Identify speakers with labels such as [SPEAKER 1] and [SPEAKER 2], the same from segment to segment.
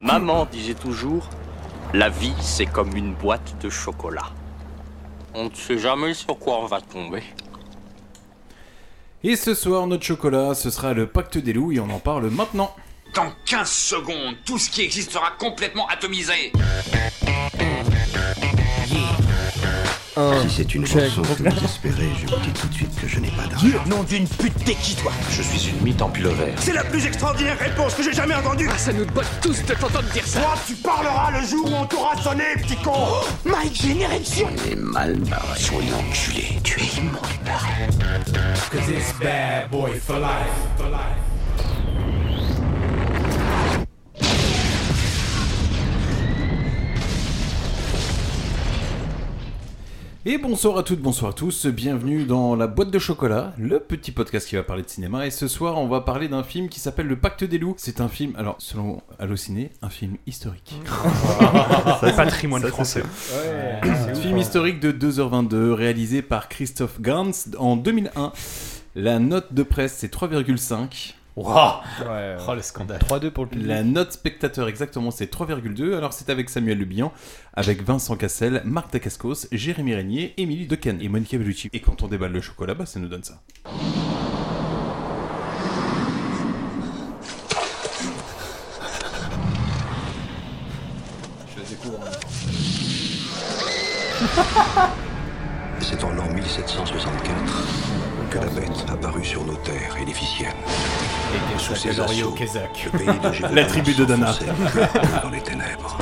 [SPEAKER 1] Maman disait toujours La vie, c'est comme une boîte de chocolat. On ne sait jamais sur quoi on va tomber.
[SPEAKER 2] Et ce soir, notre chocolat, ce sera le pacte des loups et on en parle maintenant.
[SPEAKER 3] Dans 15 secondes, tout ce qui existe sera complètement atomisé.
[SPEAKER 4] Un.
[SPEAKER 5] Si c'est une
[SPEAKER 4] Check.
[SPEAKER 5] chanson que vous espérez, je vous dis tout de suite que je n'ai pas d'argent.
[SPEAKER 6] Nom d'une pute, t'es qui toi
[SPEAKER 3] Je suis une mythe en pilover.
[SPEAKER 6] C'est la plus extraordinaire réponse que j'ai jamais entendue Ah, ça nous botte tous de t'entendre dire ça Toi, tu parleras le jour où on t'aura sonné, petit con My Generation
[SPEAKER 5] Et mal barré. Soyons enculé, tu es immonde.
[SPEAKER 2] Et bonsoir à toutes, bonsoir à tous, bienvenue dans la boîte de chocolat, le petit podcast qui va parler de cinéma. Et ce soir, on va parler d'un film qui s'appelle Le Pacte des loups. C'est un film, alors selon Allociné, un film historique.
[SPEAKER 7] Le patrimoine français.
[SPEAKER 2] Un film historique de 2h22 réalisé par Christophe Gans en 2001. La note de presse c'est 3,5.
[SPEAKER 7] Waouh Oh le scandale.
[SPEAKER 8] 3-2 pour le public.
[SPEAKER 2] La note spectateur exactement c'est 3,2. Alors c'est avec Samuel Le Bihan, avec Vincent Cassel, Marc Dacascos, Jérémy Régnier, Émilie Decaine et Monica Bellucci. Et quand on déballe le chocolat, bah, ça nous donne ça.
[SPEAKER 5] C'est en l'an 1764 que la bête apparut sur nos terres édificiennes. Sous ses assauts, le pays de Jérusalem
[SPEAKER 2] La tribu de Dana.
[SPEAKER 5] s'enfonçait dans les ténèbres.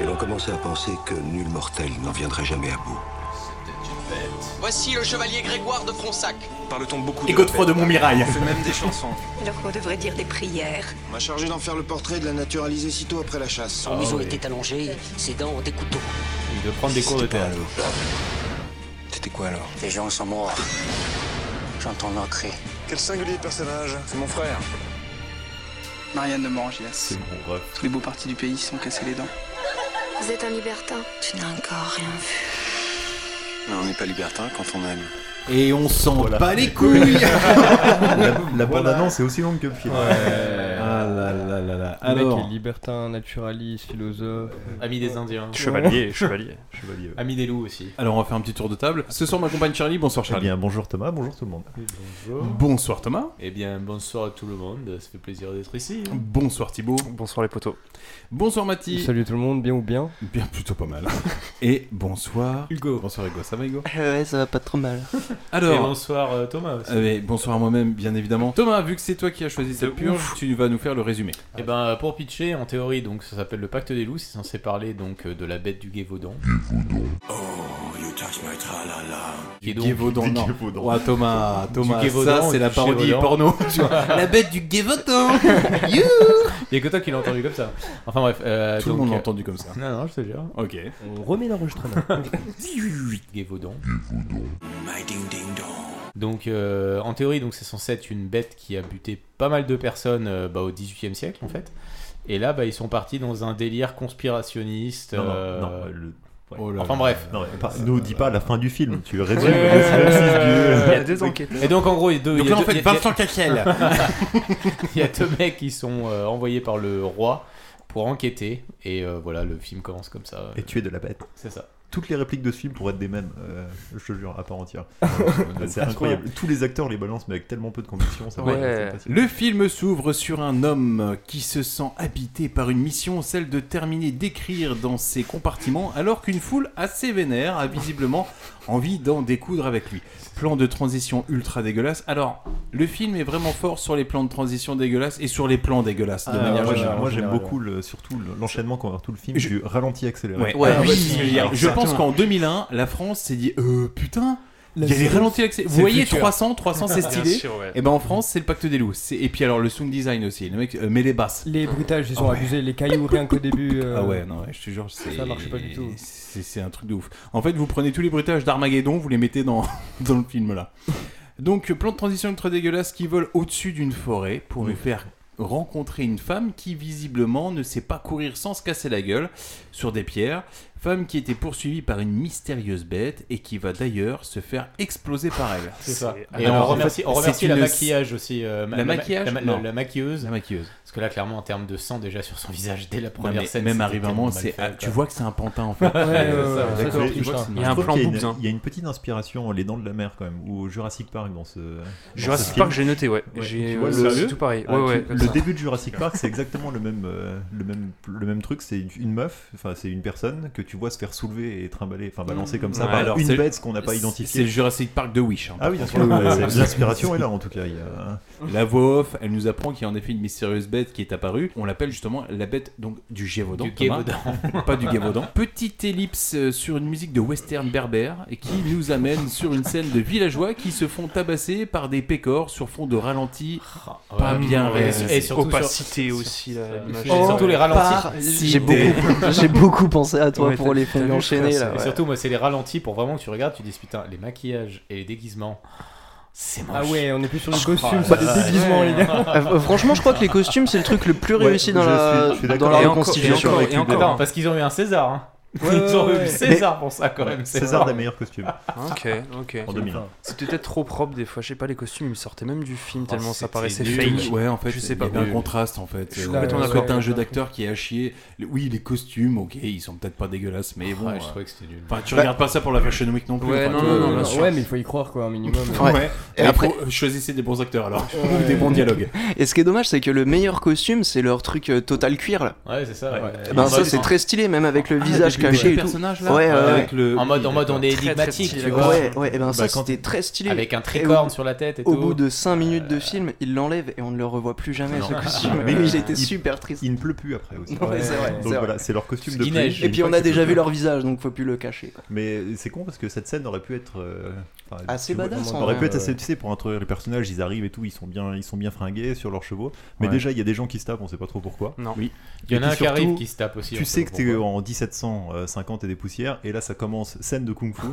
[SPEAKER 5] Et l'on commençait à penser que nul mortel n'en viendrait jamais à bout.
[SPEAKER 9] Voici le chevalier Grégoire de Fronsac.
[SPEAKER 6] Parle-t-on beaucoup
[SPEAKER 2] Et Godefroy de Montmirail.
[SPEAKER 6] fait même des chansons.
[SPEAKER 10] Alors qu'on devrait dire des prières.
[SPEAKER 11] On m'a chargé d'en faire le portrait de la naturaliser sitôt après la chasse.
[SPEAKER 9] Son museau était allongé, ses dents ont des couteaux.
[SPEAKER 8] Il doit prendre des cours de théâtre.
[SPEAKER 11] C'était quoi alors
[SPEAKER 9] Les gens sont morts. J'entends leur cri.
[SPEAKER 11] Quel singulier personnage
[SPEAKER 6] C'est mon frère.
[SPEAKER 11] Marianne de Morangias. C'est mon Tous les beaux partis du pays sont cassés les dents.
[SPEAKER 10] Vous êtes un libertin. Tu n'as encore rien vu.
[SPEAKER 11] Mais on n'est pas libertin quand on aime.
[SPEAKER 2] Et on s'en bat les couilles
[SPEAKER 8] La, la bande-annonce est aussi longue que le film.
[SPEAKER 2] Ah là là là là.
[SPEAKER 4] Le mec
[SPEAKER 2] Alors,
[SPEAKER 4] est libertin, naturaliste, philosophe.
[SPEAKER 8] Ami des Indiens.
[SPEAKER 7] Chevalier, chevalier.
[SPEAKER 8] Chevalier. Ami des loups aussi.
[SPEAKER 2] alors on va faire un petit tour de table. Ce soir ma compagne Charlie, bonsoir
[SPEAKER 7] Eh
[SPEAKER 2] Charlie.
[SPEAKER 7] bien, bonjour Thomas, bonjour tout le monde.
[SPEAKER 2] Bonsoir Thomas.
[SPEAKER 8] Eh bien, bonsoir à tout le monde. Ça fait plaisir d'être ici.
[SPEAKER 2] Bonsoir Thibaut.
[SPEAKER 7] Bonsoir les poteaux.
[SPEAKER 2] Bonsoir Mathis.
[SPEAKER 4] Salut tout le monde, bien ou bien
[SPEAKER 2] Bien plutôt pas mal. Et bonsoir
[SPEAKER 8] Hugo.
[SPEAKER 2] Bonsoir Hugo, ça va Hugo
[SPEAKER 4] Euh, Ouais, ça va pas trop mal.
[SPEAKER 8] Et
[SPEAKER 2] Alors,
[SPEAKER 8] bonsoir euh, Thomas aussi.
[SPEAKER 2] euh, mais bonsoir à moi-même bien évidemment. Thomas, vu que c'est toi qui as choisi cette purge, tu vas nous faire le résumé.
[SPEAKER 8] Et ben euh, pour pitcher, en théorie, donc ça s'appelle le Pacte des loups. C'est censé parler donc euh, de la bête du Gévaudan. Qui est donc-
[SPEAKER 2] Gévaudan, non. Ouah, Thomas, Thomas,
[SPEAKER 8] Gévaudan,
[SPEAKER 2] ça c'est la
[SPEAKER 8] du
[SPEAKER 2] parodie
[SPEAKER 8] Gévaudan.
[SPEAKER 2] porno. tu vois. la bête du Gévaudan You
[SPEAKER 8] Il y a que toi qui l'as entendu comme ça. Enfin bref. euh,
[SPEAKER 2] Tout le
[SPEAKER 8] donc,
[SPEAKER 2] monde l'a
[SPEAKER 8] euh,
[SPEAKER 2] entendu comme ça.
[SPEAKER 8] Non non, je te jure.
[SPEAKER 2] Ok.
[SPEAKER 4] On remet l'enregistrement.
[SPEAKER 8] Gévaudan. Donc euh, en théorie, donc c'est censé être une bête qui a buté pas mal de personnes euh, bah, au 18e siècle en fait. Et là, bah, ils sont partis dans un délire conspirationniste.
[SPEAKER 7] Non,
[SPEAKER 8] euh,
[SPEAKER 7] non, non, le-
[SPEAKER 2] Oh là
[SPEAKER 8] Enfin
[SPEAKER 2] là.
[SPEAKER 8] bref.
[SPEAKER 7] non, pas- nous dis pas la fin du film, tu résumes. Euh,
[SPEAKER 8] Il y a
[SPEAKER 4] deux enquêtes.
[SPEAKER 8] Et donc en gros, il y a deux, il
[SPEAKER 2] Donc
[SPEAKER 8] y a
[SPEAKER 2] là en
[SPEAKER 8] deux- il y
[SPEAKER 2] fait
[SPEAKER 8] a-
[SPEAKER 2] 20 Cassel.
[SPEAKER 8] il y a deux mecs qui sont euh, envoyés par le roi pour enquêter. Et euh, voilà, le film commence comme ça.
[SPEAKER 7] Et tuer de la bête.
[SPEAKER 8] C'est ça.
[SPEAKER 7] Toutes les répliques de ce film pourraient être des mêmes, euh, je te jure, à part entière. Euh, C'est
[SPEAKER 8] Donc,
[SPEAKER 7] incroyable. Tous les acteurs les balancent, mais avec tellement peu de conviction, ça
[SPEAKER 2] Ouais.
[SPEAKER 7] va. c'est
[SPEAKER 2] Le film s'ouvre sur un homme qui se sent habité par une mission, celle de terminer d'écrire dans ses compartiments, alors qu'une foule assez vénère a visiblement envie d'en découdre avec lui. Plan de transition ultra dégueulasse. Alors, le film est vraiment fort sur les plans de transition dégueulasses et sur les plans dégueulasses de
[SPEAKER 7] Ah,
[SPEAKER 2] manière
[SPEAKER 7] moi,
[SPEAKER 2] générale.
[SPEAKER 7] j'aime- moi, j'aime
[SPEAKER 4] générale,
[SPEAKER 7] beaucoup le- surtout le- l'enchaînement qu'on tout le film
[SPEAKER 2] Je-
[SPEAKER 7] du ralenti accéléré.
[SPEAKER 2] Ouais.
[SPEAKER 4] Ouais,
[SPEAKER 2] Ah,
[SPEAKER 4] oui,
[SPEAKER 2] ouais, c'est ce que je veux dire.
[SPEAKER 4] alors,
[SPEAKER 2] je pense
[SPEAKER 4] exactement.
[SPEAKER 2] qu'en 2001, la France s'est dit euh, putain, il y a les
[SPEAKER 4] France,
[SPEAKER 2] ralentis accès. Vous
[SPEAKER 4] le
[SPEAKER 2] voyez
[SPEAKER 4] futur.
[SPEAKER 2] 300, 300 c'est stylé.
[SPEAKER 7] sûr, ouais.
[SPEAKER 2] Et ben en France, c'est le pacte des loups. C'est- Et puis alors le sound design aussi. Le mec euh, met les basses.
[SPEAKER 4] Les bruitages, ils
[SPEAKER 2] Ah
[SPEAKER 4] sont
[SPEAKER 2] ouais.
[SPEAKER 4] abusés, les cailloux rien qu'au début. euh,
[SPEAKER 2] Ah ouais, non, ouais, je te jure, c'est.
[SPEAKER 4] ça marchait pas du tout.
[SPEAKER 2] C'est c'est un truc de ouf. En fait, vous prenez tous les bruitages d'Armageddon, vous les mettez dans, dans le film là. Donc, plan de transition ultra dégueulasse qui vole au-dessus d'une forêt pour nous faire rencontrer une femme qui visiblement ne sait pas courir sans se casser la gueule sur des pierres. Femme qui était poursuivie par une mystérieuse bête et qui va d'ailleurs se faire exploser par elle.
[SPEAKER 8] C'est ça.
[SPEAKER 7] C'est-
[SPEAKER 8] Et
[SPEAKER 2] Alors,
[SPEAKER 8] on remercie, on
[SPEAKER 2] c'est
[SPEAKER 8] remercie
[SPEAKER 2] une-
[SPEAKER 8] la maquillage aussi. euh, ma-
[SPEAKER 2] La
[SPEAKER 8] ma-
[SPEAKER 2] maquillage
[SPEAKER 8] la, ma-
[SPEAKER 2] Non.
[SPEAKER 8] la maquilleuse.
[SPEAKER 2] La maquilleuse.
[SPEAKER 8] Parce Parce que là, clairement, en termes de sang déjà sur son visage dès la
[SPEAKER 2] Non,
[SPEAKER 8] première
[SPEAKER 2] mais
[SPEAKER 8] scène,
[SPEAKER 2] même
[SPEAKER 8] c'était
[SPEAKER 2] arrive un
[SPEAKER 8] tellement
[SPEAKER 2] moment,
[SPEAKER 8] mal
[SPEAKER 2] c'est-
[SPEAKER 8] fait,
[SPEAKER 2] ah,
[SPEAKER 8] quoi.
[SPEAKER 2] tu vois que c'est un pantin, en fait.
[SPEAKER 8] Ouais, ouais,
[SPEAKER 2] Et,
[SPEAKER 8] ouais, ouais,
[SPEAKER 2] euh,
[SPEAKER 8] ouais,
[SPEAKER 2] d'accord,
[SPEAKER 8] ouais,
[SPEAKER 2] tu
[SPEAKER 8] ouais,
[SPEAKER 2] vois que
[SPEAKER 8] ouais,
[SPEAKER 2] c'est
[SPEAKER 8] ouais.
[SPEAKER 2] un plan
[SPEAKER 7] Il y a une-
[SPEAKER 2] boobs, hein.
[SPEAKER 7] Il y a une petite inspiration, les dents de la mer quand même, ou Jurassic Park dans ce. dans
[SPEAKER 12] Jurassic
[SPEAKER 7] ce film.
[SPEAKER 12] Park, j'ai noté, ouais. J'ai-
[SPEAKER 7] Tu vois,
[SPEAKER 12] euh,
[SPEAKER 7] le-
[SPEAKER 12] c'est tout pareil.
[SPEAKER 7] Ah,
[SPEAKER 12] Ouais,
[SPEAKER 7] tu-
[SPEAKER 12] ouais, comme
[SPEAKER 7] le
[SPEAKER 12] ça.
[SPEAKER 7] début de Jurassic Park, c'est exactement le même, euh, le même, le même truc. C'est une, une meuf, enfin c'est une personne que tu vois se faire soulever et trimballer, enfin balancer comme ça
[SPEAKER 2] Ouais,
[SPEAKER 7] par
[SPEAKER 2] alors,
[SPEAKER 7] une
[SPEAKER 2] c'est-
[SPEAKER 7] bête ce qu'on n'a pas
[SPEAKER 2] c'est-
[SPEAKER 7] identifié.
[SPEAKER 2] c'est le Jurassic Park de Wish, hein,
[SPEAKER 7] ah oui, bien
[SPEAKER 2] par
[SPEAKER 7] sûr.
[SPEAKER 2] contre. Ouais, ouais,
[SPEAKER 7] c'est-
[SPEAKER 2] ouais.
[SPEAKER 7] L'inspiration est là en tout cas. il y a-
[SPEAKER 2] La voix off, elle nous apprend qu'il y a en effet une mystérieuse bête qui est apparue. On l'appelle justement la bête donc du Gévaudan.
[SPEAKER 8] Du
[SPEAKER 2] Thomas.
[SPEAKER 8] Gévaudan.
[SPEAKER 2] Pas du Gévaudan. Petite ellipse euh, sur une musique de western berbère et qui nous amène sur une scène de villageois qui se font tabasser par des pécores sur fond de ralenti. Pas
[SPEAKER 12] ouais.
[SPEAKER 2] bien
[SPEAKER 12] Et
[SPEAKER 2] réalisé.
[SPEAKER 12] surtout Opacité sur- aussi, sur- là, sur- l'image.
[SPEAKER 8] Et surtout les ralentis.
[SPEAKER 12] par-
[SPEAKER 8] Si-
[SPEAKER 12] j'ai beaucoup- j'ai beaucoup pensé à toi
[SPEAKER 8] Ouais,
[SPEAKER 12] pour
[SPEAKER 8] t'as-
[SPEAKER 12] les
[SPEAKER 8] t'as
[SPEAKER 12] films
[SPEAKER 8] vu,
[SPEAKER 12] enchaînés,
[SPEAKER 8] frère,
[SPEAKER 12] là,
[SPEAKER 8] c'est-
[SPEAKER 12] ouais.
[SPEAKER 8] Et surtout, moi, c'est les ralentis pour vraiment que tu regardes, tu dis putain, les maquillages et les déguisements. C'est moche.
[SPEAKER 4] Ah ouais, on est plus sur les
[SPEAKER 8] Oh,
[SPEAKER 4] costumes,
[SPEAKER 8] là
[SPEAKER 4] c'est des
[SPEAKER 12] Ah,
[SPEAKER 8] là.
[SPEAKER 4] déguisements, les gars.
[SPEAKER 12] Euh, franchement, je crois que les costumes, c'est le truc le plus réussi dans la- dans la
[SPEAKER 8] Et encore-
[SPEAKER 12] reconstitution.
[SPEAKER 8] et encore-
[SPEAKER 12] Avec
[SPEAKER 8] et
[SPEAKER 12] le
[SPEAKER 8] encore,
[SPEAKER 12] débat.
[SPEAKER 8] parce qu'ils ont eu un César. hein.
[SPEAKER 12] Ouais,
[SPEAKER 8] Ils ont
[SPEAKER 12] ouais,
[SPEAKER 8] eu
[SPEAKER 12] ouais.
[SPEAKER 8] César
[SPEAKER 12] Mais-
[SPEAKER 8] pour ça quand même. c'est
[SPEAKER 7] César
[SPEAKER 8] rare.
[SPEAKER 7] des meilleurs costumes.
[SPEAKER 12] Ok, ok.
[SPEAKER 7] En 2001.
[SPEAKER 12] C'est peut-être trop propre des fois, je sais pas, les costumes ils me sortaient même du film tellement ça
[SPEAKER 2] c'était
[SPEAKER 12] paraissait
[SPEAKER 2] nul.
[SPEAKER 12] fake.
[SPEAKER 2] Ouais, en fait,
[SPEAKER 12] je
[SPEAKER 2] il
[SPEAKER 12] sais
[SPEAKER 2] y
[SPEAKER 12] pas.
[SPEAKER 2] avait un contraste en fait.
[SPEAKER 12] Je suis
[SPEAKER 2] Euh,
[SPEAKER 12] complètement
[SPEAKER 2] ouais,
[SPEAKER 12] d'accord.
[SPEAKER 2] C'était un jeu d'acteur qui est à chier. Le- Oui, les costumes, ok, ils sont peut-être pas dégueulasses, mais bon.
[SPEAKER 8] Ouais, je
[SPEAKER 2] euh,
[SPEAKER 8] trouvais que c'était nul.
[SPEAKER 2] Enfin, tu
[SPEAKER 8] Bah-
[SPEAKER 2] regardes pas ça pour la Fashion Week non plus.
[SPEAKER 8] Ouais,
[SPEAKER 2] enfin,
[SPEAKER 8] non,
[SPEAKER 2] tu-
[SPEAKER 8] non, non,
[SPEAKER 2] euh,
[SPEAKER 8] bien
[SPEAKER 2] sûr.
[SPEAKER 4] Ouais, mais il faut y croire, quoi, un minimum.
[SPEAKER 2] Ouais.
[SPEAKER 4] Et
[SPEAKER 2] Et
[SPEAKER 4] après-
[SPEAKER 2] faut- euh, choisissez des bons acteurs alors,
[SPEAKER 4] Ouais.
[SPEAKER 2] ou des bons dialogues.
[SPEAKER 12] Et ce qui est dommage, c'est que le meilleur costume, c'est leur truc euh, total cuir là.
[SPEAKER 8] Ouais, c'est ça. ouais.
[SPEAKER 12] Eh Ben ça c'est très stylé même avec le
[SPEAKER 8] Ah,
[SPEAKER 12] visage
[SPEAKER 8] avec le
[SPEAKER 12] caché et tout.
[SPEAKER 8] personnage, là
[SPEAKER 12] ouais, ouais, ouais.
[SPEAKER 8] Avec le- En mode- en mode, on est
[SPEAKER 12] Très, très
[SPEAKER 8] énigmatique,
[SPEAKER 12] stylé,
[SPEAKER 8] tu vois.
[SPEAKER 12] Ouais ouais et ben
[SPEAKER 8] Bah,
[SPEAKER 12] ça
[SPEAKER 8] quand-
[SPEAKER 12] c'était très stylé.
[SPEAKER 8] Avec un
[SPEAKER 12] Et
[SPEAKER 8] tricorne
[SPEAKER 12] au-
[SPEAKER 8] sur la tête et
[SPEAKER 12] Au
[SPEAKER 8] tout.
[SPEAKER 12] bout de 5 minutes de film, il l'enlève et on ne le revoit plus jamais ce
[SPEAKER 7] Non.
[SPEAKER 12] costume.
[SPEAKER 7] Mais
[SPEAKER 12] Oui,
[SPEAKER 7] il-
[SPEAKER 12] j'étais
[SPEAKER 7] il-
[SPEAKER 12] super triste.
[SPEAKER 7] Il ne pleut plus après aussi.
[SPEAKER 12] Non, mais c'est vrai,
[SPEAKER 7] Donc
[SPEAKER 12] c'est vrai.
[SPEAKER 7] voilà, c'est leur costume de
[SPEAKER 12] Il
[SPEAKER 7] pluie.
[SPEAKER 12] neige. Et puis on a déjà vu leur visage, donc faut plus le cacher.
[SPEAKER 7] Mais c'est con parce que cette scène aurait pu être euh, enfin,
[SPEAKER 12] Assez
[SPEAKER 7] tu vois,
[SPEAKER 12] badass, en
[SPEAKER 7] aurait
[SPEAKER 12] vrai,
[SPEAKER 7] pu être
[SPEAKER 12] ouais.
[SPEAKER 7] assez, tu sais, pour introduire les personnages, ils arrivent et tout, ils sont bien, ils sont bien fringués sur leurs chevaux. Mais
[SPEAKER 8] Ouais.
[SPEAKER 7] déjà, il y a des gens qui se tapent, on sait pas trop pourquoi.
[SPEAKER 8] Non.
[SPEAKER 7] Oui.
[SPEAKER 8] Il y
[SPEAKER 7] Et
[SPEAKER 8] en a
[SPEAKER 7] puis
[SPEAKER 8] un qui arrive
[SPEAKER 7] surtout,
[SPEAKER 8] qui se tape aussi, on
[SPEAKER 7] Tu
[SPEAKER 8] sait
[SPEAKER 7] sais
[SPEAKER 8] pas
[SPEAKER 7] que t'es en 1750 et des poussières, et là ça commence scène de kung-fu. Tu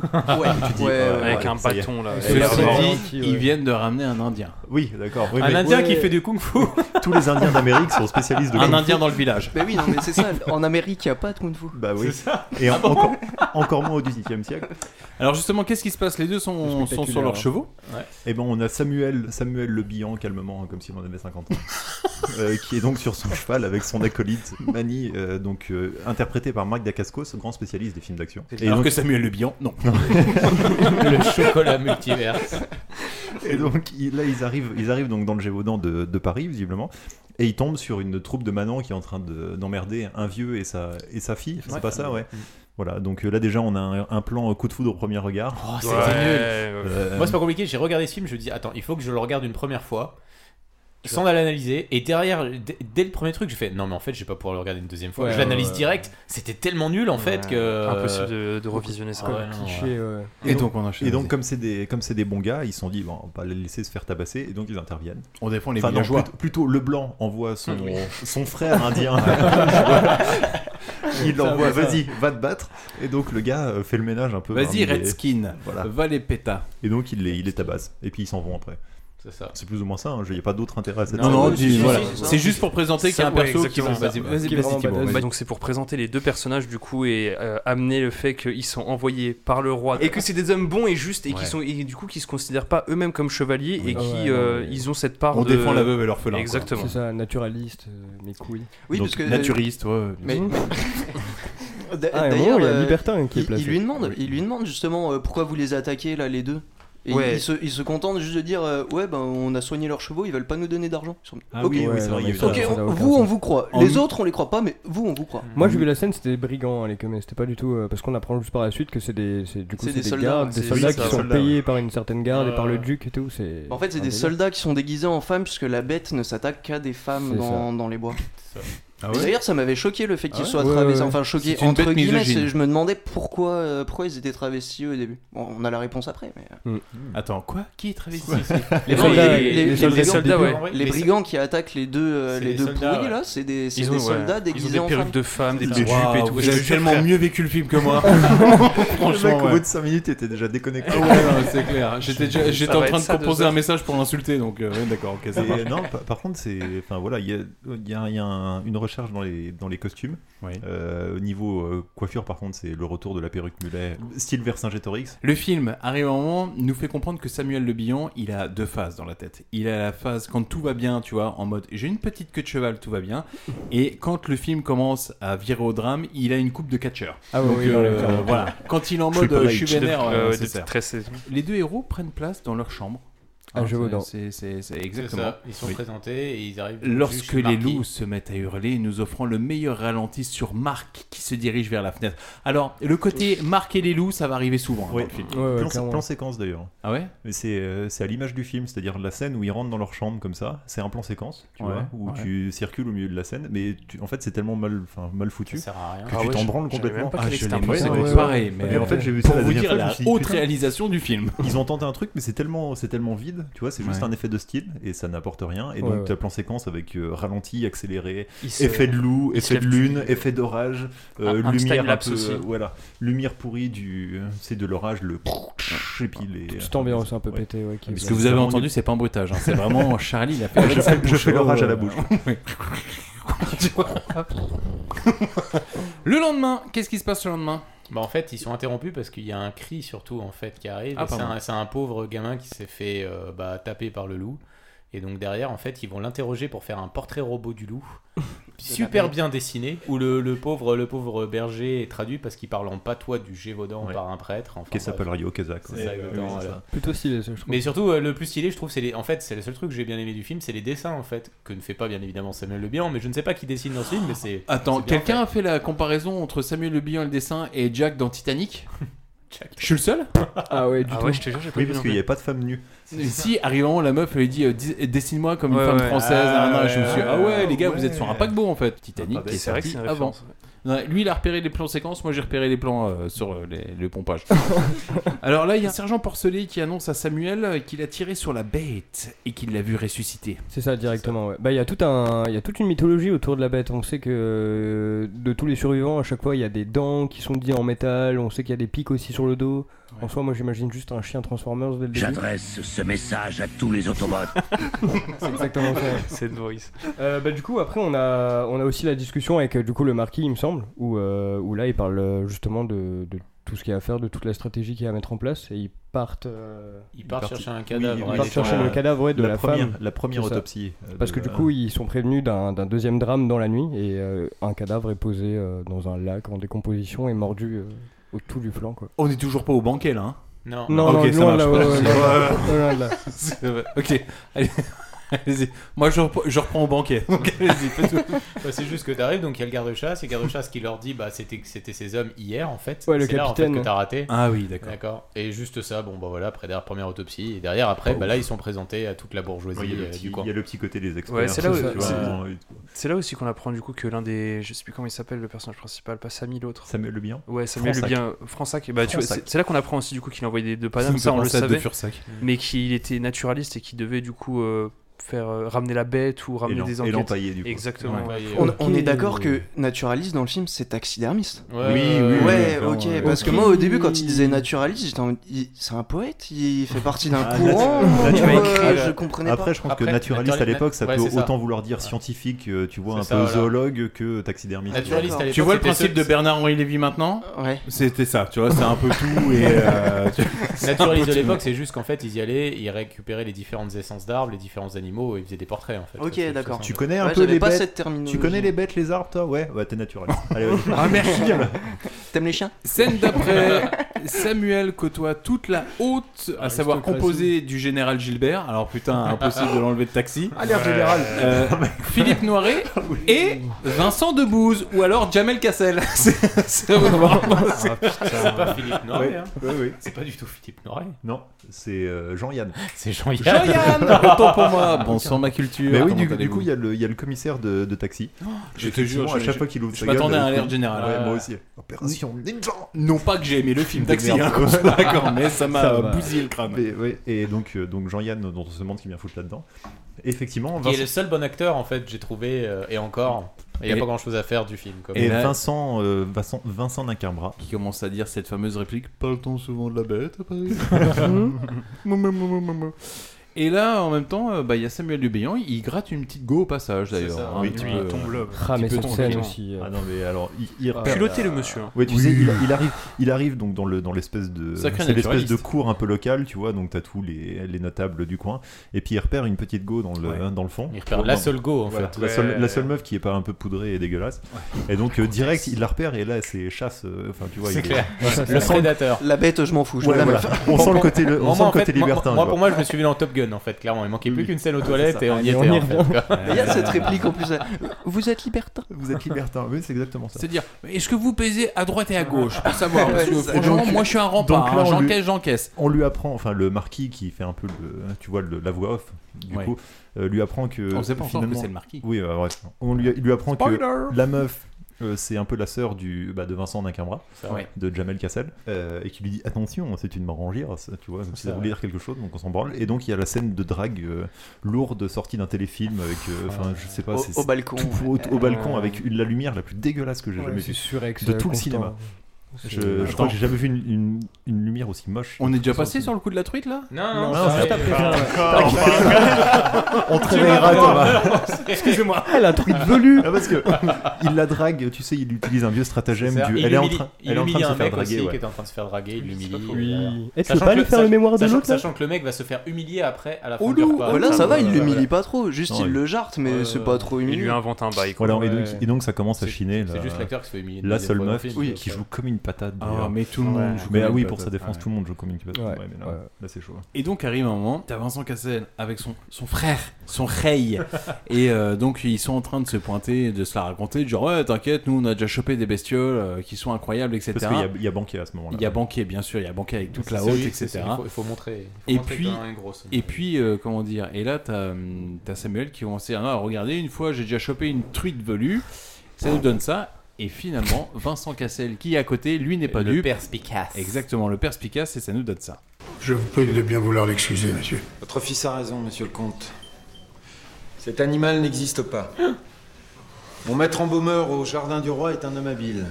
[SPEAKER 7] dis, euh, ça y est.
[SPEAKER 2] Ceci dit, ils viennent de ramener un Indien.
[SPEAKER 7] Oui, d'accord. Oui,
[SPEAKER 8] Un
[SPEAKER 7] mais-
[SPEAKER 8] Indien
[SPEAKER 7] Ouais.
[SPEAKER 8] qui fait du kung-fu.
[SPEAKER 7] Tous les Indiens d'Amérique sont spécialistes de
[SPEAKER 2] Un
[SPEAKER 7] kung-fu.
[SPEAKER 2] Indien dans le village.
[SPEAKER 12] Bah oui non mais c'est ça. En Amérique il y a pas de kung fu.
[SPEAKER 7] Bah oui.
[SPEAKER 12] C'est ça.
[SPEAKER 7] Et en-
[SPEAKER 12] Ah bon
[SPEAKER 7] encore, encore moins au 18e siècle.
[SPEAKER 2] Alors justement, qu'est-ce qui se passe Les deux sont, sont sur leurs chevaux.
[SPEAKER 7] Et ben on a Samuel, Samuel Le Bihan calmement, hein, comme s'il en avait 50 ans, euh, qui est donc sur son cheval avec son acolyte Mani, euh, donc euh, interprété par Marc Dacascos, grand spécialiste des films d'action.
[SPEAKER 2] Alors
[SPEAKER 7] donc-
[SPEAKER 2] que Samuel Le Bihan, non.
[SPEAKER 8] Le chocolat multiverse.
[SPEAKER 7] Et donc il- là ils arrivent, ils arrivent donc dans le Gévaudan de, de Paris visiblement. Et ils tombent sur une troupe de manants qui est en train de- d'emmerder un vieux et sa, et sa fille. C'est
[SPEAKER 8] Ouais.
[SPEAKER 7] pas ça, ouais.
[SPEAKER 8] Mm.
[SPEAKER 7] Voilà, donc euh, là déjà on a un, un plan coup de foudre au premier regard.
[SPEAKER 8] Oh, c'était nul. Moi, c'est pas compliqué. J'ai regardé ce film, je me dis, attends, il faut que je le regarde une première fois. Sans l'analyser, et derrière, d- dès le premier truc, j'ai fait non, mais en fait, je vais pas pouvoir le regarder une deuxième fois.
[SPEAKER 4] Ouais,
[SPEAKER 8] je l'analyse
[SPEAKER 4] ouais.
[SPEAKER 8] direct, c'était tellement nul en fait
[SPEAKER 4] Ouais.
[SPEAKER 8] que.
[SPEAKER 4] Impossible de- de revisionner ça.
[SPEAKER 8] Ah ouais,
[SPEAKER 4] Comme
[SPEAKER 8] non,
[SPEAKER 4] cliché, ouais.
[SPEAKER 2] Et donc, on enchaîne,
[SPEAKER 7] Et donc
[SPEAKER 2] vas-y.
[SPEAKER 7] comme c'est des comme c'est des bons gars, ils se sont dit bon, on va pas les laisser se faire tabasser et donc ils interviennent.
[SPEAKER 2] On défend les
[SPEAKER 7] Enfin, non,
[SPEAKER 2] villageois.
[SPEAKER 7] plutôt, plutôt le blanc envoie son
[SPEAKER 2] Oui.
[SPEAKER 7] son frère indien. il
[SPEAKER 2] Ça,
[SPEAKER 7] l'envoie
[SPEAKER 2] ça.
[SPEAKER 7] vas-y, va te battre et donc le gars euh, fait le ménage un peu
[SPEAKER 2] Vas-y,
[SPEAKER 7] parmi les-
[SPEAKER 2] Redskin, va les péta.
[SPEAKER 7] Et donc il les il les tabasse et puis ils s'en vont après.
[SPEAKER 8] C'est ça.
[SPEAKER 7] C'est plus ou moins ça, hein, il n'y a pas d'autre intérêt à cette
[SPEAKER 2] Non, non,
[SPEAKER 7] scène.
[SPEAKER 2] dis- voilà. C'est juste pour présenter qu'il y a un perso qui va.
[SPEAKER 12] vas-y, vas-y, vas-y, Thibaut, vas-y.
[SPEAKER 13] Euh, Donc c'est pour présenter les deux personnages du coup et euh, amener le fait qu'ils sont envoyés par le roi et que c'est des hommes bons et justes et
[SPEAKER 2] Ouais.
[SPEAKER 13] qui sont et du coup qui se considèrent pas eux-mêmes comme chevaliers
[SPEAKER 4] Ouais,
[SPEAKER 13] et qui
[SPEAKER 4] ouais,
[SPEAKER 13] euh,
[SPEAKER 4] non, mais-
[SPEAKER 13] ils ont cette part.
[SPEAKER 2] On
[SPEAKER 13] de-
[SPEAKER 2] défend la veuve et l'orphelin, quoi.
[SPEAKER 13] Exactement.
[SPEAKER 4] C'est ça, naturaliste, euh, mes couilles.
[SPEAKER 12] Oui, parce que.
[SPEAKER 7] euh,
[SPEAKER 12] Mais. D'a-
[SPEAKER 4] Ah, et à un moment,
[SPEAKER 12] D'ailleurs,
[SPEAKER 4] il y a
[SPEAKER 12] euh,
[SPEAKER 4] Libertin qui est
[SPEAKER 12] il-
[SPEAKER 4] placé.
[SPEAKER 12] Il lui demande, il lui demande justement euh, pourquoi vous les attaquez là, les deux. Et
[SPEAKER 4] Ouais.
[SPEAKER 12] il, il se, il se contente juste de dire euh, Ouais, ben on a soigné leurs chevaux, ils veulent pas nous donner d'argent. Ils sont-
[SPEAKER 7] Ah oui, oui, c'est vrai, il y a eu
[SPEAKER 12] Ok,
[SPEAKER 7] ça,
[SPEAKER 12] on-
[SPEAKER 7] ça n'a aucun
[SPEAKER 12] vous on
[SPEAKER 7] sens.
[SPEAKER 12] vous croit.
[SPEAKER 7] En
[SPEAKER 12] Les
[SPEAKER 7] mi-
[SPEAKER 12] autres on les croit pas, mais vous on vous croit.
[SPEAKER 4] Moi j'ai vu la scène, c'était des brigands, hein, les communs, c'était pas du tout. euh, parce qu'on apprend juste par la suite que c'est des, c'est- du coup,
[SPEAKER 12] C'est
[SPEAKER 4] c'est
[SPEAKER 12] des
[SPEAKER 4] des,
[SPEAKER 12] soldats,
[SPEAKER 4] gardes,
[SPEAKER 12] c'est-
[SPEAKER 4] des soldats
[SPEAKER 12] c'est
[SPEAKER 4] qui
[SPEAKER 12] ça.
[SPEAKER 4] sont
[SPEAKER 12] Soldats,
[SPEAKER 4] payés
[SPEAKER 12] ouais.
[SPEAKER 4] par une certaine garde et par le
[SPEAKER 12] Ouais.
[SPEAKER 4] duc et tout. C'est.
[SPEAKER 12] En fait, c'est
[SPEAKER 4] un
[SPEAKER 12] des
[SPEAKER 4] délire.
[SPEAKER 12] soldats qui sont déguisés en femmes, puisque la bête ne s'attaque qu'à des femmes
[SPEAKER 4] C'est
[SPEAKER 12] dans,
[SPEAKER 4] ça.
[SPEAKER 12] dans les bois.
[SPEAKER 4] ça.
[SPEAKER 7] Ah
[SPEAKER 12] Mais
[SPEAKER 4] ouais
[SPEAKER 12] D'ailleurs, ça m'avait choqué le fait qu'ils
[SPEAKER 4] Ah ouais
[SPEAKER 12] soient
[SPEAKER 4] Ouais,
[SPEAKER 12] travestis.
[SPEAKER 4] ouais.
[SPEAKER 12] Enfin, choqué
[SPEAKER 4] C'est une
[SPEAKER 12] entre
[SPEAKER 4] bête
[SPEAKER 12] guillemets,
[SPEAKER 4] misogyne.
[SPEAKER 12] c'est- je me demandais pourquoi, euh, pourquoi ils étaient travestis eux, au début. Bon, on a la réponse après. Mais...
[SPEAKER 2] Attends, quoi Qui est travesti
[SPEAKER 12] Les
[SPEAKER 2] Non,
[SPEAKER 12] soldats,
[SPEAKER 2] mais-
[SPEAKER 12] les- les- les
[SPEAKER 2] soldats,
[SPEAKER 12] brigands-
[SPEAKER 2] soldats, ouais.
[SPEAKER 12] les
[SPEAKER 2] Mais-
[SPEAKER 12] brigands qui attaquent les deux, euh,
[SPEAKER 2] C'est
[SPEAKER 12] les
[SPEAKER 2] des
[SPEAKER 12] deux
[SPEAKER 2] soldats,
[SPEAKER 12] pourris
[SPEAKER 2] ouais.
[SPEAKER 12] là, c'est des, c'est
[SPEAKER 13] Ils ont,
[SPEAKER 12] des
[SPEAKER 13] ouais.
[SPEAKER 12] soldats
[SPEAKER 13] Ils ont
[SPEAKER 12] déguisés
[SPEAKER 13] des
[SPEAKER 12] en
[SPEAKER 13] perruques
[SPEAKER 12] femmes.
[SPEAKER 13] de femmes, des
[SPEAKER 12] C'est
[SPEAKER 13] petites
[SPEAKER 12] ça.
[SPEAKER 13] jupes et tout.
[SPEAKER 2] Vous avez tellement mieux vécu le film que moi.
[SPEAKER 7] le mec,
[SPEAKER 2] Franchement,
[SPEAKER 7] au bout
[SPEAKER 2] ouais.
[SPEAKER 7] de 5 minutes, était déjà déconnecté.
[SPEAKER 2] Ah ouais, non, c'est clair. J'étais déjà- j'étais en train de composer un
[SPEAKER 7] message
[SPEAKER 2] message pour l'insulter, donc euh, ouais, d'accord, ok, ça
[SPEAKER 7] Et
[SPEAKER 2] marche.
[SPEAKER 7] non, pa- par contre, c'est. Enfin voilà, il y a, il y a- il y a un- une recherche dans les, dans les costumes. Euh, au niveau euh, coiffure, par contre, c'est le retour de la perruque mulet, style Vercingétorix.
[SPEAKER 2] Le film, arrive à un moment, nous fait comprendre que Samuel Le Bihan, il a deux phases dans la tête. Il a la phase quand tout va bien, tu vois, en mode j'ai une petite queue de cheval, tout va bien. Et quand le film commence à virer au drame, il a une coupe de catcheur.
[SPEAKER 4] Ah ouais,
[SPEAKER 2] Donc,
[SPEAKER 4] oui,
[SPEAKER 2] euh,
[SPEAKER 4] voilà, clairement.
[SPEAKER 2] voilà. Quand il est en
[SPEAKER 4] Je suis
[SPEAKER 2] mode euh,
[SPEAKER 4] pareil,
[SPEAKER 2] je suis
[SPEAKER 4] je suis
[SPEAKER 2] vénère,
[SPEAKER 4] d'accord,
[SPEAKER 2] euh,
[SPEAKER 4] ouais,
[SPEAKER 2] c'est
[SPEAKER 4] de
[SPEAKER 2] ça.
[SPEAKER 4] très saison.
[SPEAKER 2] Les deux héros prennent place dans leur chambre.
[SPEAKER 4] Ah, je
[SPEAKER 2] Hein,
[SPEAKER 4] vois, non.
[SPEAKER 2] c'est- c'est- c'est exactement.
[SPEAKER 8] ça, ils sont
[SPEAKER 2] Oui.
[SPEAKER 8] présentés et ils arrivent.
[SPEAKER 2] Lorsque
[SPEAKER 8] juste
[SPEAKER 2] les
[SPEAKER 8] marqués.
[SPEAKER 2] loups se mettent à hurler, nous offrons le meilleur ralenti sur Marc qui se dirige vers la fenêtre. Alors, le côté Marc et les loups, ça va arriver souvent hein, dans le film.
[SPEAKER 7] plan, plan séquence d'ailleurs.
[SPEAKER 2] Ah ouais
[SPEAKER 7] Mais c'est euh, c'est à l'image du film, c'est-à-dire la scène où ils rentrent dans leur chambre comme ça, c'est un plan séquence, tu
[SPEAKER 2] Ouais,
[SPEAKER 7] vois, où
[SPEAKER 2] ouais.
[SPEAKER 7] tu circules au milieu de la scène, mais tu- en fait c'est tellement mal, enfin, mal foutu que
[SPEAKER 2] Ah
[SPEAKER 7] tu
[SPEAKER 2] ouais,
[SPEAKER 7] t'en
[SPEAKER 2] je-
[SPEAKER 7] branles
[SPEAKER 2] Ah, je savais
[SPEAKER 7] complètement.
[SPEAKER 2] même pas quel
[SPEAKER 7] Ah, je l'ai
[SPEAKER 2] extrait
[SPEAKER 7] vu,
[SPEAKER 2] pareil,
[SPEAKER 7] c'est
[SPEAKER 2] ouais,
[SPEAKER 7] vrai.
[SPEAKER 2] pareil, mais,
[SPEAKER 7] en fait, j'ai vu
[SPEAKER 2] pour
[SPEAKER 7] ça la
[SPEAKER 2] vous
[SPEAKER 7] dernière
[SPEAKER 2] dire
[SPEAKER 7] fois, je
[SPEAKER 2] la
[SPEAKER 7] me suis dit,
[SPEAKER 2] haute
[SPEAKER 7] putain,
[SPEAKER 2] réalisation du film.
[SPEAKER 7] Ils ont tenté un truc, mais c'est tellement, c'est tellement vide, tu vois, c'est juste
[SPEAKER 2] Ouais.
[SPEAKER 7] un effet de style et ça n'apporte rien. Et
[SPEAKER 2] Ouais,
[SPEAKER 7] donc
[SPEAKER 2] ouais.
[SPEAKER 7] t'as plan séquence avec euh, ralenti, accéléré,
[SPEAKER 2] Ils se-
[SPEAKER 7] effet de loup,
[SPEAKER 2] ils se
[SPEAKER 7] effet de
[SPEAKER 2] lèvent du-
[SPEAKER 7] lune, effet d'orage, euh,
[SPEAKER 13] Un- un
[SPEAKER 7] lumière un
[SPEAKER 13] time-lapse
[SPEAKER 7] peu,
[SPEAKER 13] aussi.
[SPEAKER 7] euh, voilà, lumière pourrie du, c'est de l'orage, le et puis les.
[SPEAKER 4] Toute cette ambiance un peu pétée, ouais, qui est
[SPEAKER 2] Ce
[SPEAKER 4] bien.
[SPEAKER 2] que vous avez entendu, c'est pas un bruitage, hein, c'est vraiment Charlie, il a fait
[SPEAKER 7] Je fais- je fais l'orage à la bouche.
[SPEAKER 2] Oui. Tu vois Le lendemain, qu'est-ce qui se passe le lendemain
[SPEAKER 8] Bah en fait, ils sont interrompus parce qu'il y a un cri surtout en fait qui arrive.
[SPEAKER 2] Ah,
[SPEAKER 8] Et c'est
[SPEAKER 2] pardon.
[SPEAKER 8] un- c'est un, pauvre gamin qui s'est fait euh, bah, taper par le loup. Et donc derrière, en fait, ils vont l'interroger pour faire un portrait robot du loup, super bien dessiné, où le, le pauvre le pauvre berger est traduit parce qu'il parle en patois du Gévaudan
[SPEAKER 7] Ouais.
[SPEAKER 8] par un prêtre. Enfin,
[SPEAKER 7] Qui
[SPEAKER 8] bref.
[SPEAKER 7] s'appelle Rio Kazak.
[SPEAKER 8] C'est ça, exactement, voilà.
[SPEAKER 4] Plutôt stylé, ça, je trouve.
[SPEAKER 8] Mais surtout, euh, le plus stylé, je trouve, c'est les... en fait, c'est le seul truc que j'ai bien aimé du film, c'est les dessins en fait que ne fait pas bien évidemment Samuel Le Bihan, mais je ne sais pas qui dessine dans ce film, mais c'est.
[SPEAKER 2] Attends,
[SPEAKER 8] c'est bien
[SPEAKER 2] quelqu'un a fait la comparaison entre Samuel Le Bihan et le dessin et Jack dans Titanic Je suis le seul
[SPEAKER 4] Ah ouais, du
[SPEAKER 13] Ah ouais, tout. je te jure, j'ai pas
[SPEAKER 7] Oui,
[SPEAKER 13] vu
[SPEAKER 7] parce qu'il
[SPEAKER 13] non plus.
[SPEAKER 7] n'y avait pas de femme nue.
[SPEAKER 2] Si, arrive un moment, la meuf, elle lui dit euh, dis- Dessine-moi comme une
[SPEAKER 13] Ouais,
[SPEAKER 2] femme
[SPEAKER 13] ouais.
[SPEAKER 2] française.
[SPEAKER 13] Ah,
[SPEAKER 2] Ah, non,
[SPEAKER 13] ouais,
[SPEAKER 2] je me suis dit, ah ouais, les gars, vous
[SPEAKER 13] ouais.
[SPEAKER 2] êtes sur un paquebot en fait. Titanic,
[SPEAKER 13] Ah, bah,
[SPEAKER 2] qui est
[SPEAKER 13] c'est vrai que
[SPEAKER 2] sorti
[SPEAKER 13] c'est une
[SPEAKER 2] avant.
[SPEAKER 13] référence,
[SPEAKER 2] Non, Lui, il a repéré les plans séquences, moi j'ai repéré les plans euh, sur euh, les- le pompage. Alors là, il y a un sergent Porcelet qui annonce à Samuel euh, qu'il a tiré sur la bête et qu'il l'a vu ressusciter.
[SPEAKER 4] C'est ça directement. Ouais. Bah il y a tout un, il y a toute une mythologie autour de la bête. On sait que euh, de tous les survivants, à chaque fois il y a des dents qui sont dites en métal. On sait qu'il y a des pics aussi sur le dos. En soi, moi j'imagine juste un chien Transformers dès le début.
[SPEAKER 14] J'adresse ce message à tous les Autobots.
[SPEAKER 4] C'est exactement ça.
[SPEAKER 13] C'est de voice.
[SPEAKER 4] Euh, bah, du coup, après, on a, on a aussi la discussion avec euh, du coup le marquis, il me semble, où, euh, où là, il parle euh, justement de, de tout ce qu'il y a à faire, de toute la stratégie qu'il y a à mettre en place, et ils partent. euh,
[SPEAKER 8] Ils partent
[SPEAKER 4] partent-
[SPEAKER 8] chercher un
[SPEAKER 4] oui,
[SPEAKER 8] cadavre,
[SPEAKER 4] Ils
[SPEAKER 8] ouais,
[SPEAKER 4] partent
[SPEAKER 8] les gens,
[SPEAKER 4] chercher le
[SPEAKER 8] euh,
[SPEAKER 4] cadavre ouais, de
[SPEAKER 7] la
[SPEAKER 4] la,
[SPEAKER 7] première-
[SPEAKER 4] femme.
[SPEAKER 7] la première
[SPEAKER 4] C'est ça.
[SPEAKER 7] autopsie, euh,
[SPEAKER 4] Parce
[SPEAKER 7] de
[SPEAKER 4] que du
[SPEAKER 7] la-
[SPEAKER 4] coup, ils sont prévenus d'un d'un deuxième drame dans la nuit, et euh, un cadavre est posé euh, dans un lac en décomposition et mordu euh, au tout du flanc, quoi.
[SPEAKER 2] On est toujours pas au banquet là hein
[SPEAKER 8] Non.
[SPEAKER 4] Non, non,
[SPEAKER 2] ok, ça
[SPEAKER 4] loin
[SPEAKER 2] marche.
[SPEAKER 4] de là, ouais, ouais,
[SPEAKER 2] Ouais.
[SPEAKER 4] loin de là.
[SPEAKER 2] C'est vrai. ok, allez. Allez-y. Moi, je, repre- je reprends au banquet. Donc, allez-y, fais tout.
[SPEAKER 8] Bah, c'est juste que t'arrives, donc il y a le garde-chasse, et le garde-chasse qui leur dit bah c'était c'était ces hommes hier en fait.
[SPEAKER 4] Ouais, le
[SPEAKER 8] c'est là, en fait,
[SPEAKER 4] capitaine.
[SPEAKER 8] que t'as raté.
[SPEAKER 2] Ah oui, d'accord.
[SPEAKER 8] Et juste ça, bon bah voilà, après derrière première autopsie, et derrière après, bah là ils sont présentés à toute la bourgeoisie
[SPEAKER 7] Ouais, il y a le
[SPEAKER 8] euh,
[SPEAKER 7] petit-
[SPEAKER 8] du coin.
[SPEAKER 7] il y a le petit côté des experts,
[SPEAKER 13] Ouais, c'est là, où-
[SPEAKER 7] tu vois,
[SPEAKER 13] c'est-
[SPEAKER 7] dans- euh,
[SPEAKER 13] c'est là aussi qu'on apprend du coup que l'un des, je sais plus comment il s'appelle le personnage principal, pas Sami l'autre.
[SPEAKER 7] Samuel Le Bihan
[SPEAKER 13] Ouais, Samuel
[SPEAKER 7] Fransac.
[SPEAKER 13] Le Bihan, euh, Fransac. Et bah, tu vois,
[SPEAKER 7] Fransac.
[SPEAKER 13] c'est c'est là qu'on apprend aussi du coup qu'il a envoyé des deux
[SPEAKER 2] Ça
[SPEAKER 13] Paname,
[SPEAKER 2] me
[SPEAKER 13] ça
[SPEAKER 2] fait
[SPEAKER 13] on le
[SPEAKER 2] penser à deux
[SPEAKER 13] savait.
[SPEAKER 2] Fursac.
[SPEAKER 13] Mais qu'il était naturaliste et qu'il devait du coup euh, faire euh, ramener la bête ou ramener
[SPEAKER 7] l'en-
[SPEAKER 13] des
[SPEAKER 7] et
[SPEAKER 13] enquêtes.
[SPEAKER 7] l'empailler, du coup.
[SPEAKER 13] Exactement.
[SPEAKER 12] On, on est d'accord que naturaliste dans le film c'est taxidermiste.
[SPEAKER 13] Ouais, Oui, oui, oui,
[SPEAKER 12] Ouais,
[SPEAKER 13] clairement,
[SPEAKER 12] ok.
[SPEAKER 7] euh,
[SPEAKER 13] ouais.
[SPEAKER 12] Parce que
[SPEAKER 13] Ok.
[SPEAKER 12] moi au début quand il disait naturaliste, j'étais en mode, il- c'est un poète, il fait partie d'un courant.
[SPEAKER 7] Natu-
[SPEAKER 12] euh,
[SPEAKER 7] Natu-
[SPEAKER 12] je comprenais
[SPEAKER 7] Après,
[SPEAKER 12] pas.
[SPEAKER 7] je pense que
[SPEAKER 8] Après,
[SPEAKER 7] naturaliste à
[SPEAKER 8] naturaliste-
[SPEAKER 7] l'époque, ça
[SPEAKER 8] ouais,
[SPEAKER 7] peut
[SPEAKER 8] c'est ça.
[SPEAKER 7] autant vouloir dire scientifique, euh, tu vois, un
[SPEAKER 8] C'est ça,
[SPEAKER 7] peu
[SPEAKER 8] voilà.
[SPEAKER 7] zoologue que taxidermiste.
[SPEAKER 8] Naturaliste à l'époque,
[SPEAKER 2] Tu vois le
[SPEAKER 8] c'était
[SPEAKER 2] principe
[SPEAKER 8] ce-
[SPEAKER 2] de Bernard-Henri Lévy maintenant
[SPEAKER 12] Ouais.
[SPEAKER 2] C'était ça, tu vois, c'est un peu tout et. euh, tu- c'est un peu
[SPEAKER 8] Naturaliste de
[SPEAKER 2] tout.
[SPEAKER 8] l'époque, c'est juste qu'en fait ils y allaient, ils récupéraient les différentes essences d'arbres, les différents animaux, et ils faisaient des portraits en fait.
[SPEAKER 12] Ok,
[SPEAKER 8] C'est- c'est
[SPEAKER 12] d'accord.
[SPEAKER 8] ça.
[SPEAKER 7] Tu connais un
[SPEAKER 12] Ouais,
[SPEAKER 7] peu
[SPEAKER 12] j'avais
[SPEAKER 7] les
[SPEAKER 12] pas
[SPEAKER 7] bêtes
[SPEAKER 12] cette terminologie.
[SPEAKER 7] Tu connais les bêtes, les arbres, toi Ouais, ouais, t'es naturaliste. Allez, vas-y.
[SPEAKER 2] Ah, merci.
[SPEAKER 12] T'aimes les chiens
[SPEAKER 2] Scène d'après, Samuel côtoie toute la haute, à savoir composée du général Gilbert. Alors putain, impossible de l'enlever de taxi.
[SPEAKER 7] Ah, l'air général.
[SPEAKER 2] Euh, Philippe Noiret
[SPEAKER 7] Ah
[SPEAKER 2] et Vincent Debouze, ou alors Jamel Cassel. C'est c'est vraiment- c'est-
[SPEAKER 8] C'est pas Philippe Noiret,
[SPEAKER 7] Ouais,
[SPEAKER 8] hein.
[SPEAKER 7] ouais, ouais.
[SPEAKER 8] C'est pas du tout Philippe Noiret.
[SPEAKER 7] Non, c'est euh, Jean-Yann.
[SPEAKER 8] C'est Jean-Yann.
[SPEAKER 2] Jean-Yann Autant pour moi. Bon sang, ma culture.
[SPEAKER 7] Mais oui,
[SPEAKER 2] Comment
[SPEAKER 7] du, du
[SPEAKER 2] allez-vous
[SPEAKER 7] coup, il y, a le- il y a le commissaire de, de taxi.
[SPEAKER 2] Je te jure,
[SPEAKER 7] Effectivement, à
[SPEAKER 2] je-
[SPEAKER 7] chaque
[SPEAKER 2] je-
[SPEAKER 7] fois qu'il ouvre
[SPEAKER 2] je
[SPEAKER 7] sa gueule,
[SPEAKER 2] m'attendais à un
[SPEAKER 7] le-
[SPEAKER 2] l'air général.
[SPEAKER 7] Ouais, moi
[SPEAKER 2] Euh,
[SPEAKER 7] aussi. Opération Ninja
[SPEAKER 2] Non pas que j'ai aimé le film Taxi, hein, qu'on soit d'accord, mais ça m'a euh, bousillé le crâne.
[SPEAKER 7] Et, ouais, et donc, euh, donc Jean-Yann, dont on se demande qui vient foutre là-dedans. Effectivement,
[SPEAKER 8] Qui est
[SPEAKER 7] Vincent,
[SPEAKER 8] le seul bon acteur en fait, j'ai trouvé, euh, et encore, il n'y a
[SPEAKER 2] Et-
[SPEAKER 8] pas grand chose à faire du film. Quoi.
[SPEAKER 7] et Vincent, euh, Vincent, Vincent Nancarbra.
[SPEAKER 2] Qui commence à dire cette fameuse réplique
[SPEAKER 7] Parle-t-on souvent de la bête à Paris
[SPEAKER 2] Mou, mou, mou, mou, mou, mou. Et là, en même temps, euh, bah, il y a Samuel Dubéan, il gratte une petite go au passage
[SPEAKER 7] C'est ça,
[SPEAKER 2] d'ailleurs. Un
[SPEAKER 7] oui,
[SPEAKER 2] petit
[SPEAKER 7] oui,
[SPEAKER 2] peu,
[SPEAKER 7] il tombe là.
[SPEAKER 2] euh,
[SPEAKER 7] Ah,
[SPEAKER 2] petit
[SPEAKER 7] mais
[SPEAKER 2] peu
[SPEAKER 7] cette
[SPEAKER 2] tombé,
[SPEAKER 7] scène
[SPEAKER 2] genre.
[SPEAKER 7] aussi, euh. Ah non, mais alors, il- il Ah,
[SPEAKER 13] Culotté, le monsieur, hein.
[SPEAKER 7] Ouais, tu
[SPEAKER 13] Oui.
[SPEAKER 7] sais, il, il arrive, il arrive donc dans le dans l'espèce de
[SPEAKER 13] Sacré
[SPEAKER 7] c'est l'espèce
[SPEAKER 13] naturaliste.
[SPEAKER 7] de cours un peu local, tu vois, donc t'as tous les, les notables du coin, et puis il repère une petite go dans le hein, dans le fond.
[SPEAKER 8] Il repère la seule go, en
[SPEAKER 7] Voilà,
[SPEAKER 8] fait.
[SPEAKER 7] la, seule,
[SPEAKER 8] Ouais.
[SPEAKER 7] la seule meuf qui est pas un peu poudrée et dégueulasse. Et donc euh, direct, il la repère et là c'est chasse. euh, Enfin, tu vois,
[SPEAKER 8] C'est
[SPEAKER 7] il-
[SPEAKER 8] clair.
[SPEAKER 7] Ouais.
[SPEAKER 8] Le
[SPEAKER 7] On sent-
[SPEAKER 8] prédateur.
[SPEAKER 12] La bête, je m'en fous, je
[SPEAKER 7] Ouais,
[SPEAKER 12] veux la
[SPEAKER 7] voilà.
[SPEAKER 12] meuf.
[SPEAKER 7] On sent le côté le-
[SPEAKER 8] Moi,
[SPEAKER 7] on sent
[SPEAKER 8] en
[SPEAKER 7] le
[SPEAKER 8] fait,
[SPEAKER 7] côté
[SPEAKER 8] moi-
[SPEAKER 7] libertin.
[SPEAKER 8] Moi,
[SPEAKER 7] tu
[SPEAKER 8] pour
[SPEAKER 7] vois.
[SPEAKER 8] moi, je me suis vu dans Top Gun, en fait, clairement. Il manquait plus qu'une scène
[SPEAKER 2] Ah,
[SPEAKER 8] aux toilettes
[SPEAKER 7] ça.
[SPEAKER 8] et on y
[SPEAKER 7] Et on
[SPEAKER 8] était.
[SPEAKER 7] y
[SPEAKER 8] en fait.
[SPEAKER 7] revient.
[SPEAKER 12] Il y a cette réplique en plus. Oh, Vous êtes libertin.
[SPEAKER 7] Vous êtes libertin. Oui, c'est exactement ça.
[SPEAKER 2] C'est-à-dire, est-ce que vous pesez à droite et à gauche Pour savoir,
[SPEAKER 7] Ouais,
[SPEAKER 2] parce que
[SPEAKER 7] c'est ça.
[SPEAKER 2] franchement,
[SPEAKER 7] Donc-
[SPEAKER 2] moi je suis un rempart,
[SPEAKER 7] donc là,
[SPEAKER 2] hein,
[SPEAKER 7] on lui-
[SPEAKER 2] j'encaisse, j'encaisse.
[SPEAKER 7] On lui apprend, enfin le marquis qui fait un peu le, hein, tu vois le- la voix off, du
[SPEAKER 2] Ouais.
[SPEAKER 7] coup, euh, lui apprend que
[SPEAKER 2] On sait pas encore
[SPEAKER 7] finalement-
[SPEAKER 2] que c'est le marquis.
[SPEAKER 7] Oui, bah, bref. On lui, il lui apprend
[SPEAKER 2] Spoiler
[SPEAKER 7] que la meuf. euh, c'est un peu la sœur du, bah, de Vincent Nakamura,
[SPEAKER 2] Ça, ouais.
[SPEAKER 7] de Jamel Cassel, euh, et qui lui dit attention, c'est une morangire, ça, tu vois, comme si
[SPEAKER 2] Ça,
[SPEAKER 7] ça voulait
[SPEAKER 2] ouais.
[SPEAKER 7] dire quelque chose, donc on s'en branle. Et donc il y a la scène de drague euh, lourde sortie d'un téléfilm, avec, euh, enfin je sais pas,
[SPEAKER 12] Au-
[SPEAKER 7] c'est-
[SPEAKER 12] au
[SPEAKER 7] c'est
[SPEAKER 12] balcon.
[SPEAKER 7] tout- au, au
[SPEAKER 12] Ouais.
[SPEAKER 7] balcon avec une- la lumière la plus dégueulasse que j'ai
[SPEAKER 12] Ouais,
[SPEAKER 7] jamais
[SPEAKER 12] c'est
[SPEAKER 7] vue
[SPEAKER 12] surex,
[SPEAKER 7] de
[SPEAKER 12] euh,
[SPEAKER 7] tout le
[SPEAKER 12] constant.
[SPEAKER 7] cinéma.
[SPEAKER 12] C'est-
[SPEAKER 8] Euh,
[SPEAKER 7] Je, je crois que j'ai jamais vu une, une- une lumière aussi moche.
[SPEAKER 2] On est déjà passé sur le coup de la truite là
[SPEAKER 8] Non,
[SPEAKER 7] non, ça
[SPEAKER 2] c'est
[SPEAKER 7] arrive.
[SPEAKER 2] après.
[SPEAKER 7] Encore, encore.
[SPEAKER 2] T'inquiète.
[SPEAKER 8] Ah,
[SPEAKER 7] On te réveillera, Thomas.
[SPEAKER 2] Excusez-moi.
[SPEAKER 7] Ah, Elle a truc velue. Ah, parce que il la drague, tu sais, il utilise un vieux stratagème.
[SPEAKER 8] C'est ça.
[SPEAKER 7] Du,
[SPEAKER 8] Il
[SPEAKER 7] elle est en
[SPEAKER 8] humilie-
[SPEAKER 7] train,
[SPEAKER 8] il
[SPEAKER 7] elle est en train
[SPEAKER 8] humilie
[SPEAKER 7] de
[SPEAKER 8] un
[SPEAKER 7] se faire
[SPEAKER 8] mec
[SPEAKER 7] draguer.
[SPEAKER 8] aussi
[SPEAKER 7] ouais.
[SPEAKER 8] qui est en train de se faire draguer, il l'humilie.
[SPEAKER 7] Oui.
[SPEAKER 8] voilà.
[SPEAKER 7] Eh, tu
[SPEAKER 8] Sachant
[SPEAKER 7] veux pas
[SPEAKER 8] que
[SPEAKER 7] lui faire le
[SPEAKER 8] sach-
[SPEAKER 7] mémoire de
[SPEAKER 8] sachant-
[SPEAKER 7] l'autre, là
[SPEAKER 8] Sachant que le mec va se faire humilier après à la fin
[SPEAKER 12] Oh
[SPEAKER 8] du
[SPEAKER 12] non,
[SPEAKER 8] repas.
[SPEAKER 12] là ça va, il
[SPEAKER 8] Voilà.
[SPEAKER 12] l'humilie pas trop, juste
[SPEAKER 8] Non,
[SPEAKER 12] il
[SPEAKER 8] il-
[SPEAKER 12] le jarte, mais
[SPEAKER 8] Ouais,
[SPEAKER 12] c'est
[SPEAKER 8] ouais,
[SPEAKER 12] pas
[SPEAKER 8] ouais.
[SPEAKER 12] trop
[SPEAKER 8] Il lui
[SPEAKER 12] humilié.
[SPEAKER 13] invente un bail,
[SPEAKER 7] Voilà, et, donc, et donc ça commence à chiner.
[SPEAKER 8] C'est
[SPEAKER 7] la-
[SPEAKER 8] juste l'acteur qui se fait humilier une
[SPEAKER 7] La
[SPEAKER 8] deuxième
[SPEAKER 7] seule
[SPEAKER 8] fois dans le
[SPEAKER 7] meuf
[SPEAKER 8] film,
[SPEAKER 7] oui,
[SPEAKER 8] donc,
[SPEAKER 7] qui
[SPEAKER 8] euh,
[SPEAKER 7] joue comme une patate.
[SPEAKER 2] Ah,
[SPEAKER 7] d'ailleurs.
[SPEAKER 2] mais tout le monde joue
[SPEAKER 7] Mais
[SPEAKER 2] comme
[SPEAKER 7] ah oui,
[SPEAKER 2] une
[SPEAKER 7] pour sa
[SPEAKER 2] patate.
[SPEAKER 7] défense,
[SPEAKER 2] Ouais.
[SPEAKER 7] tout le monde joue comme une patate.
[SPEAKER 2] Ouais.
[SPEAKER 7] Ouais, mais là,
[SPEAKER 2] Ouais.
[SPEAKER 7] là, c'est chaud.
[SPEAKER 2] Et donc arrive un moment, t'as Vincent Cassel avec son, son frère, son rey, et euh, donc ils sont en train de se pointer, de se la raconter, de genre ouais t'inquiète, nous on a déjà chopé des bestioles euh, qui sont incroyables, etc.
[SPEAKER 7] Parce qu'il y a- il y a banqué à ce moment-là.
[SPEAKER 2] Il y a banqué, bien sûr, il y a banqué avec toute
[SPEAKER 7] C'est
[SPEAKER 2] la
[SPEAKER 7] celui-
[SPEAKER 2] haute,
[SPEAKER 7] c'est
[SPEAKER 2] etc.
[SPEAKER 7] celui- il faut- il faut montrer- il faut
[SPEAKER 2] et
[SPEAKER 7] montrer
[SPEAKER 2] puis,
[SPEAKER 7] quand même grosse.
[SPEAKER 2] et puis euh, comment dire, et là t'as hum, t'as Samuel qui commence à dire ah, regardez, une fois j'ai déjà chopé une truite velue, ça nous donne ça. Et finalement, Vincent Cassel, qui est à côté, lui n'est pas
[SPEAKER 8] Le
[SPEAKER 2] dupe.
[SPEAKER 8] perspicace.
[SPEAKER 2] Exactement, le perspicace, et ça nous donne ça.
[SPEAKER 15] Je vous prie de bien vouloir l'excuser, monsieur.
[SPEAKER 16] Votre fils a raison, monsieur le comte. Cet animal n'existe pas. Mon maître embaumeur au jardin du roi est un homme habile.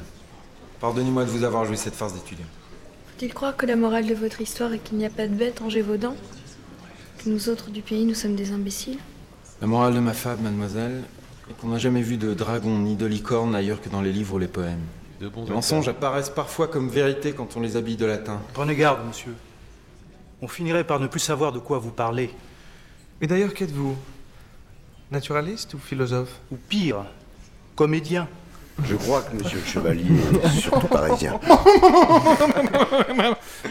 [SPEAKER 16] Pardonnez-moi de vous avoir joué cette farce d'étudiant.
[SPEAKER 10] Faut-il croire que la morale de votre histoire est qu'il n'y a pas de bête en Gévaudan Que nous autres du pays, nous sommes des imbéciles
[SPEAKER 16] La morale de ma fable, mademoiselle, est qu'on n'a jamais vu de dragon ni de licorne ailleurs que dans les livres ou les poèmes.
[SPEAKER 8] De bons
[SPEAKER 16] les mensonges
[SPEAKER 8] acteurs.
[SPEAKER 16] apparaissent parfois comme vérité quand on les habille de latin.
[SPEAKER 17] Prenez garde, monsieur. On finirait par ne plus savoir de quoi vous parlez. Et d'ailleurs, qu'êtes-vous Naturaliste ou philosophe Ou pire, comédien
[SPEAKER 18] Je crois que monsieur le chevalier est surtout parisien.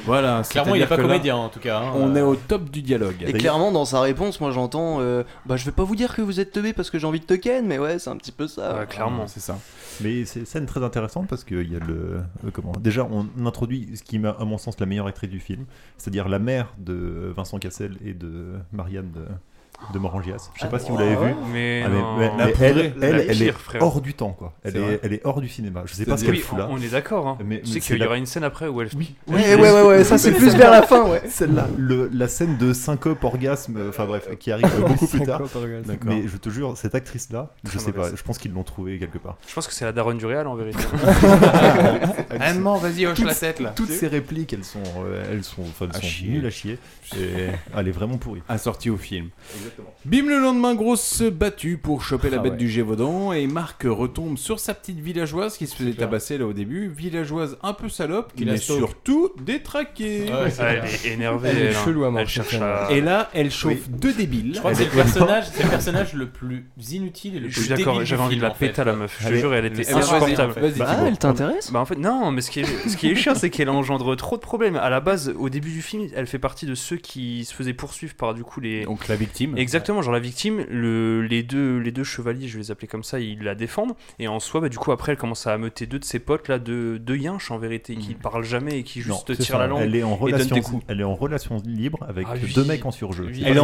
[SPEAKER 2] Voilà,
[SPEAKER 8] Clairement, il est
[SPEAKER 2] c'est-à-dire
[SPEAKER 8] pas
[SPEAKER 2] que là,
[SPEAKER 8] comédien, en tout cas, hein.
[SPEAKER 2] On est au top du dialogue.
[SPEAKER 12] Et clairement, dans sa réponse, moi j'entends euh, Bah, je vais pas vous dire que vous êtes teubé parce que j'ai envie de te ken, mais ouais, c'est un petit peu ça.
[SPEAKER 13] Ah,
[SPEAKER 7] c'est ça. Mais c'est une scène très intéressante parce qu'il y a le. euh, comment Déjà, on introduit ce qui m'a, à mon sens, la meilleure actrice du film, c'est-à-dire la mère de Vincent Cassel et de Marianne de. De Morangias. Je sais pas si vous l'avez
[SPEAKER 13] Ah ouais
[SPEAKER 7] vu.
[SPEAKER 13] Mais non.
[SPEAKER 7] mais-
[SPEAKER 13] La
[SPEAKER 7] mais
[SPEAKER 13] poudrée.
[SPEAKER 7] elle, elle,
[SPEAKER 13] La
[SPEAKER 7] elle est
[SPEAKER 13] pire, frère.
[SPEAKER 7] hors du temps, quoi. Elle
[SPEAKER 13] C'est vrai.
[SPEAKER 7] est, elle est hors du cinéma. Je sais pas ce
[SPEAKER 13] C'est-à-dire-
[SPEAKER 7] qu'elle
[SPEAKER 13] Oui,
[SPEAKER 7] fout là.
[SPEAKER 13] on- on est d'accord, hein. Tu sais qu'il y
[SPEAKER 7] la-
[SPEAKER 13] aura une scène après où elle-
[SPEAKER 7] Oui,
[SPEAKER 13] Ouais, ouais, ouais, ouais, ça, c'est plus vers la fin, ouais.
[SPEAKER 7] Celle-là, le- la scène de syncope, orgasme, euh, enfin bref, qui arrive euh, beaucoup plus tard.
[SPEAKER 13] Syncope, orgasme. D'accord.
[SPEAKER 7] Mais je te jure, cette actrice-là, je
[SPEAKER 13] Très
[SPEAKER 7] sais pas,
[SPEAKER 13] mauvaise.
[SPEAKER 7] je pense qu'ils l'ont trouvée quelque part.
[SPEAKER 13] Je pense que c'est la daronne du Real en vérité.
[SPEAKER 2] Vraiment, vas-y, hoche
[SPEAKER 7] Toutes-
[SPEAKER 2] la tête, là.
[SPEAKER 7] Toutes ces répliques, elles sont, euh, elles sont, enfin, elles sont nulles à chier. Et elle est vraiment pourrie.
[SPEAKER 2] Assortie au film. Bim le lendemain, grosse battue pour choper la
[SPEAKER 7] Ah
[SPEAKER 2] bête
[SPEAKER 7] ouais.
[SPEAKER 2] du Gévaudan et Marc retombe sur sa petite villageoise qui se faisait tabasser là au début. Villageoise un peu salope qui
[SPEAKER 13] Qui la
[SPEAKER 2] est
[SPEAKER 13] stalk.
[SPEAKER 2] surtout détraquée.
[SPEAKER 13] Ouais, c'est Ah, Elle vrai. est énervée, Elle est elle, hein. chelou à mort, Elle cette cherche femme. à-
[SPEAKER 2] Et là, elle chauffe
[SPEAKER 13] Oui.
[SPEAKER 2] deux débiles.
[SPEAKER 8] Je crois que c'est le personnage, c'est le personnage le plus inutile et le
[SPEAKER 13] Je suis
[SPEAKER 8] plus
[SPEAKER 13] d'accord,
[SPEAKER 8] débile du
[SPEAKER 13] j'avais envie de
[SPEAKER 8] film,
[SPEAKER 13] la
[SPEAKER 8] en fait.
[SPEAKER 13] péter à la meuf. Je te
[SPEAKER 8] Allez,
[SPEAKER 13] jure, elle était
[SPEAKER 2] Eh
[SPEAKER 8] c'est
[SPEAKER 2] ben,
[SPEAKER 8] vrai,
[SPEAKER 13] insupportable.
[SPEAKER 8] vas-y, vas-y,
[SPEAKER 13] Bah,
[SPEAKER 8] dis-moi.
[SPEAKER 13] elle t'intéresse Bah en fait, non, mais ce qui est, ce qui est chiant, c'est qu'elle engendre trop de problèmes. À la base, au début du film, elle fait partie de ceux qui se faisaient poursuivre par du coup les.
[SPEAKER 2] Donc la victime.
[SPEAKER 13] Exactement, genre la victime, le, les, deux, les deux chevaliers, je vais les appeler comme ça, ils la défendent. Et en soi, bah, du coup, après, elle commence à ameuter deux de ses potes, là, deux, deux yinches en vérité, qui parlent jamais et qui
[SPEAKER 7] Non,
[SPEAKER 13] juste
[SPEAKER 7] c'est
[SPEAKER 13] tirent
[SPEAKER 7] ça,
[SPEAKER 13] la langue
[SPEAKER 7] Elle est en
[SPEAKER 13] et donnent
[SPEAKER 7] relation,
[SPEAKER 13] des coups.
[SPEAKER 7] elle est en relation libre avec
[SPEAKER 13] Ah, oui.
[SPEAKER 7] deux mecs en surjeu.
[SPEAKER 13] Oui.
[SPEAKER 7] C'est pas-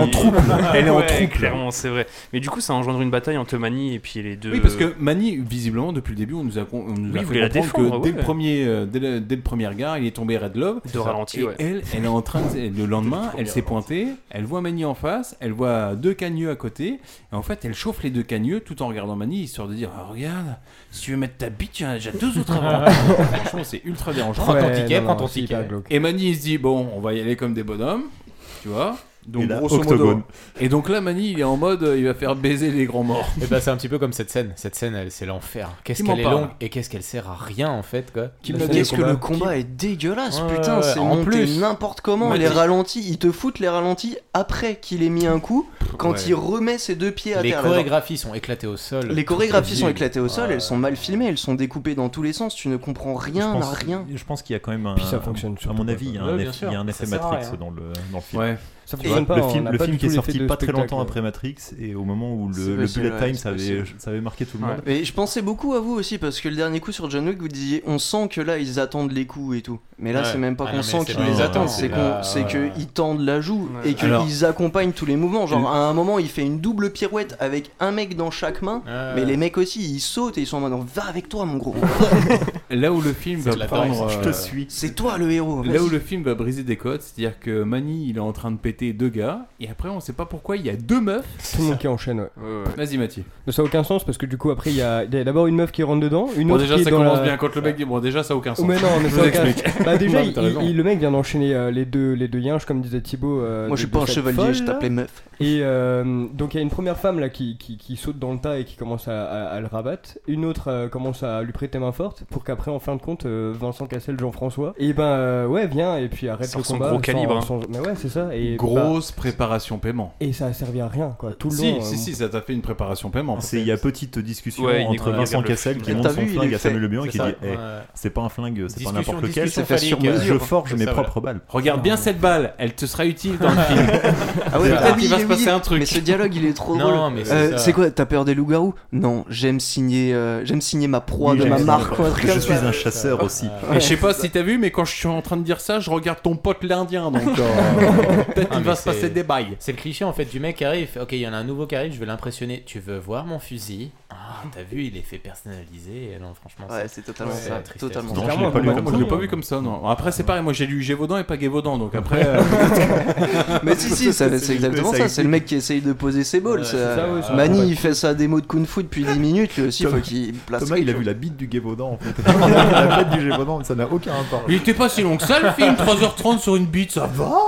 [SPEAKER 13] Ouais, Clairement, c'est vrai. Mais du coup, ça engendre une bataille entre Mani et puis les deux. euh,
[SPEAKER 2] Oui, parce que Mani, visiblement, depuis le début, on nous a, con- on nous a
[SPEAKER 13] Oui, il
[SPEAKER 2] fait
[SPEAKER 13] voulait la
[SPEAKER 2] comprendre
[SPEAKER 13] défendre,
[SPEAKER 2] que dès,
[SPEAKER 13] ouais.
[SPEAKER 2] le premier, euh, dès, le, dès le premier regard, il est tombé Red Love.
[SPEAKER 13] De ralenti,
[SPEAKER 2] Et
[SPEAKER 13] ouais.
[SPEAKER 2] elle, elle est en train de- Le lendemain, elle s'est pointée, elle voit Mani en face, elle voit deux cagneux à côté. Et en fait, elle chauffe les deux cagneux tout en regardant Mani, histoire de dire Ah, Regarde, si tu veux mettre ta bite, il y en a déjà deux autres avant. Franchement, c'est ultra dérangeant.
[SPEAKER 8] Prends ton Ouais, ticket, non, prends non, ton c'est ticket. hyper glauque.
[SPEAKER 2] Et Mani, il se dit Bon, on va y aller comme des bonhommes, tu vois. Donc,
[SPEAKER 7] Et là,
[SPEAKER 2] grosso modo-
[SPEAKER 7] octogone.
[SPEAKER 2] Et donc là, Mani, il est en mode, euh, il va faire baiser les grands morts.
[SPEAKER 8] Et bah c'est un petit peu comme cette scène. Cette scène, elle, c'est l'enfer. Qu'est-ce
[SPEAKER 2] Qui m'en
[SPEAKER 8] qu'elle est
[SPEAKER 2] parle
[SPEAKER 8] longue et qu'est-ce qu'elle sert à rien en fait quoi.
[SPEAKER 12] Qui
[SPEAKER 8] La
[SPEAKER 12] me
[SPEAKER 8] scène
[SPEAKER 12] dit-
[SPEAKER 8] de
[SPEAKER 12] Qu'est-ce que le combat est dégueulasse,
[SPEAKER 8] Ouais,
[SPEAKER 12] putain,
[SPEAKER 8] ouais,
[SPEAKER 12] c'est
[SPEAKER 8] en
[SPEAKER 12] monté
[SPEAKER 8] plus.
[SPEAKER 12] n'importe comment.
[SPEAKER 8] M'a
[SPEAKER 12] Les
[SPEAKER 8] dit-
[SPEAKER 12] ralentis, ils te foutent les ralentis après qu'il ait mis un coup, quand
[SPEAKER 8] Ouais.
[SPEAKER 12] il remet ses deux pieds à
[SPEAKER 8] Les
[SPEAKER 12] terre.
[SPEAKER 8] chorégraphies sont éclatées au sol.
[SPEAKER 12] Les chorégraphies
[SPEAKER 8] Très
[SPEAKER 12] sont
[SPEAKER 8] nul.
[SPEAKER 12] éclatées au sol,
[SPEAKER 8] Ouais.
[SPEAKER 12] elles sont mal filmées, elles sont découpées dans tous les sens, tu ne comprends rien,
[SPEAKER 7] je pense,
[SPEAKER 12] à rien.
[SPEAKER 7] Je pense qu'il y a quand même un.
[SPEAKER 12] Puis ça fonctionne
[SPEAKER 7] à mon
[SPEAKER 12] pas.
[SPEAKER 7] avis, il y a
[SPEAKER 12] Ouais,
[SPEAKER 7] un,
[SPEAKER 12] bien
[SPEAKER 7] eff-
[SPEAKER 12] sûr,
[SPEAKER 7] il y a un
[SPEAKER 12] ça
[SPEAKER 7] effet
[SPEAKER 12] sert à
[SPEAKER 7] Matrix
[SPEAKER 12] rien.
[SPEAKER 7] dans le, dans le film.
[SPEAKER 12] Ouais. Ça
[SPEAKER 7] Et
[SPEAKER 12] fonctionne pas,
[SPEAKER 7] le
[SPEAKER 12] on
[SPEAKER 7] film,
[SPEAKER 12] n'a
[SPEAKER 7] le
[SPEAKER 12] pas
[SPEAKER 7] film
[SPEAKER 12] du
[SPEAKER 7] qui est
[SPEAKER 12] tout
[SPEAKER 7] sorti
[SPEAKER 12] l'effet de
[SPEAKER 7] pas très longtemps
[SPEAKER 12] spectacle.
[SPEAKER 7] après Matrix et au moment où
[SPEAKER 12] C'est
[SPEAKER 7] le, le
[SPEAKER 12] possible,
[SPEAKER 7] Bullet
[SPEAKER 12] ouais,
[SPEAKER 7] Time,
[SPEAKER 12] c'est
[SPEAKER 7] ça avait,
[SPEAKER 12] possible.
[SPEAKER 7] ça avait marqué tout le monde.
[SPEAKER 12] Mais je pensais beaucoup à vous aussi parce que le dernier coup sur John Wick, vous disiez on sent que là ils attendent les coups et tout. Mais là
[SPEAKER 8] Ouais.
[SPEAKER 12] c'est même pas
[SPEAKER 8] Ah
[SPEAKER 12] qu'on
[SPEAKER 8] non, mais
[SPEAKER 12] sent
[SPEAKER 8] c'est
[SPEAKER 12] qu'ils
[SPEAKER 8] pas-
[SPEAKER 12] les attendent,
[SPEAKER 8] c'est
[SPEAKER 12] c'est
[SPEAKER 8] là,
[SPEAKER 12] qu'on, c'est
[SPEAKER 8] ouais.
[SPEAKER 12] qu'ils tendent la joue
[SPEAKER 8] Ouais.
[SPEAKER 12] et qu'ils
[SPEAKER 8] Alors-
[SPEAKER 12] accompagnent tous les mouvements. Genre à un moment il fait une double pirouette avec un mec dans chaque main,
[SPEAKER 2] Ouais.
[SPEAKER 12] mais les mecs aussi ils sautent et ils sont en mode va avec toi mon gros.
[SPEAKER 2] Là où le film
[SPEAKER 12] C'est de
[SPEAKER 2] va
[SPEAKER 12] la
[SPEAKER 2] prendre. euh,
[SPEAKER 12] danse, je te suis. C'est toi le héros,
[SPEAKER 2] Là
[SPEAKER 12] vas-y.
[SPEAKER 2] où le film va briser des codes, c'est-à-dire que Mani, il est en train de péter deux gars, et après, on sait pas pourquoi, il y a deux meufs.
[SPEAKER 4] Tout le monde qui enchaîne, ouais.
[SPEAKER 2] Vas-y, Mathieu.
[SPEAKER 4] Mais ça a aucun sens parce que du coup, après, il y a, il y a d'abord une meuf qui rentre dedans, une
[SPEAKER 2] Bon,
[SPEAKER 4] autre
[SPEAKER 2] déjà,
[SPEAKER 4] qui est
[SPEAKER 2] ça
[SPEAKER 4] dans
[SPEAKER 2] commence
[SPEAKER 4] la- Oh,
[SPEAKER 2] bien quand le mec dit Bon, déjà, ça a aucun sens.
[SPEAKER 4] Mais non, mais
[SPEAKER 2] Je
[SPEAKER 4] ça
[SPEAKER 2] vous
[SPEAKER 4] a aucun-
[SPEAKER 2] explique.
[SPEAKER 4] Bah déjà,
[SPEAKER 2] Non, mais
[SPEAKER 4] il-
[SPEAKER 2] t'as raison.
[SPEAKER 4] il- le mec vient d'enchaîner euh, les deux les deux yinches comme disait Thibaut. euh,
[SPEAKER 12] Moi, je
[SPEAKER 4] de-
[SPEAKER 12] suis pas
[SPEAKER 4] de
[SPEAKER 12] un
[SPEAKER 4] cette
[SPEAKER 12] chevalier,
[SPEAKER 4] folle,
[SPEAKER 12] je
[SPEAKER 4] là.
[SPEAKER 12] t'appelais meuf.
[SPEAKER 4] Et euh, donc il y a une première femme là qui, qui, qui saute dans le tas et qui commence à, à- à le rabattre. Une autre euh, commence à lui prêter main forte pour qu'après en fin de compte euh, Vincent Cassel, Jean-François, et ben euh, ouais viens et puis arrête
[SPEAKER 2] Sort
[SPEAKER 4] le
[SPEAKER 2] son
[SPEAKER 4] combat.
[SPEAKER 2] gros calibre, hein.
[SPEAKER 4] Mais ouais c'est ça. Et
[SPEAKER 2] Grosse préparation paiement.
[SPEAKER 4] bah, et ça a servi à rien quoi tout le
[SPEAKER 2] si,
[SPEAKER 4] long. Ah,
[SPEAKER 2] si,
[SPEAKER 4] euh,
[SPEAKER 2] si, ça t'a fait une préparation paiement.
[SPEAKER 7] C'est- il y a petite discussion
[SPEAKER 2] Ouais, il
[SPEAKER 7] entre
[SPEAKER 2] découvre-
[SPEAKER 7] Vincent
[SPEAKER 2] regarde le
[SPEAKER 7] Cassel
[SPEAKER 2] film.
[SPEAKER 7] qui
[SPEAKER 2] Et
[SPEAKER 7] monte
[SPEAKER 2] t'as
[SPEAKER 7] son
[SPEAKER 2] vu, il
[SPEAKER 7] flingue
[SPEAKER 2] est
[SPEAKER 7] à Samuel
[SPEAKER 2] fait.
[SPEAKER 7] Le Bianc et qui
[SPEAKER 2] C'est
[SPEAKER 7] dit
[SPEAKER 2] ça.
[SPEAKER 7] Eh,
[SPEAKER 2] Ouais.
[SPEAKER 7] c'est pas un flingue, c'est pas
[SPEAKER 2] Discussion,
[SPEAKER 7] n'importe lequel,
[SPEAKER 2] discussion
[SPEAKER 7] c'est sur
[SPEAKER 2] phallique,
[SPEAKER 7] mesure,
[SPEAKER 2] euh,
[SPEAKER 7] je forge
[SPEAKER 2] c'est
[SPEAKER 7] mes
[SPEAKER 2] ça,
[SPEAKER 7] propres
[SPEAKER 2] voilà.
[SPEAKER 7] balles.
[SPEAKER 2] Regarde bien cette balle, elle te sera utile dans le film.
[SPEAKER 12] Ah ouais,
[SPEAKER 2] Peut-être
[SPEAKER 12] ah oui,
[SPEAKER 2] qu'il va se
[SPEAKER 12] oui,
[SPEAKER 2] passer
[SPEAKER 12] oui.
[SPEAKER 2] un truc.
[SPEAKER 12] Mais ce dialogue, il est trop
[SPEAKER 2] Non,
[SPEAKER 12] drôle.
[SPEAKER 2] mais c'est
[SPEAKER 12] Euh,
[SPEAKER 2] ça.
[SPEAKER 12] C'est quoi T'as peur des loups-garous Non, j'aime signer, euh, j'aime signer ma proie
[SPEAKER 7] Oui,
[SPEAKER 12] de
[SPEAKER 7] j'aime
[SPEAKER 12] ma
[SPEAKER 7] signer
[SPEAKER 12] marque.
[SPEAKER 7] ma
[SPEAKER 12] ou
[SPEAKER 7] proie.
[SPEAKER 12] un truc
[SPEAKER 7] Je
[SPEAKER 12] comme
[SPEAKER 7] suis
[SPEAKER 12] ça.
[SPEAKER 7] un chasseur aussi.
[SPEAKER 8] Ah,
[SPEAKER 2] Et je sais pas si t'as vu, mais quand je suis en train de dire ça, je regarde ton pote l'Indien, donc euh, peut-être
[SPEAKER 8] Ah,
[SPEAKER 2] il va
[SPEAKER 8] mais
[SPEAKER 2] se
[SPEAKER 8] c'est-
[SPEAKER 2] passer des bails.
[SPEAKER 8] C'est le cliché en fait du mec qui arrive. fait, Ok, il y en a un nouveau qui arrive, je vais l'impressionner. Tu veux voir mon fusil Ah, t'as vu, il est fait personnaliser. Et Non, franchement,
[SPEAKER 12] Ouais,
[SPEAKER 8] ça-
[SPEAKER 12] c'est totalement
[SPEAKER 8] c'est
[SPEAKER 12] ça,
[SPEAKER 8] la tristesse.
[SPEAKER 12] totalement.
[SPEAKER 2] Non,
[SPEAKER 12] Non,
[SPEAKER 2] je
[SPEAKER 12] clairement,
[SPEAKER 2] l'ai pas lu
[SPEAKER 12] non,
[SPEAKER 2] comme
[SPEAKER 12] non,
[SPEAKER 2] ça. Je l'ai
[SPEAKER 12] non.
[SPEAKER 2] pas vu comme ça, non. Après, c'est pareil, moi j'ai lu Gévaudan et pas Gévaudan, donc après.
[SPEAKER 12] Mais si, si, ça- c'est exactement ça. C'est le mec qui essaye de poser ses balls.
[SPEAKER 2] Ouais,
[SPEAKER 12] ça.
[SPEAKER 2] c'est ça, ouais, ça.
[SPEAKER 12] Mani, il fait sa démo de Kung Fu depuis 10 minutes. Lui aussi, il faut qu'il place.
[SPEAKER 7] Thomas, il a vu la bite du Gévaudan en fait. la bite du Gévaudan, mais ça n'a aucun rapport.
[SPEAKER 2] Il était pas si long que ça le film, 3h30 sur une bite, ça va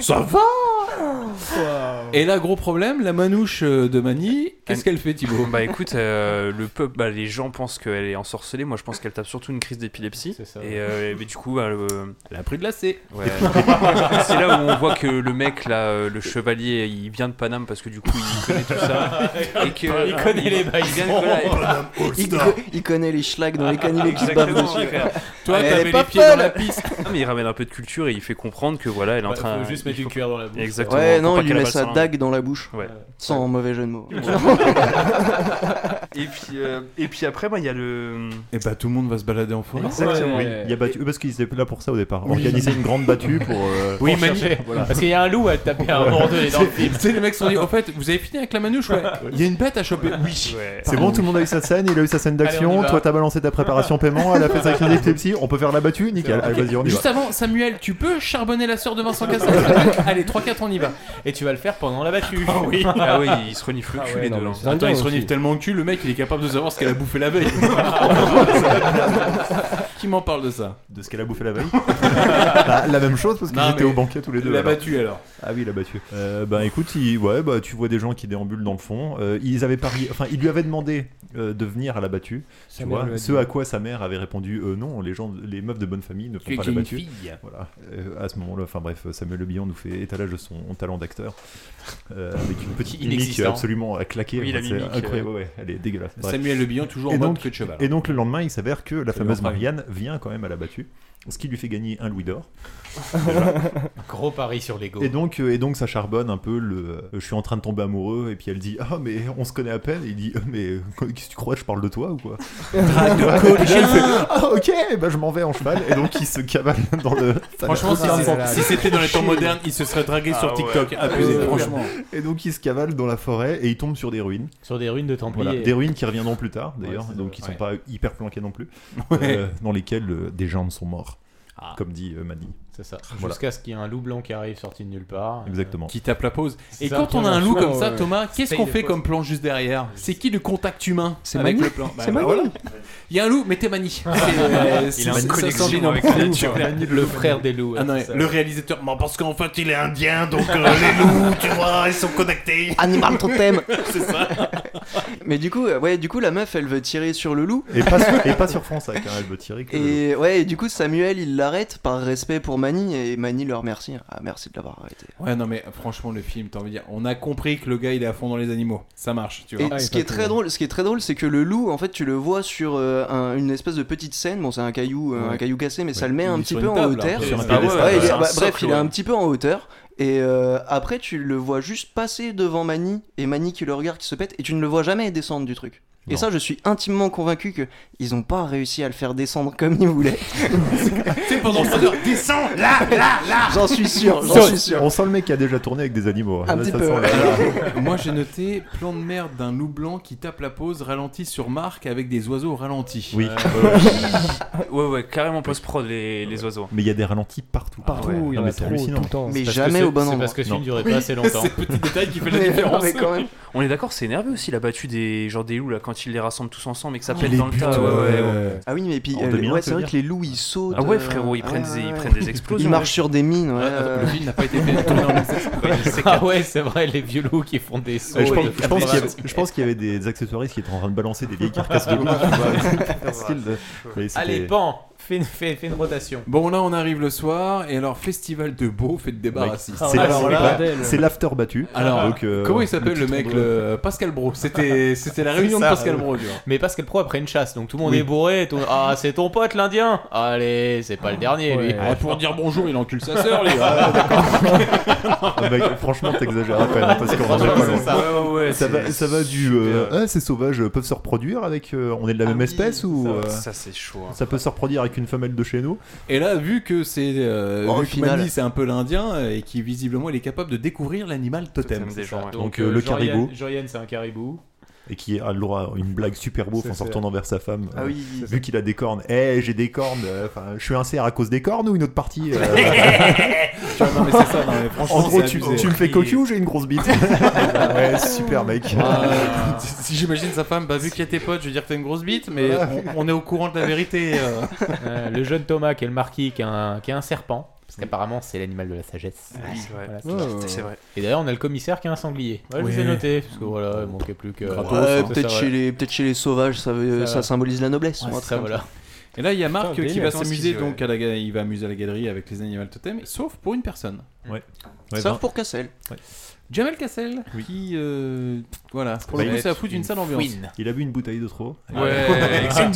[SPEAKER 2] Ça va Et là, gros problème, la manouche euh, de Mani, qu'est-ce qu'elle fait, Thibaut
[SPEAKER 13] Bah écoute, euh, le peuple, bah, les gens pensent qu'elle est ensorcelée. Moi, je pense qu'elle tape surtout une crise d'épilepsie. Et euh, mais du coup, bah, le-
[SPEAKER 2] Elle a pris de lacet.
[SPEAKER 13] Ouais. c'est là où on voit que le mec, là, euh, le chevalier, il vient de Paname parce que du coup, il connaît tout ça. et que, euh,
[SPEAKER 8] Il connaît les Oh,
[SPEAKER 13] il vient de- voilà, et-
[SPEAKER 12] Il, co- il connaît les schlags dans les canilés qui se bavent
[SPEAKER 13] Exactement,
[SPEAKER 12] dessus.
[SPEAKER 13] frère.
[SPEAKER 12] Elle est
[SPEAKER 13] t'avais
[SPEAKER 12] pas folle.
[SPEAKER 13] Non, mais il ramène un peu de culture et il fait comprendre que voilà, elle est en
[SPEAKER 8] Ouais,
[SPEAKER 13] train.
[SPEAKER 8] Bah, faut juste
[SPEAKER 13] il
[SPEAKER 8] mettre du
[SPEAKER 13] faut-
[SPEAKER 8] cuir dans la bouche. Euh,
[SPEAKER 13] Exactement.
[SPEAKER 12] Ouais,
[SPEAKER 13] faut
[SPEAKER 12] non,
[SPEAKER 13] pas
[SPEAKER 12] il
[SPEAKER 13] qu'elle
[SPEAKER 12] lui met
[SPEAKER 13] avale
[SPEAKER 12] sa
[SPEAKER 13] ça.
[SPEAKER 12] dague dans la bouche.
[SPEAKER 13] Ouais.
[SPEAKER 12] Sans mauvais jeu de mots.
[SPEAKER 13] Et puis, euh, et puis après, bah, il y a le.
[SPEAKER 2] Et bah, tout le monde va se balader en forêt.
[SPEAKER 7] Exactement. Il y a battu, eux, parce qu'ils étaient là pour ça au départ. Organiser une grande battue pour. euh,
[SPEAKER 8] Oui,
[SPEAKER 7] pour
[SPEAKER 8] Manu.
[SPEAKER 7] chercher, voilà.
[SPEAKER 8] Parce qu'il y a un loup à taper à un moment donné dans le film.
[SPEAKER 2] Tu sais, les mecs se sont dit, en fait, vous avez fini avec la manouche ouais. Il y a une bête à choper. Oui.
[SPEAKER 13] Ah
[SPEAKER 7] C'est bon, tout le monde a eu sa scène, il a eu sa scène
[SPEAKER 2] Allez, on y
[SPEAKER 7] d'action.
[SPEAKER 2] va.
[SPEAKER 7] Toi, t'as balancé ta préparation paiement, elle a fait sa crise d'épilepsie. On peut faire la battue, nickel. Allez, vas-y, on y
[SPEAKER 2] Juste
[SPEAKER 7] va.
[SPEAKER 2] avant, Samuel, tu peux charbonner la sœur de Vincent Cassel s'il te plaît Allez, 3-4, on y va.
[SPEAKER 8] Et tu vas le faire pendant la battue.
[SPEAKER 2] Ah oui.
[SPEAKER 13] Ah oui, il se renifle le
[SPEAKER 2] Ah
[SPEAKER 13] cul,
[SPEAKER 2] ouais,
[SPEAKER 13] les
[SPEAKER 2] non,
[SPEAKER 13] deux.
[SPEAKER 2] mais
[SPEAKER 13] hein.
[SPEAKER 2] c'est Attends, il se renifle tellement le cul, le mec il est capable de savoir ce qu'elle a bouffé la veille. Qui m'en parle de ça
[SPEAKER 7] De ce qu'elle a bouffé la veille Bah, la même chose parce qu'ils
[SPEAKER 2] Non,
[SPEAKER 7] étaient
[SPEAKER 2] mais
[SPEAKER 7] au banquet tous les deux.
[SPEAKER 2] La battue alors.
[SPEAKER 7] Ah oui, la battue. Euh, bah écoute, il- ouais, bah tu vois des gens qui déambulent dans le fond. Euh, ils avaient parié, enfin, ils lui avaient demandé euh, de venir à la battue.
[SPEAKER 4] Sa
[SPEAKER 7] Tu
[SPEAKER 4] mère
[SPEAKER 7] vois,
[SPEAKER 4] lui a
[SPEAKER 7] ce
[SPEAKER 4] dit.
[SPEAKER 7] à quoi sa mère avait répondu euh, non, les gens, les meufs de bonne famille ne font
[SPEAKER 2] Tu es
[SPEAKER 7] pas la
[SPEAKER 2] qu'une
[SPEAKER 7] battue.
[SPEAKER 2] fille.
[SPEAKER 7] Voilà. Euh, à ce moment-là, enfin bref, Samuel Le Bihan nous fait étalage de son talent d'acteur euh, avec une petite mimique
[SPEAKER 2] Inexistant.
[SPEAKER 7] absolument à claquer.
[SPEAKER 2] Oui,
[SPEAKER 7] Enfin,
[SPEAKER 2] la
[SPEAKER 7] c'est
[SPEAKER 2] mimique,
[SPEAKER 7] incroyable,
[SPEAKER 2] euh,
[SPEAKER 7] ouais, elle est dégueulasse. Bref.
[SPEAKER 2] Samuel Le Bihan, toujours en
[SPEAKER 7] Et
[SPEAKER 2] mode
[SPEAKER 7] donc-
[SPEAKER 2] queue de cheval.
[SPEAKER 7] Et donc le lendemain, il s'avère que la
[SPEAKER 2] C'est
[SPEAKER 7] fameuse
[SPEAKER 2] l'entraille.
[SPEAKER 7] Marianne vient quand même à la battue, ce qui lui fait gagner un louis d'or.
[SPEAKER 8] Gros pari sur l'ego.
[SPEAKER 7] Et donc, euh, et donc ça charbonne un peu le euh, je suis en train de tomber amoureux et puis elle dit ah mais on se connaît à peine et il dit Euh, mais euh, qu'est-ce que tu crois je parle de toi ou quoi
[SPEAKER 2] Drague de
[SPEAKER 7] Et puis là, elle
[SPEAKER 2] coquin.
[SPEAKER 7] fait, ah ok bah je m'en vais en cheval et donc il se cavale dans le ça
[SPEAKER 2] Franchement,
[SPEAKER 7] n'a
[SPEAKER 2] si,
[SPEAKER 7] aucun
[SPEAKER 2] c'est-
[SPEAKER 7] sens.
[SPEAKER 2] si c'était dans les temps modernes, il se serait dragué sur TikTok. Abusé,
[SPEAKER 7] Euh,
[SPEAKER 2] franchement.
[SPEAKER 7] et donc il se cavale dans la forêt et il tombe sur des ruines
[SPEAKER 8] Sur des ruines de Templiers.
[SPEAKER 7] Voilà, des ruines qui reviendront plus tard d'ailleurs
[SPEAKER 8] Ouais, c'est
[SPEAKER 7] donc
[SPEAKER 8] ça.
[SPEAKER 7] qui sont
[SPEAKER 8] Ouais.
[SPEAKER 7] pas hyper planqués non plus
[SPEAKER 2] Ouais. Ah.
[SPEAKER 7] euh, dans lesquelles euh, des gens sont morts comme dit euh, Maddy
[SPEAKER 8] C'est ça.
[SPEAKER 7] Voilà.
[SPEAKER 8] Jusqu'à ce qu'il y ait un loup blanc qui arrive sorti de nulle
[SPEAKER 2] Ah.
[SPEAKER 8] part.
[SPEAKER 7] Exactement.
[SPEAKER 2] Qui tape la pause.
[SPEAKER 8] C'est
[SPEAKER 2] Et
[SPEAKER 8] ça,
[SPEAKER 2] quand on a un euh,
[SPEAKER 8] vraiment,
[SPEAKER 2] loup comme
[SPEAKER 8] ouais,
[SPEAKER 2] ça,
[SPEAKER 8] ouais.
[SPEAKER 2] Thomas, qu'est-ce
[SPEAKER 8] Paye
[SPEAKER 2] qu'on
[SPEAKER 8] les
[SPEAKER 2] fait
[SPEAKER 8] pauses.
[SPEAKER 2] comme plan juste derrière C'est qui le contact humain
[SPEAKER 8] C'est
[SPEAKER 2] avec
[SPEAKER 8] Manu.
[SPEAKER 2] le plan Bah,
[SPEAKER 8] C'est
[SPEAKER 2] bah,
[SPEAKER 8] Manu.
[SPEAKER 2] voilà. Il y a un loup, mais t'es Mani. C'est, euh, c'est- ça sent bien.
[SPEAKER 8] Le frère des loups.
[SPEAKER 2] Ah non,
[SPEAKER 8] c'est ça.
[SPEAKER 2] le réalisateur, mais parce qu'en fait il est indien, donc euh, les loups, tu vois, ils sont connectés.
[SPEAKER 12] Animal trop thème.
[SPEAKER 2] C'est ça.
[SPEAKER 12] Mais du coup, euh, ouais, du coup, la meuf, elle veut tirer sur le loup.
[SPEAKER 7] Et pas sur, et pas sur Fronsac, hein, elle veut tirer que le loup.
[SPEAKER 12] Et ouais, et du coup, Samuel, il l'arrête par respect pour Mani et Mani le remercie. Ah, merci de l'avoir arrêté.
[SPEAKER 2] Ouais, non, mais franchement, le film, t'as envie de dire, on a compris que le gars il est à fond dans les animaux. Ça marche, tu vois.
[SPEAKER 12] Et ce, qui est très drôle, ce qui est très drôle, c'est que le loup, en fait, tu le vois sur euh, un- une espèce de petite scène. Bon, c'est un caillou, euh,
[SPEAKER 2] Ouais.
[SPEAKER 12] un caillou cassé, mais ça le met
[SPEAKER 2] Il est
[SPEAKER 12] un
[SPEAKER 2] sur
[SPEAKER 12] petit
[SPEAKER 2] une
[SPEAKER 12] peu en
[SPEAKER 2] table,
[SPEAKER 12] hauteur.
[SPEAKER 2] après, sur un
[SPEAKER 12] Ouais,
[SPEAKER 2] piédestal,
[SPEAKER 12] il
[SPEAKER 2] ouais.
[SPEAKER 12] est- bah,
[SPEAKER 2] C'est un
[SPEAKER 12] bref,
[SPEAKER 2] socle,
[SPEAKER 12] il est un
[SPEAKER 2] ouais.
[SPEAKER 12] petit peu en hauteur. Et euh, après, tu le vois juste passer devant Mani et Mani qui le regarde, qui se pète, et tu ne le vois jamais descendre du truc. Et ça, je suis intimement convaincu que ils ont pas réussi à le faire descendre comme ils voulaient.
[SPEAKER 2] C'est pendant 100 heures, descends là, là, là
[SPEAKER 12] J'en suis sûr,
[SPEAKER 7] On
[SPEAKER 12] j'en
[SPEAKER 7] sent-
[SPEAKER 12] suis sûr.
[SPEAKER 7] On sent le mec qui a déjà tourné avec des animaux. hein.
[SPEAKER 12] Un
[SPEAKER 7] Là,
[SPEAKER 12] petit
[SPEAKER 7] ça
[SPEAKER 12] peu,
[SPEAKER 7] sent
[SPEAKER 12] ouais.
[SPEAKER 7] la-
[SPEAKER 2] Moi j'ai noté plan de merde d'un loup blanc qui tape la pause ralenti sur Marc avec des oiseaux ralentis.
[SPEAKER 7] Oui.
[SPEAKER 13] ouais, ouais, carrément post-prod, les, les oiseaux. hein.
[SPEAKER 7] Mais il y a des ralentis partout.
[SPEAKER 13] Partout,
[SPEAKER 7] Ouais.
[SPEAKER 13] il y en
[SPEAKER 7] mais
[SPEAKER 13] a
[SPEAKER 7] c'est
[SPEAKER 13] trop,
[SPEAKER 7] hallucinant.
[SPEAKER 13] tout le temps. Mais
[SPEAKER 7] C'est parce
[SPEAKER 13] jamais
[SPEAKER 7] que
[SPEAKER 13] au bon
[SPEAKER 7] c'est-
[SPEAKER 13] endroit.
[SPEAKER 7] C'est parce que ce film
[SPEAKER 13] Non.
[SPEAKER 7] durait
[SPEAKER 13] Oui.
[SPEAKER 7] pas assez longtemps.
[SPEAKER 13] C'est le petit détail qui fait la Mais non, différence. mais quand même. On est d'accord, c'est énervé aussi la battue des genre des loups là quand ils les rassemblent tous ensemble et que ça
[SPEAKER 12] Ah,
[SPEAKER 13] pète
[SPEAKER 12] les
[SPEAKER 13] dans le tas.
[SPEAKER 7] euh,
[SPEAKER 12] buts,
[SPEAKER 13] ouais, ouais,
[SPEAKER 12] ouais.
[SPEAKER 13] ouais.
[SPEAKER 12] Ah oui, mais puis euh, ouais, c'est vrai que les loups ils sautent.
[SPEAKER 13] Ah ouais,
[SPEAKER 12] euh,
[SPEAKER 13] frérot, ils
[SPEAKER 12] ah
[SPEAKER 13] prennent
[SPEAKER 12] ouais,
[SPEAKER 13] des- ils
[SPEAKER 12] ouais.
[SPEAKER 13] prennent des explosions, hein.
[SPEAKER 12] Ils
[SPEAKER 13] ouais.
[SPEAKER 12] marchent sur des mines. ouais, euh,
[SPEAKER 8] Le
[SPEAKER 12] ouais.
[SPEAKER 8] film n'a pas été fait tourner en 1956. Ah ouais, c'est vrai, les vieux loups qui font des sauts.
[SPEAKER 7] Ouais, Euh, je, pense,
[SPEAKER 8] et-
[SPEAKER 7] je pense qu'il y avait, je pense qu'il y avait des accessoiristes qui étaient en train de balancer des vieilles carcasses de loups. tu vois. Facile de- mais c'était-
[SPEAKER 8] Allez, pan fais une, fais- fais une rotation.
[SPEAKER 2] Bon là on arrive le soir et alors festival de beau fait de débat
[SPEAKER 7] Mec,
[SPEAKER 2] raciste.
[SPEAKER 7] c'est la- c'est la- c'est l'after battu.
[SPEAKER 2] Alors
[SPEAKER 7] Donc, euh,
[SPEAKER 2] comment il s'appelle
[SPEAKER 7] le
[SPEAKER 2] le
[SPEAKER 7] petit
[SPEAKER 2] mec
[SPEAKER 7] tour de-
[SPEAKER 2] le- Pascal Bro. C'était c'était la
[SPEAKER 8] C'est
[SPEAKER 2] réunion
[SPEAKER 8] ça,
[SPEAKER 2] de Pascal
[SPEAKER 8] euh,
[SPEAKER 2] Bro. tu vois.
[SPEAKER 8] Mais Pascal Pro après une chasse, donc tout le monde
[SPEAKER 2] Oui.
[SPEAKER 8] est bourré. tout- Ah, c'est ton pote l'Indien. Allez, c'est pas le dernier lui.
[SPEAKER 2] Ouais. Ah, pour dire bonjour, il encule sa sœur, les gars.
[SPEAKER 7] Ah, mec, franchement, t'exagères à peine hein, parce qu'on
[SPEAKER 8] Franchement,
[SPEAKER 7] en est pas
[SPEAKER 8] c'est
[SPEAKER 7] loin.
[SPEAKER 8] ça. Ouais, ouais, ouais,
[SPEAKER 7] ça, va,
[SPEAKER 8] c'est
[SPEAKER 7] ça va du. euh, ah, ces sauvages euh, peuvent se reproduire avec. euh, on est de la même espèce ou. euh,
[SPEAKER 13] Ça, c'est chaud, hein.
[SPEAKER 7] Ça peut se reproduire avec une femelle de chez nous.
[SPEAKER 2] Et là, vu que c'est euh,
[SPEAKER 7] Au
[SPEAKER 2] vu que
[SPEAKER 7] final.
[SPEAKER 2] Manny, c'est un peu l'Indien euh, et qui visiblement il est capable de découvrir l'animal totem.
[SPEAKER 13] des gens, ouais.
[SPEAKER 7] Donc, euh, le
[SPEAKER 8] Jorian-
[SPEAKER 7] caribou.
[SPEAKER 8] Jorian, c'est un caribou.
[SPEAKER 7] Et qui a le droit à une blague super beauf
[SPEAKER 8] C'est
[SPEAKER 7] en se
[SPEAKER 8] ça.
[SPEAKER 7] retournant vers sa femme. euh,
[SPEAKER 8] Ah oui.
[SPEAKER 12] euh,
[SPEAKER 7] Vu qu'il a des cornes. Eh, j'ai des cornes. euh, Enfin, je suis un cerf à cause des cornes ou une autre partie euh,
[SPEAKER 2] Tu vois, non, mais c'est ça, non, mais franchement,
[SPEAKER 7] En gros,
[SPEAKER 2] c'est
[SPEAKER 7] tu,
[SPEAKER 2] abusé.
[SPEAKER 7] tu me fais cocu ou j'ai une grosse bite Ouais, super mec.
[SPEAKER 2] Ah, si j'imagine sa femme, bah vu qu'il y a tes potes, je veux dire que t'as une grosse bite, mais
[SPEAKER 7] Voilà.
[SPEAKER 2] on, on est au courant de la vérité. euh.
[SPEAKER 8] Euh, le jeune Thomas qui est le marquis, qui est un, qui est un serpent. Parce qu'apparemment, c'est l'animal de la sagesse.
[SPEAKER 13] Ah, c'est vrai.
[SPEAKER 8] Voilà,
[SPEAKER 13] Ouais,
[SPEAKER 8] ça.
[SPEAKER 13] c'est vrai.
[SPEAKER 8] Et d'ailleurs, on a le commissaire qui est un sanglier. Ouais,
[SPEAKER 12] Oui.
[SPEAKER 8] Je vous ai noté. Parce que voilà, il manquait plus que.
[SPEAKER 12] Ouais, hein. peut-être chez, les- hein. peut-être chez les sauvages, ça, veut-
[SPEAKER 8] Ça
[SPEAKER 12] ça
[SPEAKER 8] va.
[SPEAKER 12] symbolise la noblesse.
[SPEAKER 8] Ouais,
[SPEAKER 12] ou un
[SPEAKER 8] c'est
[SPEAKER 12] truc
[SPEAKER 8] ça,
[SPEAKER 12] comme
[SPEAKER 8] voilà.
[SPEAKER 2] Et là, il y a
[SPEAKER 12] Putain,
[SPEAKER 2] Marc
[SPEAKER 12] le
[SPEAKER 2] qui
[SPEAKER 12] délire,
[SPEAKER 2] va
[SPEAKER 12] attends, ce
[SPEAKER 2] s'amuser
[SPEAKER 12] qu'ils-
[SPEAKER 2] donc à la ga- il va amuser la galerie avec les animaux totems, sauf pour une personne.
[SPEAKER 7] Ouais.
[SPEAKER 12] Sauf pour Cassel.
[SPEAKER 2] Jamel Cassel, qui euh, voilà, pour
[SPEAKER 7] Bah,
[SPEAKER 2] le
[SPEAKER 7] il
[SPEAKER 2] coup,
[SPEAKER 7] est
[SPEAKER 2] ça fout d'une sale ambiance.
[SPEAKER 7] Il a bu une bouteille de trop.
[SPEAKER 2] une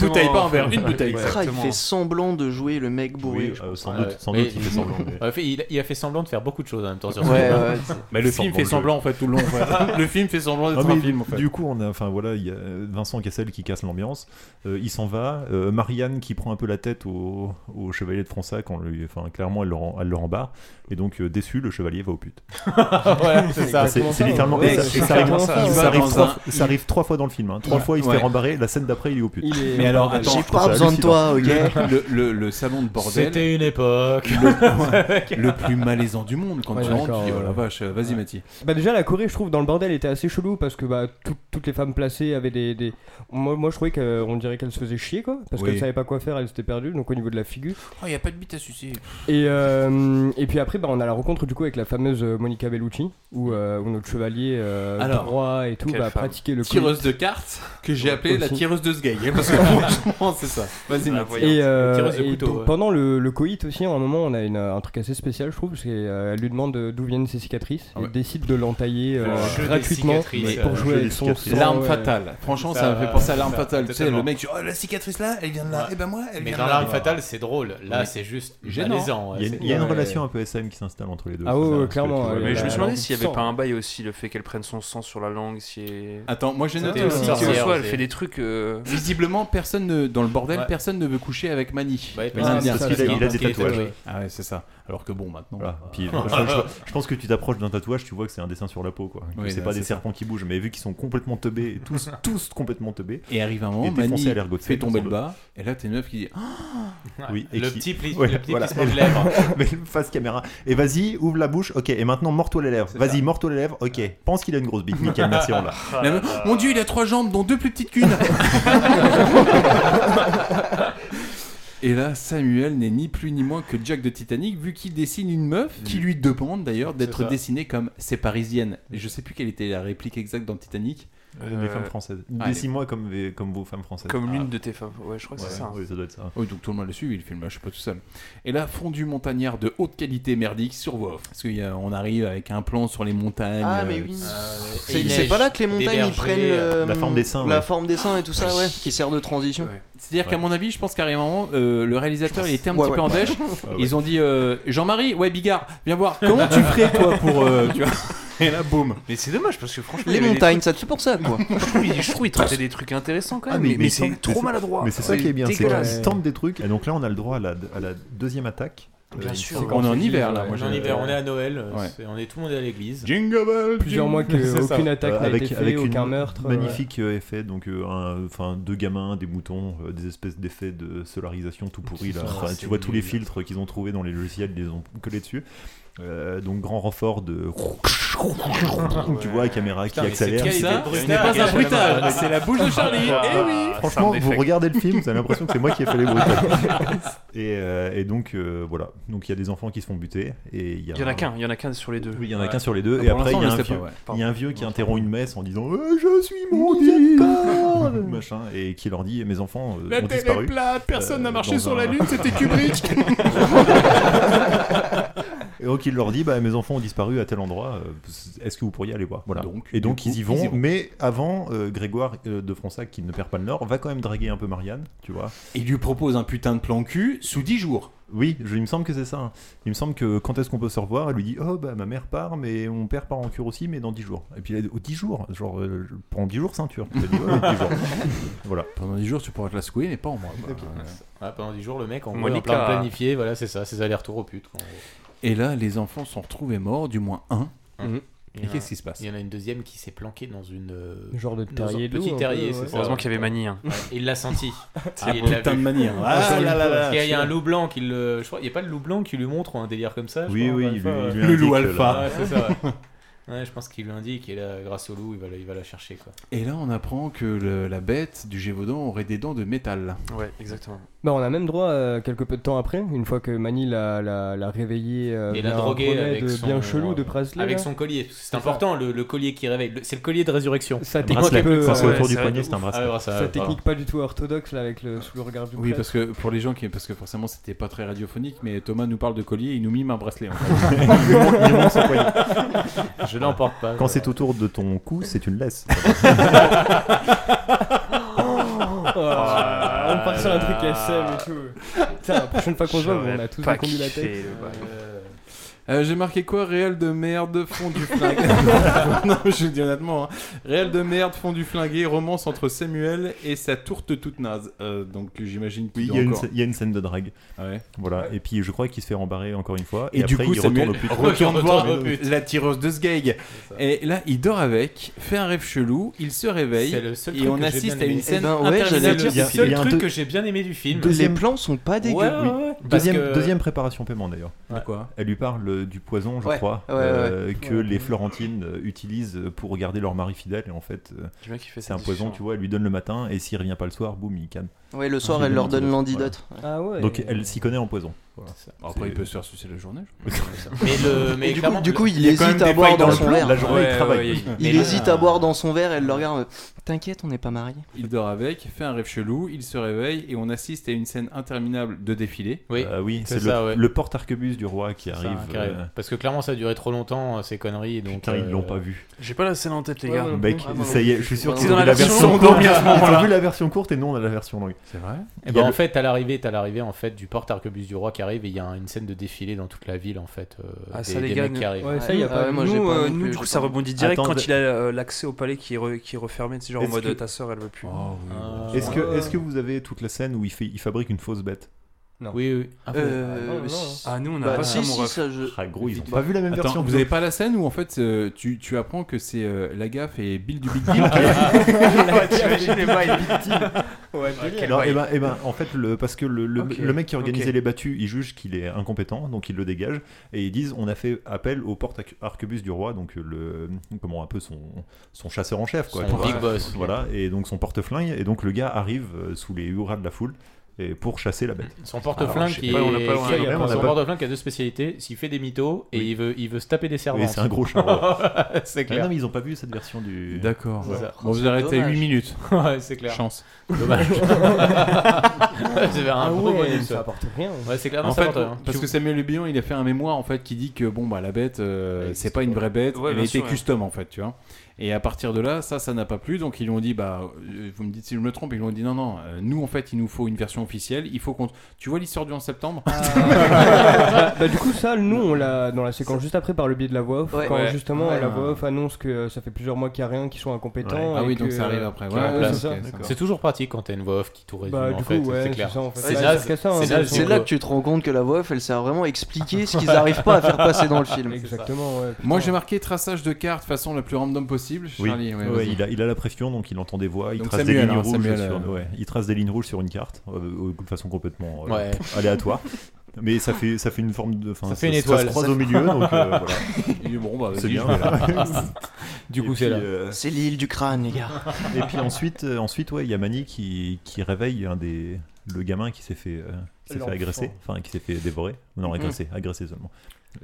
[SPEAKER 2] bouteille, pas un verre, une bouteille.
[SPEAKER 12] Ah, il fait semblant de jouer le mec bourré.
[SPEAKER 7] Oui,
[SPEAKER 12] je
[SPEAKER 7] euh,
[SPEAKER 12] pense.
[SPEAKER 7] sans
[SPEAKER 8] Ouais.
[SPEAKER 7] doute, sans
[SPEAKER 8] Mais-
[SPEAKER 7] doute, il fait semblant. mais-
[SPEAKER 8] Ouais, fait- il, il a fait semblant de faire beaucoup de choses en même temps sur ce
[SPEAKER 12] Ouais,
[SPEAKER 8] film.
[SPEAKER 12] ouais, c'est-
[SPEAKER 2] Mais Bah, le film fait semblant en fait tout le long. en fait. le film fait semblant
[SPEAKER 7] Ah,
[SPEAKER 2] d'être
[SPEAKER 7] mais
[SPEAKER 2] un film en fait.
[SPEAKER 7] Du coup, on a, enfin voilà, il y a Vincent Cassel qui casse l'ambiance. Euh, il s'en va. Euh, Marianne qui prend un peu la tête au, au chevalier de Fronsac. On lui, enfin clairement, elle le rend, elle le rend barre. Et donc euh, déçu, le chevalier va au pute.
[SPEAKER 8] Ouais, c'est Bah, ça.
[SPEAKER 7] Bah, C'est c'est
[SPEAKER 8] Ouais,
[SPEAKER 7] littéralement
[SPEAKER 8] ouais,
[SPEAKER 7] et ça.
[SPEAKER 8] c'est
[SPEAKER 7] et ça
[SPEAKER 8] carrément
[SPEAKER 7] arrive-
[SPEAKER 8] ça. Il
[SPEAKER 7] ça
[SPEAKER 8] va
[SPEAKER 7] arrive
[SPEAKER 8] dans
[SPEAKER 7] trois-
[SPEAKER 8] un-
[SPEAKER 7] ça arrive trois fois dans le film. hein. Trois
[SPEAKER 2] Ouais.
[SPEAKER 7] fois, il se
[SPEAKER 2] Ouais.
[SPEAKER 7] fait rembarrer. La scène d'après, il est au pute.
[SPEAKER 2] Il est- Mais alors, attends,
[SPEAKER 12] J'ai
[SPEAKER 2] je trouve
[SPEAKER 12] pas
[SPEAKER 2] ça
[SPEAKER 12] besoin de toi, ok
[SPEAKER 2] hallucinant. ah, Le, le- le salon de bordel.
[SPEAKER 8] C'était une époque.
[SPEAKER 2] Le, le plus malaisant du monde quand
[SPEAKER 4] Ouais,
[SPEAKER 2] tu rentres.
[SPEAKER 4] d'accord,
[SPEAKER 2] Tu dis, oh la
[SPEAKER 4] ouais.
[SPEAKER 2] vache, euh, vas-y Mathieu.
[SPEAKER 4] Bah déjà la Corée je trouve dans le bordel était assez chelou parce que bah tout- toutes les femmes placées avaient des, des- Moi, moi je trouvais qu'on dirait qu'elles se faisaient chier quoi parce
[SPEAKER 2] Oui.
[SPEAKER 4] qu'elles savaient pas quoi faire elles étaient perdues donc au niveau de la figure
[SPEAKER 2] Oh, y a pas de bite à sucer.
[SPEAKER 4] et, euh, et puis après bah, on a la rencontre du coup avec la fameuse euh, Monica Bellucci où, euh, où notre chevalier euh,
[SPEAKER 2] Alors,
[SPEAKER 4] droit et tout
[SPEAKER 2] quelle
[SPEAKER 4] va
[SPEAKER 2] femme.
[SPEAKER 4] pratiquer le
[SPEAKER 2] Tireuse de cartes que j'ai
[SPEAKER 4] Ouais,
[SPEAKER 2] appelée la
[SPEAKER 4] aussi.
[SPEAKER 2] tireuse de Sgay. hein, Parce que franchement, c'est ça.
[SPEAKER 13] Ah,
[SPEAKER 2] Vas-y, Mathieu.
[SPEAKER 4] Et, euh,
[SPEAKER 2] Tireuse de
[SPEAKER 4] et
[SPEAKER 2] couteau,
[SPEAKER 4] donc,
[SPEAKER 2] ouais.
[SPEAKER 4] pendant le, le coït aussi, à un moment, on a une, euh, un truc assez spécial, je trouve, parce qu'elle lui demande euh, d'où viennent ses cicatrices.
[SPEAKER 2] Ah ouais.
[SPEAKER 4] Elle décide de l'entailler euh,
[SPEAKER 2] Le jeu des
[SPEAKER 4] gratuitement
[SPEAKER 2] cicatrices,
[SPEAKER 4] pour
[SPEAKER 2] euh,
[SPEAKER 4] jouer
[SPEAKER 2] le jeu
[SPEAKER 4] avec
[SPEAKER 2] des
[SPEAKER 4] son
[SPEAKER 2] cicatrices.
[SPEAKER 4] sang,
[SPEAKER 2] L'arme
[SPEAKER 4] ouais.
[SPEAKER 2] fatale. Franchement, ça me fait penser à l'arme fatale. Tu sais, le mec, tu- oh, la cicatrice là, elle vient de là.
[SPEAKER 8] Ouais.
[SPEAKER 2] Eh ben moi, elle
[SPEAKER 8] Mais
[SPEAKER 2] vient
[SPEAKER 8] dans
[SPEAKER 2] de là.
[SPEAKER 8] l'arme fatale, c'est drôle. Là,
[SPEAKER 2] Ouais.
[SPEAKER 8] c'est juste
[SPEAKER 2] Gênant.
[SPEAKER 8] malaisant. ouais.
[SPEAKER 7] Il y a, il y a une relation un peu SM qui s'installe entre les deux.
[SPEAKER 4] Ah ouais,
[SPEAKER 7] C'est ça,
[SPEAKER 4] ouais,
[SPEAKER 7] parce que,
[SPEAKER 4] clairement,
[SPEAKER 7] tu vois,
[SPEAKER 4] ouais,
[SPEAKER 13] Mais je me suis demandé s'il y avait
[SPEAKER 4] Sans-
[SPEAKER 13] pas un bail aussi le fait qu'elle prenne son sang sur la langue si. elle-
[SPEAKER 2] Attends, moi j'ai noté
[SPEAKER 13] C'était
[SPEAKER 2] aussi.
[SPEAKER 13] une
[SPEAKER 2] que-
[SPEAKER 13] sorcière, elle fait des trucs. euh,
[SPEAKER 2] Visiblement, personne ne- dans le bordel,
[SPEAKER 13] Ouais.
[SPEAKER 2] personne ne veut coucher avec Mani.
[SPEAKER 13] Ouais,
[SPEAKER 7] parce Ah, que- parce qu'il a- il a des tatouages.
[SPEAKER 2] Ah ouais, c'est ça. Alors que bon, maintenant.
[SPEAKER 7] Voilà.
[SPEAKER 2] euh,
[SPEAKER 7] Puis, je, je- je pense que tu t'approches d'un tatouage, tu vois que c'est un dessin sur la peau. quoi. Que
[SPEAKER 2] Oui,
[SPEAKER 7] c'est
[SPEAKER 2] là,
[SPEAKER 7] pas
[SPEAKER 2] c'est
[SPEAKER 7] des
[SPEAKER 2] ça.
[SPEAKER 7] serpents qui bougent, mais vu qu'ils sont complètement teubés, tous, tous complètement teubés.
[SPEAKER 2] Et arrive un moment,
[SPEAKER 7] et défoncés
[SPEAKER 2] Mani
[SPEAKER 7] à l'ergot de
[SPEAKER 2] fait
[SPEAKER 7] fête,
[SPEAKER 2] tomber le
[SPEAKER 7] ensemble.
[SPEAKER 2] bas, et là t'es une meuf qui dit. Ah
[SPEAKER 7] Oui, et
[SPEAKER 8] Le
[SPEAKER 7] qui-
[SPEAKER 8] petit pli-
[SPEAKER 7] Ouais,
[SPEAKER 8] le petit
[SPEAKER 7] voilà.
[SPEAKER 8] plissement de lèvres.
[SPEAKER 7] Mais face caméra. Et vas-y, ouvre la bouche. Ok, et maintenant mords-toi les lèvres. Vas-y, mords-toi les lèvres. Ok, pense qu'il a une grosse bite. Nickel, merci, on l'a.
[SPEAKER 2] La meuf, Mon dieu, il a trois jambes, dont deux plus petites qu'une. Et là, Samuel n'est ni plus ni moins que Jack de Titanic, vu qu'il dessine une meuf qui lui demande d'ailleurs
[SPEAKER 7] C'est
[SPEAKER 2] d'être
[SPEAKER 7] ça.
[SPEAKER 2] dessinée comme c'est parisienne. Et je sais plus quelle était la réplique exacte dans Titanic.
[SPEAKER 7] Euh, Les femmes françaises.
[SPEAKER 2] Ah, les-
[SPEAKER 7] Dessine-moi comme, les- comme vos femmes françaises.
[SPEAKER 13] Comme l'une de tes femmes. Ouais, je crois que c'est ça.
[SPEAKER 7] Oui, ça doit être ça.
[SPEAKER 2] Oui, Oh, donc tout le monde l'a suivi, le film, là, je suis pas tout seul. Et là, fondu montagnard de haute qualité merdique sur voix off. Parce qu'on arrive avec un plan sur les montagnes.
[SPEAKER 12] Ah,
[SPEAKER 2] euh,
[SPEAKER 12] mais
[SPEAKER 2] pff,
[SPEAKER 12] oui. C'est c'est pas là que les montagnes ils prennent euh, la forme des seins et tout ça, ouais, qui sert de transition.
[SPEAKER 2] C'est-à-dire qu'à mon avis, je pense carrément, euh, le réalisateur, il était un
[SPEAKER 12] Ouais,
[SPEAKER 2] petit peu
[SPEAKER 12] ouais.
[SPEAKER 2] en dèche.
[SPEAKER 12] Ouais.
[SPEAKER 2] Ils ont dit euh, Jean-Marie, ouais, Bigard, viens voir, comment tu ferais toi pour. euh, tu vois Et là, boum.
[SPEAKER 13] Mais c'est dommage parce que franchement.
[SPEAKER 12] Les montagnes, ça te fait pour ça, quoi.
[SPEAKER 13] Je trouve, il- je trouve il traitait des trucs intéressants quand même,
[SPEAKER 7] Ah,
[SPEAKER 13] mais, mais
[SPEAKER 7] il
[SPEAKER 13] c'est
[SPEAKER 7] tente-
[SPEAKER 13] trop maladroit.
[SPEAKER 7] Mais c'est ça qui est bien, c'est
[SPEAKER 13] dégueulasse.
[SPEAKER 7] qu'ils tentent des trucs. Et donc là, on a le droit à la, à la deuxième attaque.
[SPEAKER 13] Bien
[SPEAKER 7] Euh,
[SPEAKER 13] sûr.
[SPEAKER 7] c'est
[SPEAKER 2] On est en
[SPEAKER 7] quand-
[SPEAKER 2] hiver, là,
[SPEAKER 8] Ouais,
[SPEAKER 2] moi,
[SPEAKER 8] on est en
[SPEAKER 2] j'ai-
[SPEAKER 8] hiver, on est à Noël, euh,
[SPEAKER 2] Ouais.
[SPEAKER 8] c'est- on est tout le monde est à l'église. Euh,
[SPEAKER 2] Jingle bell,
[SPEAKER 4] Plusieurs mois que
[SPEAKER 7] C'est ça.
[SPEAKER 4] aucune attaque n'a
[SPEAKER 7] euh, avec,
[SPEAKER 4] été faite,
[SPEAKER 7] avec une
[SPEAKER 4] aucun meurtre. euh,
[SPEAKER 7] Magnifique euh, effet, donc euh, un- enfin deux gamins, des moutons, euh, des espèces d'effets de solarisation tout pourri. Là.
[SPEAKER 8] Ah,
[SPEAKER 7] Enfin,
[SPEAKER 8] c'est
[SPEAKER 7] tu vois tous les
[SPEAKER 8] nul.
[SPEAKER 7] filtres qu'ils ont trouvés dans les logiciels, ils les ont collés dessus. Euh, donc grand renfort de tu vois la caméra qui
[SPEAKER 2] Putain, mais c'est
[SPEAKER 7] accélère
[SPEAKER 2] quelle Ça, idée de ce n'est brutal. pas un brutal, Ah, c'est la bouche de Charlie. Eh oui.
[SPEAKER 13] Ah,
[SPEAKER 7] franchement
[SPEAKER 2] Ça me
[SPEAKER 7] vous
[SPEAKER 2] fait-
[SPEAKER 7] regardez le film vous avez l'impression que c'est moi qui ai fait les brutales et, euh, et donc euh, voilà donc il y a des enfants qui se font buter et il y, a
[SPEAKER 13] Il y en
[SPEAKER 7] un-
[SPEAKER 13] a qu'un, il y en a qu'un sur les deux.
[SPEAKER 7] oui, il y en a qu'un sur les deux.
[SPEAKER 2] Ah,
[SPEAKER 7] et
[SPEAKER 2] pour
[SPEAKER 7] après, il y, a
[SPEAKER 2] l'instant,
[SPEAKER 7] un
[SPEAKER 2] on le sait
[SPEAKER 7] vieux,
[SPEAKER 2] pas, ouais.
[SPEAKER 7] il y a un vieux qui interrompt une messe en disant Euh,
[SPEAKER 6] Je suis
[SPEAKER 7] maudit machin, et qui leur dit Mes enfants euh,
[SPEAKER 6] La
[SPEAKER 7] ont
[SPEAKER 6] Terre est
[SPEAKER 7] disparu. Euh,
[SPEAKER 6] plate, personne n'a marché
[SPEAKER 7] dans
[SPEAKER 6] sur la Lune, c'était Kubrick.
[SPEAKER 7] Et donc il leur dit bah, Mes enfants ont disparu à tel endroit, euh, est-ce que vous pourriez aller voir voilà.
[SPEAKER 2] Donc,
[SPEAKER 7] Et donc
[SPEAKER 2] du coup,
[SPEAKER 7] ils, y vont, mais avant, euh, Grégoire euh, de Fronsac, qui ne perd pas le nord, va quand même draguer un peu Marianne, tu vois.
[SPEAKER 2] Il lui propose un putain de plan cul sous 10 jours.
[SPEAKER 7] Oui, je, il me semble que c'est ça. Il me semble que quand est-ce qu'on peut se revoir Elle lui dit Oh, bah ma mère part, mais mon père part en cure aussi, mais dans 10 jours. Et puis il a dit Oh, 10 jours Genre, euh, je prends 10 jours ceinture. Il a dit, Ouais, 10 jours. voilà.
[SPEAKER 2] Pendant 10 jours, tu pourras te la secouer, mais pas en moi.
[SPEAKER 8] Ouais, Ah, pendant 10 jours, le mec, en
[SPEAKER 13] Moi,
[SPEAKER 8] gros, est en
[SPEAKER 13] nique
[SPEAKER 8] plein
[SPEAKER 13] la-
[SPEAKER 8] planifié, voilà, c'est ça, ses allers-retours aux putes. quoi, en gros.
[SPEAKER 2] Et là, les enfants sont retrouvés morts, du moins un.
[SPEAKER 8] Il y
[SPEAKER 2] Et
[SPEAKER 8] en a-
[SPEAKER 2] qu'est-ce qui se passe
[SPEAKER 8] Il y en a une deuxième qui s'est planquée dans une. euh,
[SPEAKER 4] Genre de
[SPEAKER 8] dans
[SPEAKER 4] terrier
[SPEAKER 8] un
[SPEAKER 4] de loup, un
[SPEAKER 8] Petit
[SPEAKER 4] peu,
[SPEAKER 8] terrier,
[SPEAKER 4] ouais.
[SPEAKER 8] c'est ça.
[SPEAKER 13] Heureusement qu'il y avait Mani, hein.
[SPEAKER 8] Ouais, Il l'a senti.
[SPEAKER 2] Ah,
[SPEAKER 8] Et il l'a
[SPEAKER 2] putain
[SPEAKER 8] vu.
[SPEAKER 2] de Mani, hein.
[SPEAKER 4] oh
[SPEAKER 2] Ah
[SPEAKER 8] Encore
[SPEAKER 2] là
[SPEAKER 8] une
[SPEAKER 2] là
[SPEAKER 8] fois,
[SPEAKER 2] là
[SPEAKER 8] parce qu'il y a- Il y a un
[SPEAKER 2] celui-là.
[SPEAKER 8] loup blanc qui le. Je crois, il n'y a pas le loup blanc qui lui montre ou un délire comme ça. je
[SPEAKER 7] Oui,
[SPEAKER 8] crois,
[SPEAKER 7] oui,
[SPEAKER 8] encore une
[SPEAKER 7] il
[SPEAKER 8] fois,
[SPEAKER 7] lui-
[SPEAKER 8] euh.
[SPEAKER 7] il lui Le loup indique, là. alpha.
[SPEAKER 8] Ouais, c'est ça. ouais. Ouais, je pense qu'il lui indique et là, grâce au loup, il va, la- il va la chercher quoi.
[SPEAKER 2] Et là, on apprend que le- la bête du Gévaudan aurait des dents de métal.
[SPEAKER 13] Ouais, exactement.
[SPEAKER 4] Bah, on a même droit, euh, quelques peu de temps après, une fois que Mani l'a, l'a, l'a réveillé euh,
[SPEAKER 8] Et
[SPEAKER 4] via
[SPEAKER 8] la
[SPEAKER 4] un
[SPEAKER 8] droguer
[SPEAKER 4] remède
[SPEAKER 8] avec son,
[SPEAKER 4] bien chelou de bracelet.
[SPEAKER 8] avec
[SPEAKER 4] là.
[SPEAKER 8] son collier. parce que C'est important le, le collier qui réveille. Le- C'est le collier de résurrection.
[SPEAKER 4] Sa
[SPEAKER 8] Un
[SPEAKER 4] technique, un peu,
[SPEAKER 8] Ça,
[SPEAKER 4] euh,
[SPEAKER 8] autour du
[SPEAKER 4] sa-
[SPEAKER 8] poignet, c'est un
[SPEAKER 4] sa
[SPEAKER 8] bracelet.
[SPEAKER 4] technique pas du tout orthodoxe là, avec le, sous le regard du
[SPEAKER 2] Oui,
[SPEAKER 4] prêtre.
[SPEAKER 2] parce que pour les gens qui. Parce que forcément, c'était pas très radiophonique, mais Thomas nous parle de collier, il nous mime un bracelet. En fait.
[SPEAKER 7] Il monte- il monte son poignet.
[SPEAKER 8] Je n'emporte pas.
[SPEAKER 7] Quand c'est autour de ton cou, c'est une laisse.
[SPEAKER 4] Ah, on part sur un truc SM et tout. Putain, la prochaine fois qu'on se voit, on a tous
[SPEAKER 13] J'aurais pas
[SPEAKER 4] répondu la tête.
[SPEAKER 13] kiffé le bail.
[SPEAKER 2] Euh, J'ai marqué quoi Réel de merde, fond du flingue. non, je vous dis honnêtement. hein. Réel de merde, fond du flingué, romance entre Samuel et sa tourte toute naze. Euh, donc j'imagine
[SPEAKER 7] Oui,
[SPEAKER 2] qu'il
[SPEAKER 7] il
[SPEAKER 2] doit
[SPEAKER 7] y, a une
[SPEAKER 2] encore-
[SPEAKER 7] scè- il y a une scène de drague.
[SPEAKER 2] Ouais.
[SPEAKER 7] Voilà. Et puis je crois qu'il se fait rembarrer encore une fois.
[SPEAKER 2] Et, du
[SPEAKER 7] après,
[SPEAKER 2] coup,
[SPEAKER 7] il
[SPEAKER 2] Samuel
[SPEAKER 7] retourne au pute.
[SPEAKER 2] retourne voir la tireuse de Sgeig. Et là, il dort avec, fait un rêve chelou, il se réveille
[SPEAKER 8] C'est le seul
[SPEAKER 2] Bah et
[SPEAKER 8] truc
[SPEAKER 2] on
[SPEAKER 8] que j'ai
[SPEAKER 2] assiste
[SPEAKER 8] bien
[SPEAKER 2] à une
[SPEAKER 8] aimé.
[SPEAKER 2] scène
[SPEAKER 12] Eh ben ouais, j'allais
[SPEAKER 2] interminable.
[SPEAKER 12] dire,
[SPEAKER 7] Il y a-
[SPEAKER 8] seul
[SPEAKER 7] il y a un
[SPEAKER 8] truc
[SPEAKER 7] deux-
[SPEAKER 8] que j'ai bien aimé du film.
[SPEAKER 12] Deuxième- Les plans sont pas dégueux.
[SPEAKER 8] Ouais, ouais,
[SPEAKER 7] Oui.
[SPEAKER 8] ouais, parce
[SPEAKER 7] Deuxième,
[SPEAKER 8] que-
[SPEAKER 7] deuxième préparation paiement d'ailleurs.
[SPEAKER 8] Ouais.
[SPEAKER 2] Quoi
[SPEAKER 7] Elle lui parle euh, du poison, je
[SPEAKER 8] Ouais.
[SPEAKER 7] crois,
[SPEAKER 8] Ouais,
[SPEAKER 7] euh,
[SPEAKER 8] ouais.
[SPEAKER 7] que
[SPEAKER 8] Ouais.
[SPEAKER 7] les Florentines euh, utilisent pour garder leur mari fidèle. Et en fait, euh,
[SPEAKER 13] J'ai bien kiffé
[SPEAKER 7] c'est
[SPEAKER 13] cette
[SPEAKER 7] un poison,
[SPEAKER 13] discussion.
[SPEAKER 7] tu vois. Elle lui donne le matin et s'il revient pas le soir, boum, il canne.
[SPEAKER 12] Ouais, le soir,
[SPEAKER 7] Il
[SPEAKER 12] elle leur donne
[SPEAKER 7] voilà.
[SPEAKER 12] l'antidote.
[SPEAKER 4] Ah ouais.
[SPEAKER 7] Donc elle s'y connaît en poison. Voilà.
[SPEAKER 2] Bon, Après, il peut se faire sucer la journée. je pense.
[SPEAKER 8] Mais le- mais
[SPEAKER 12] Et du, coup,
[SPEAKER 8] clairement,
[SPEAKER 12] du
[SPEAKER 8] le-
[SPEAKER 12] coup, il,
[SPEAKER 2] il y a quand même
[SPEAKER 12] hésite
[SPEAKER 2] des
[SPEAKER 12] à boire
[SPEAKER 2] bails dans
[SPEAKER 12] dans
[SPEAKER 2] le
[SPEAKER 12] son
[SPEAKER 2] plan.
[SPEAKER 12] verre.
[SPEAKER 2] La journée, il Ouais, travaille. ouais,
[SPEAKER 12] il
[SPEAKER 2] ouais. Mais
[SPEAKER 12] hésite
[SPEAKER 2] là- euh,
[SPEAKER 12] à boire dans son verre, elle le regarde. euh, T'inquiète, on n'est pas mariés.
[SPEAKER 2] Il dort avec, fait un rêve chelou, il se réveille et on assiste à une scène interminable de défilé.
[SPEAKER 8] Oui,
[SPEAKER 7] Euh, oui,
[SPEAKER 8] c'est
[SPEAKER 7] c'est
[SPEAKER 8] ça,
[SPEAKER 7] le,
[SPEAKER 8] ouais.
[SPEAKER 7] le porte-arquebuse du roi qui
[SPEAKER 8] Ça,
[SPEAKER 7] arrive.
[SPEAKER 8] qui arrive.
[SPEAKER 7] euh,
[SPEAKER 8] Parce que clairement, ça a duré trop longtemps euh, ces conneries. Donc, euh,
[SPEAKER 7] Putain, ils l'ont pas vu.
[SPEAKER 13] J'ai pas la scène en tête, les
[SPEAKER 7] Ouais,
[SPEAKER 13] gars.
[SPEAKER 7] ouais, Mec, ouais, ça y est, je suis sûr
[SPEAKER 13] C'est
[SPEAKER 7] qu'ils
[SPEAKER 13] dans
[SPEAKER 7] ont
[SPEAKER 13] la
[SPEAKER 7] vu la version
[SPEAKER 13] version
[SPEAKER 7] courte.
[SPEAKER 13] dormie à ce
[SPEAKER 7] Ils ont
[SPEAKER 13] moment-là.
[SPEAKER 7] vu la version courte et nous on a la version longue.
[SPEAKER 8] eh
[SPEAKER 2] C'est vrai
[SPEAKER 8] Et ben, en fait, à l'arrivée, t'as l'arrivée en fait du porte-arquebus du roi qui arrive et il y a un- une scène de défilé dans toute la ville en fait. euh,
[SPEAKER 13] Ah,
[SPEAKER 8] des,
[SPEAKER 13] ça, les
[SPEAKER 8] des
[SPEAKER 13] gars,
[SPEAKER 8] mecs
[SPEAKER 13] nous-
[SPEAKER 8] qui arrivent.
[SPEAKER 13] ouais, ça, y a pas- nous, euh, nous, du coup, ça rebondit direct quand il a euh, l'accès au palais qui est, re- qui est refermé. C'est genre en
[SPEAKER 7] Est-ce
[SPEAKER 13] mode
[SPEAKER 7] que-
[SPEAKER 13] ta soeur, elle veut plus.
[SPEAKER 8] Oh.
[SPEAKER 7] Est-ce que, est que vous avez toute la scène où il, fait, il fabrique une fausse bête
[SPEAKER 13] Non.
[SPEAKER 8] Oui, oui.
[SPEAKER 13] Ah, vous-
[SPEAKER 2] Euh,
[SPEAKER 13] ah, non, non, non. Ah, nous, on
[SPEAKER 12] Bah,
[SPEAKER 2] Bah,
[SPEAKER 13] a pas ça, mon ref.
[SPEAKER 7] Ah, gros, ils ont pas vu la même
[SPEAKER 2] Attends,
[SPEAKER 7] version.
[SPEAKER 2] Vous
[SPEAKER 7] que
[SPEAKER 2] avez
[SPEAKER 7] nous.
[SPEAKER 2] pas la scène où en fait euh, tu, tu apprends que c'est euh, la gaffe et Bill du Big Deal
[SPEAKER 7] Ouais, t'imagines, Emma et Big Team. Non, eh ben, eh ben, en fait, le, parce que le, le-
[SPEAKER 13] Ok,
[SPEAKER 7] le mec qui organisait
[SPEAKER 13] ok.
[SPEAKER 7] les battues, il juge qu'il est incompétent, donc il le dégage, et ils disent on a fait appel au porte-arquebus du roi, donc euh, le, comment un peu son, son chasseur en chef, quoi.
[SPEAKER 8] Son
[SPEAKER 7] Voilà.
[SPEAKER 8] big boss.
[SPEAKER 7] Voilà, et donc son porte-flingue, et donc le gars arrive euh, sous les hurrahs de la foule. Et pour chasser la bête.
[SPEAKER 8] Son porte-flingue qui est. qui a-
[SPEAKER 7] on a
[SPEAKER 8] son
[SPEAKER 7] pas-
[SPEAKER 8] porte-flingue qui a deux spécialités. S'il fait des mythos et il, veut, il veut se taper des servants.
[SPEAKER 7] Oui, c'est un gros charroi.
[SPEAKER 8] c'est
[SPEAKER 7] Ah
[SPEAKER 8] clair.
[SPEAKER 7] non, mais ils ont pas vu cette version du.
[SPEAKER 2] Euh, D'accord.
[SPEAKER 8] C'est ça.
[SPEAKER 2] Bon, vous arrêtez
[SPEAKER 8] Dommage.
[SPEAKER 2] 8 minutes.
[SPEAKER 8] Ouais, c'est clair.
[SPEAKER 2] Chance.
[SPEAKER 8] Dommage. c'est vers un
[SPEAKER 4] Ah
[SPEAKER 8] gros
[SPEAKER 4] ouais,
[SPEAKER 8] bonus,
[SPEAKER 4] ça apporte rien.
[SPEAKER 8] Ouais, c'est clair, Ah non,
[SPEAKER 2] en
[SPEAKER 8] ça hein.
[SPEAKER 2] fait,
[SPEAKER 8] apporte rien.
[SPEAKER 2] parce que Samuel Le Bihan, il a fait un mémoire en fait qui dit que bon bah la bête, euh, c'est pas une vraie bête,
[SPEAKER 13] Ouais,
[SPEAKER 2] elle
[SPEAKER 13] bien
[SPEAKER 2] a été
[SPEAKER 13] sûr, ouais.
[SPEAKER 2] custom en fait, tu vois. Et à partir de là, ça, ça n'a pas plu, donc ils lui ont dit bah, euh, vous me dites si je me trompe, ils lui ont dit non non, euh, nous en fait, il nous faut une version officielle, il faut qu'on, tu vois l'histoire du 11 septembre.
[SPEAKER 4] bah, bah, du coup ça nous on l'a dans la séquence juste après par le biais de la voix off
[SPEAKER 2] Ouais.
[SPEAKER 4] quand
[SPEAKER 2] Ouais.
[SPEAKER 4] justement
[SPEAKER 2] Ouais.
[SPEAKER 4] la
[SPEAKER 8] ah.
[SPEAKER 4] voix off annonce que euh, ça fait plusieurs mois qu'il n'y a rien qui sont incompétents
[SPEAKER 2] Ouais. Ah
[SPEAKER 4] et
[SPEAKER 2] oui,
[SPEAKER 4] que-
[SPEAKER 2] donc ça arrive après,
[SPEAKER 4] qui
[SPEAKER 2] ouais,
[SPEAKER 4] remplacent ça.
[SPEAKER 2] ouais, ok, d'accord.
[SPEAKER 8] C'est toujours pratique quand t'as une voix off qui tout résume
[SPEAKER 4] Bah, du
[SPEAKER 8] en
[SPEAKER 4] coup,
[SPEAKER 8] fait.
[SPEAKER 4] ouais,
[SPEAKER 8] c'est
[SPEAKER 4] c'est
[SPEAKER 8] clair.
[SPEAKER 4] ça, en fait.
[SPEAKER 8] C'est
[SPEAKER 4] Ouais,
[SPEAKER 8] naze,
[SPEAKER 4] c'est qu'à ça, hein,
[SPEAKER 8] c'est naze,
[SPEAKER 12] C'est là que tu te rends compte que la voix off, elle sert vraiment à expliquer ce qu'ils n'arrivent pas à faire passer dans le film.
[SPEAKER 2] Moi j'ai marqué traçage de carte façon la plus random possible.
[SPEAKER 7] Oui,
[SPEAKER 2] Charlie, ouais,
[SPEAKER 7] ouais,
[SPEAKER 2] vas-y.
[SPEAKER 7] il, a, il a la pression, donc il entend des voix, il
[SPEAKER 2] Donc
[SPEAKER 7] trace
[SPEAKER 2] Samuel,
[SPEAKER 7] des lignes
[SPEAKER 2] hein,
[SPEAKER 7] rouges
[SPEAKER 2] Samuel,
[SPEAKER 7] sur,
[SPEAKER 2] euh,
[SPEAKER 7] ouais, il trace des lignes rouges sur une carte, euh, euh, de façon complètement euh,
[SPEAKER 8] Ouais.
[SPEAKER 7] aléatoire. Mais ça fait, ça fait une forme de. enfin,
[SPEAKER 8] Ça fait une étoile.
[SPEAKER 7] se croise
[SPEAKER 8] Ça-
[SPEAKER 7] au milieu, donc euh, voilà.
[SPEAKER 2] Il dit, bon, bah,
[SPEAKER 7] C'est
[SPEAKER 2] vas-y,
[SPEAKER 7] bien,
[SPEAKER 2] je vais là.
[SPEAKER 7] voilà.
[SPEAKER 8] Du
[SPEAKER 7] Et
[SPEAKER 8] coup, c'est
[SPEAKER 7] puis,
[SPEAKER 8] là.
[SPEAKER 7] euh,
[SPEAKER 12] C'est l'île du crâne, les gars.
[SPEAKER 7] et puis ensuite, euh, ensuite ouais, il y a Mani qui, qui réveille un des, le gamin qui s'est fait, euh, qui s'est fait
[SPEAKER 13] L'enfant.
[SPEAKER 7] agresser, enfin qui s'est fait dévorer. Non, agressé, agressé seulement.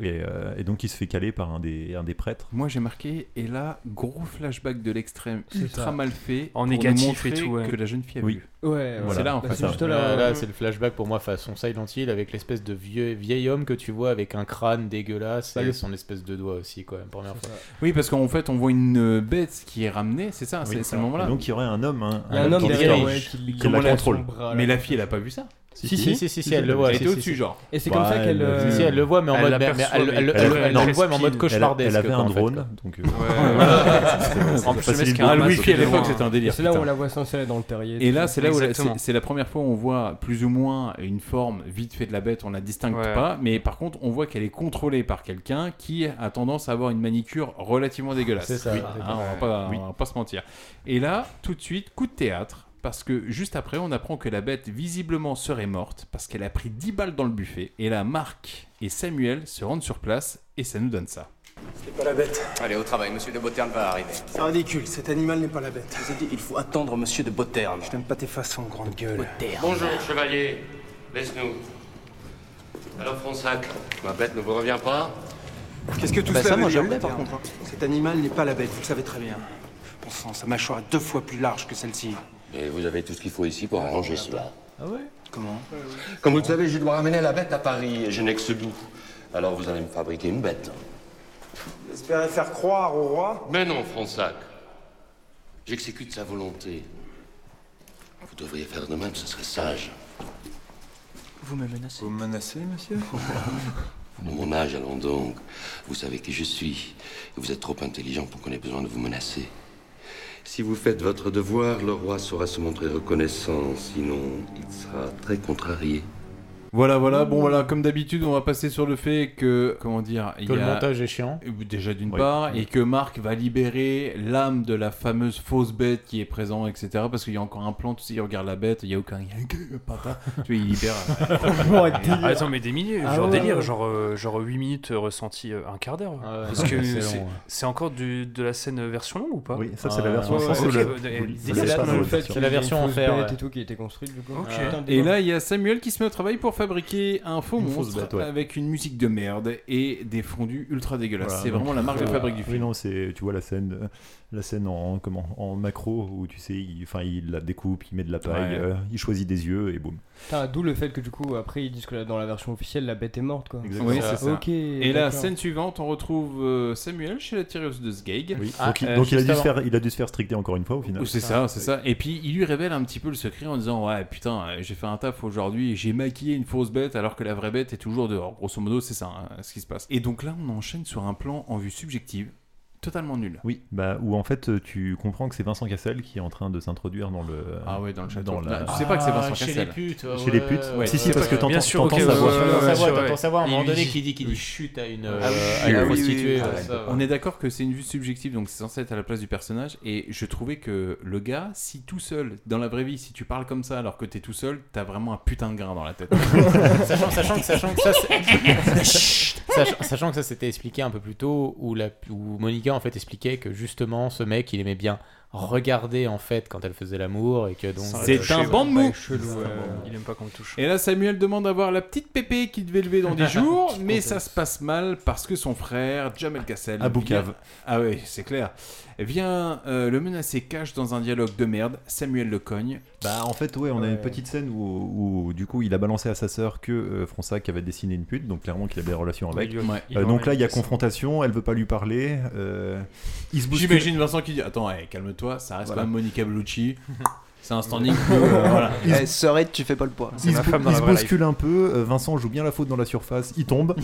[SPEAKER 7] Et, euh, et donc il se fait caler par un des, un des prêtres.
[SPEAKER 2] Moi j'ai marqué, et là, gros flashback de l'extrême,
[SPEAKER 13] C'est
[SPEAKER 2] ultra
[SPEAKER 13] ça.
[SPEAKER 2] mal fait,
[SPEAKER 13] En
[SPEAKER 2] pour
[SPEAKER 13] négatif
[SPEAKER 2] nous montrer
[SPEAKER 13] et tout, ouais.
[SPEAKER 2] que la jeune fille a
[SPEAKER 7] Oui.
[SPEAKER 2] vu.
[SPEAKER 4] Ouais,
[SPEAKER 2] Voilà. C'est là en
[SPEAKER 8] Bah,
[SPEAKER 2] fait.
[SPEAKER 8] c'est juste là,
[SPEAKER 4] euh,
[SPEAKER 8] là, c'est le flashback pour moi façon Silent Hill avec l'espèce de vieux vieil homme que tu vois avec un crâne dégueulasse
[SPEAKER 2] Bah,
[SPEAKER 8] et
[SPEAKER 2] le-
[SPEAKER 8] son espèce de doigt aussi quand même première fois.
[SPEAKER 2] Oui, parce qu'en fait, on voit une euh, bête qui est ramenée, c'est ça, c'est- c'est le moment-là.
[SPEAKER 7] Et donc il y aurait un homme, hein,
[SPEAKER 8] Ah,
[SPEAKER 4] Il y a un homme
[SPEAKER 7] qui
[SPEAKER 4] derrière,
[SPEAKER 7] dirige,
[SPEAKER 4] ouais, qui-
[SPEAKER 7] qui
[SPEAKER 4] qui
[SPEAKER 7] la
[SPEAKER 4] relève
[SPEAKER 7] contrôle.
[SPEAKER 4] son bras, là.
[SPEAKER 2] Mais la fille, elle a pas vu ça
[SPEAKER 8] Si, si, si, si, si, si, elle le voit,
[SPEAKER 2] Elle
[SPEAKER 8] si,
[SPEAKER 2] était
[SPEAKER 8] si,
[SPEAKER 2] au-dessus,
[SPEAKER 8] si.
[SPEAKER 2] genre.
[SPEAKER 4] Et c'est comme ça qu'elle euh,
[SPEAKER 8] Si, si, elle le voit, mais en
[SPEAKER 4] elle
[SPEAKER 8] mode- mais-
[SPEAKER 4] l'aperçoit,
[SPEAKER 8] mais elle-
[SPEAKER 4] mais
[SPEAKER 8] elle-
[SPEAKER 4] elle-
[SPEAKER 8] elle- elle- le voit, mais en
[SPEAKER 7] respire.
[SPEAKER 8] mode cauchemardesque,
[SPEAKER 7] Elle, elle avait
[SPEAKER 8] quoi,
[SPEAKER 7] un
[SPEAKER 8] en fait,
[SPEAKER 7] drone,
[SPEAKER 8] quoi.
[SPEAKER 7] donc. euh,
[SPEAKER 8] Ouais.
[SPEAKER 7] voilà. C'est
[SPEAKER 13] En
[SPEAKER 7] pas
[SPEAKER 13] plus,
[SPEAKER 7] Céline
[SPEAKER 13] le mec qui
[SPEAKER 7] Dion.
[SPEAKER 13] a un
[SPEAKER 2] Ah, le
[SPEAKER 13] masque
[SPEAKER 2] wifi à
[SPEAKER 13] de loin.
[SPEAKER 2] l'époque, c'était un délire.
[SPEAKER 4] c'est là où
[SPEAKER 2] putain.
[SPEAKER 4] on la voit sans cesse dans le terrier
[SPEAKER 2] Et là, c'est là où la-
[SPEAKER 13] Exactement.
[SPEAKER 2] c'est c'est la première fois où on voit plus ou moins une forme vite fait de la bête, on la distingue
[SPEAKER 13] Ouais.
[SPEAKER 2] pas, mais par contre, on voit qu'elle est contrôlée par quelqu'un qui a tendance à avoir une manicure relativement dégueulasse.
[SPEAKER 8] C'est ça.
[SPEAKER 2] Oui.
[SPEAKER 8] Ouais.
[SPEAKER 2] Hein, on, va pas,
[SPEAKER 7] Oui.
[SPEAKER 2] on va pas se mentir. Et là, tout de suite, coup de théâtre, parce que juste après, on apprend que la bête visiblement serait morte parce qu'elle a pris 10 balles dans le buffet. Et là, Marc et Samuel se rendent sur place et ça nous donne ça.
[SPEAKER 19] C'est pas la bête.
[SPEAKER 9] Allez, au travail, monsieur de Botterne va arriver.
[SPEAKER 19] C'est ridicule, cet animal n'est pas la bête.
[SPEAKER 9] Je vous ai dit, il faut attendre monsieur de Botterne.
[SPEAKER 19] Je n'aime pas tes façons, grande gueule.
[SPEAKER 20] Bonjour, chevalier. Laisse-nous. Alors, Fronsac, ma bête ne vous revient pas
[SPEAKER 19] Qu'est-ce que tout
[SPEAKER 20] Bah
[SPEAKER 19] cela
[SPEAKER 20] ça,
[SPEAKER 19] veut
[SPEAKER 20] moi, je
[SPEAKER 19] dire,
[SPEAKER 20] l'ai, par
[SPEAKER 19] Boterne Cet animal n'est pas la bête, vous le savez très bien. Bon sang, sa mâchoire est deux fois plus large que celle-ci.
[SPEAKER 20] Et vous avez tout ce qu'il faut ici pour arranger cela.
[SPEAKER 19] Ah ouais Comment
[SPEAKER 20] Comme vous le savez, je dois ramener la bête à Paris et je n'ai que ce goût. Alors vous allez me fabriquer une bête.
[SPEAKER 19] J'espérais faire croire au roi.
[SPEAKER 20] Mais non, Fronsac. J'exécute sa volonté. Vous devriez faire de même, ce serait sage.
[SPEAKER 19] Vous me menacez. Vous me menacez, monsieur
[SPEAKER 20] Pour mon âge, allons donc. Vous savez qui je suis. Et vous êtes trop intelligent pour qu'on ait besoin de vous menacer. Si vous faites votre devoir, le roi saura se montrer reconnaissant. Sinon, il sera très contrarié.
[SPEAKER 2] Voilà, voilà. Bon, voilà, comme d'habitude, on va passer sur le fait que, comment dire, il
[SPEAKER 8] Que
[SPEAKER 2] y
[SPEAKER 8] le
[SPEAKER 2] a-
[SPEAKER 8] montage est chiant.
[SPEAKER 2] Déjà d'une
[SPEAKER 8] Oui.
[SPEAKER 2] part, et que Marc va libérer l'âme de la fameuse fausse bête qui est présente, etc. Parce qu'il y a encore un plan, tu sais, il regarde la bête, il n'y a aucun. Il y a que papa. Tu vois, il libère.
[SPEAKER 13] Ah, Attends, mais des milliers,
[SPEAKER 2] Ah
[SPEAKER 13] genre
[SPEAKER 2] ouais,
[SPEAKER 13] délire,
[SPEAKER 2] ouais.
[SPEAKER 13] genre, euh, genre 8 minutes euh, ressenti euh, un quart d'heure.
[SPEAKER 8] Ah ouais,
[SPEAKER 13] Parce
[SPEAKER 8] non,
[SPEAKER 13] que
[SPEAKER 8] mais c'est
[SPEAKER 13] c'est
[SPEAKER 4] hein.
[SPEAKER 8] long, ouais.
[SPEAKER 13] c'est encore du- de la scène version longue ou pas
[SPEAKER 7] Oui, ça, c'est la Ah, version ouais,
[SPEAKER 13] sans
[SPEAKER 7] ouais, ouais.
[SPEAKER 13] le- le-
[SPEAKER 7] C'est
[SPEAKER 13] le-
[SPEAKER 7] la-
[SPEAKER 13] le-
[SPEAKER 7] c'est la
[SPEAKER 13] le-
[SPEAKER 7] version
[SPEAKER 13] le-
[SPEAKER 8] la version en fer,
[SPEAKER 4] bête
[SPEAKER 8] ouais.
[SPEAKER 4] et tout qui a été construite du coup. Ah.
[SPEAKER 13] Ok.
[SPEAKER 4] Putain,
[SPEAKER 2] Et là, il y a Samuel qui se met au travail pour fabriquer un faux
[SPEAKER 7] Une fausse
[SPEAKER 2] monstre
[SPEAKER 7] bête, ouais.
[SPEAKER 2] avec une musique de merde et des fondus ultra dégueulasses.
[SPEAKER 7] Voilà,
[SPEAKER 2] c'est
[SPEAKER 7] donc,
[SPEAKER 2] vraiment la marque de
[SPEAKER 7] voilà.
[SPEAKER 2] fabrique du film.
[SPEAKER 7] Oui, non, c'est tu vois la scène, euh, la scène en comment, en macro où tu sais, il, enfin il la découpe, il met de la paille,
[SPEAKER 2] Ouais.
[SPEAKER 7] euh, il choisit des yeux et boum.
[SPEAKER 4] Putain, d'où le fait que du coup après ils disent que là, dans la version officielle la bête est morte quoi. Ah,
[SPEAKER 2] Oui, c'est ça.
[SPEAKER 4] Ok,
[SPEAKER 2] et la
[SPEAKER 4] d'accord.
[SPEAKER 2] scène suivante, on retrouve euh, Samuel chez la tireuse de Sgeig.
[SPEAKER 7] Donc,
[SPEAKER 2] Ah,
[SPEAKER 7] il,
[SPEAKER 2] euh,
[SPEAKER 7] donc il a
[SPEAKER 2] juste
[SPEAKER 7] dû se
[SPEAKER 2] avant.
[SPEAKER 7] faire, il a dû se faire stricter encore une fois au final.
[SPEAKER 2] C'est ça, c'est ça. Et puis il lui révèle un petit peu le secret en disant ouais putain euh, j'ai fait un taf aujourd'hui, j'ai maquillé une fausse bête alors que la vraie bête est toujours dehors. Grosso modo, c'est ça hein, ce qui se passe. Et donc là, on enchaîne sur un plan en vue subjective totalement nul.
[SPEAKER 7] Oui, bah, où en fait tu comprends que c'est Vincent Cassel qui est en train de s'introduire dans le.
[SPEAKER 2] Ah ouais, dans le château.
[SPEAKER 7] Dans la-
[SPEAKER 2] Tu sais pas que c'est Vincent
[SPEAKER 8] Ah, chez
[SPEAKER 2] Cassel.
[SPEAKER 8] les putes, ouais,
[SPEAKER 7] Chez les putes.
[SPEAKER 8] ouais,
[SPEAKER 7] si, si,
[SPEAKER 8] ouais,
[SPEAKER 7] parce que
[SPEAKER 8] ouais.
[SPEAKER 7] t'entends
[SPEAKER 8] Bien sûr,
[SPEAKER 7] t'entends
[SPEAKER 8] ok,
[SPEAKER 7] sa
[SPEAKER 8] ouais,
[SPEAKER 7] voix.
[SPEAKER 8] ouais, T'entends sa voix, ouais, t'entends ouais. sa voix, à un
[SPEAKER 7] Il
[SPEAKER 8] moment donné,
[SPEAKER 7] dit-
[SPEAKER 8] qui dit qu'il dit chute à une,
[SPEAKER 7] Ah
[SPEAKER 8] euh,
[SPEAKER 7] oui,
[SPEAKER 8] à une
[SPEAKER 7] oui, oui,
[SPEAKER 8] prostituée.
[SPEAKER 7] oui,
[SPEAKER 8] ouais,
[SPEAKER 7] oui.
[SPEAKER 8] ça, ouais.
[SPEAKER 2] On est d'accord que c'est une vue subjective, donc c'est censé être à la place du personnage. Et je trouvais que le gars, si tout seul, dans la vraie vie, si tu parles comme ça alors que t'es tout seul, t'as vraiment un putain de grain dans la tête.
[SPEAKER 8] sachant, sachant que, sachant que ça, c'est- sachant, sachant que ça c'était expliqué un peu plus tôt, où, la, où Monica en fait expliquait que justement ce mec il aimait bien regarder en fait quand elle faisait l'amour et que donc euh,
[SPEAKER 2] C'est un banc de mou.
[SPEAKER 13] Il aime pas qu'on le touche.
[SPEAKER 2] Et là, Samuel demande d'avoir la petite pépé qui devait lever dans 10 jours, mais ça se passe mal parce que son frère, Jamel Cassel,
[SPEAKER 7] À Boucave.
[SPEAKER 2] vient- Ah oui, c'est clair. Vient euh, le menacer cache dans un dialogue de merde. Samuel le cogne.
[SPEAKER 7] Bah en fait ouais, on a une petite scène où, où, du coup il a balancé à sa sœur que euh, Fronsac avait dessiné une pute, donc clairement qu'il avait des relations avec.
[SPEAKER 2] Il lui a- Ouais.
[SPEAKER 7] Euh, donc là il y a
[SPEAKER 2] Il lui a-
[SPEAKER 7] confrontation, elle veut pas lui parler. euh, il se bouscule.
[SPEAKER 2] J'imagine Vincent qui dit Attends, hey, calme-toi, ça reste
[SPEAKER 7] Voilà.
[SPEAKER 2] pas Monica Bellucci. C'est un standing. que, euh, voilà.
[SPEAKER 12] Eh, Sorette, tu fais pas le poids.
[SPEAKER 7] Il se, il se bouscule un peu, euh, Vincent joue bien la faute dans la surface, il tombe.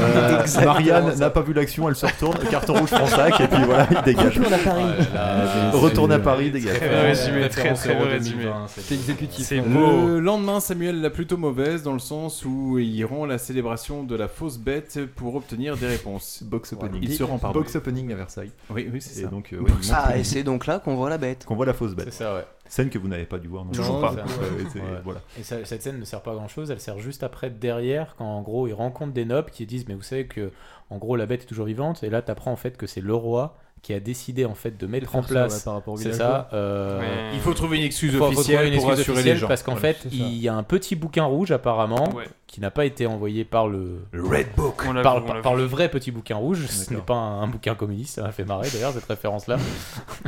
[SPEAKER 7] Euh,
[SPEAKER 12] Exactement
[SPEAKER 7] Marianne
[SPEAKER 12] ça.
[SPEAKER 7] n'a pas vu l'action, elle se retourne, carton rouge Fronsac, et puis voilà, il dégage.
[SPEAKER 12] Retourne à
[SPEAKER 13] Ah
[SPEAKER 12] Paris.
[SPEAKER 2] Oh
[SPEAKER 7] Ouais, là, Retourne à Paris, dégage.
[SPEAKER 13] Très bon résumé, très très bon résumé.
[SPEAKER 4] C'est exécutif.
[SPEAKER 13] C'est beau.
[SPEAKER 2] Le lendemain, Samuel l'a plutôt mauvaise dans le sens où il rend la célébration de la fausse bête pour obtenir des réponses.
[SPEAKER 7] Box opening.
[SPEAKER 2] Il se rend pardon.
[SPEAKER 7] Box opening à Versailles.
[SPEAKER 2] Oui, oui, c'est
[SPEAKER 7] Et
[SPEAKER 2] ça.
[SPEAKER 7] donc, euh, ouais, il montre
[SPEAKER 12] Ah,
[SPEAKER 7] une-
[SPEAKER 12] et c'est donc là qu'on voit la bête.
[SPEAKER 7] Qu'on voit la fausse bête.
[SPEAKER 8] C'est ça, ouais.
[SPEAKER 7] Scène que vous n'avez pas dû voir, non
[SPEAKER 8] Non,
[SPEAKER 7] Toujours pas.
[SPEAKER 8] ça-
[SPEAKER 7] Euh, c'est-
[SPEAKER 8] ouais.
[SPEAKER 7] Voilà.
[SPEAKER 8] Et ça- cette scène ne sert pas à grand chose, elle sert juste après derrière quand en gros ils rencontrent des nobles qui disent mais vous savez que en gros la bête est toujours vivante et là t'apprends en fait que c'est le roi qui a décidé en fait de mettre
[SPEAKER 4] faire
[SPEAKER 8] en
[SPEAKER 4] ça, ouais,
[SPEAKER 8] place
[SPEAKER 4] par rapport au
[SPEAKER 8] c'est
[SPEAKER 4] village,
[SPEAKER 8] ça
[SPEAKER 4] quoi.
[SPEAKER 8] euh,
[SPEAKER 4] Ouais.
[SPEAKER 2] Il faut trouver une excuse
[SPEAKER 8] faut- faut
[SPEAKER 2] officielle
[SPEAKER 8] trouver
[SPEAKER 2] pour rassurer les gens.
[SPEAKER 8] parce qu'en
[SPEAKER 2] Voilà,
[SPEAKER 8] fait il y a un petit bouquin rouge apparemment
[SPEAKER 13] Ouais.
[SPEAKER 8] qui n'a pas été envoyé par le
[SPEAKER 13] Red Book. On l'a
[SPEAKER 8] par,
[SPEAKER 13] vu, on
[SPEAKER 8] par-
[SPEAKER 13] l'a
[SPEAKER 8] par
[SPEAKER 13] vu.
[SPEAKER 8] le vrai petit bouquin rouge ce n'est
[SPEAKER 13] D'accord.
[SPEAKER 8] pas un, un bouquin communiste ça m'a fait marrer d'ailleurs cette référence là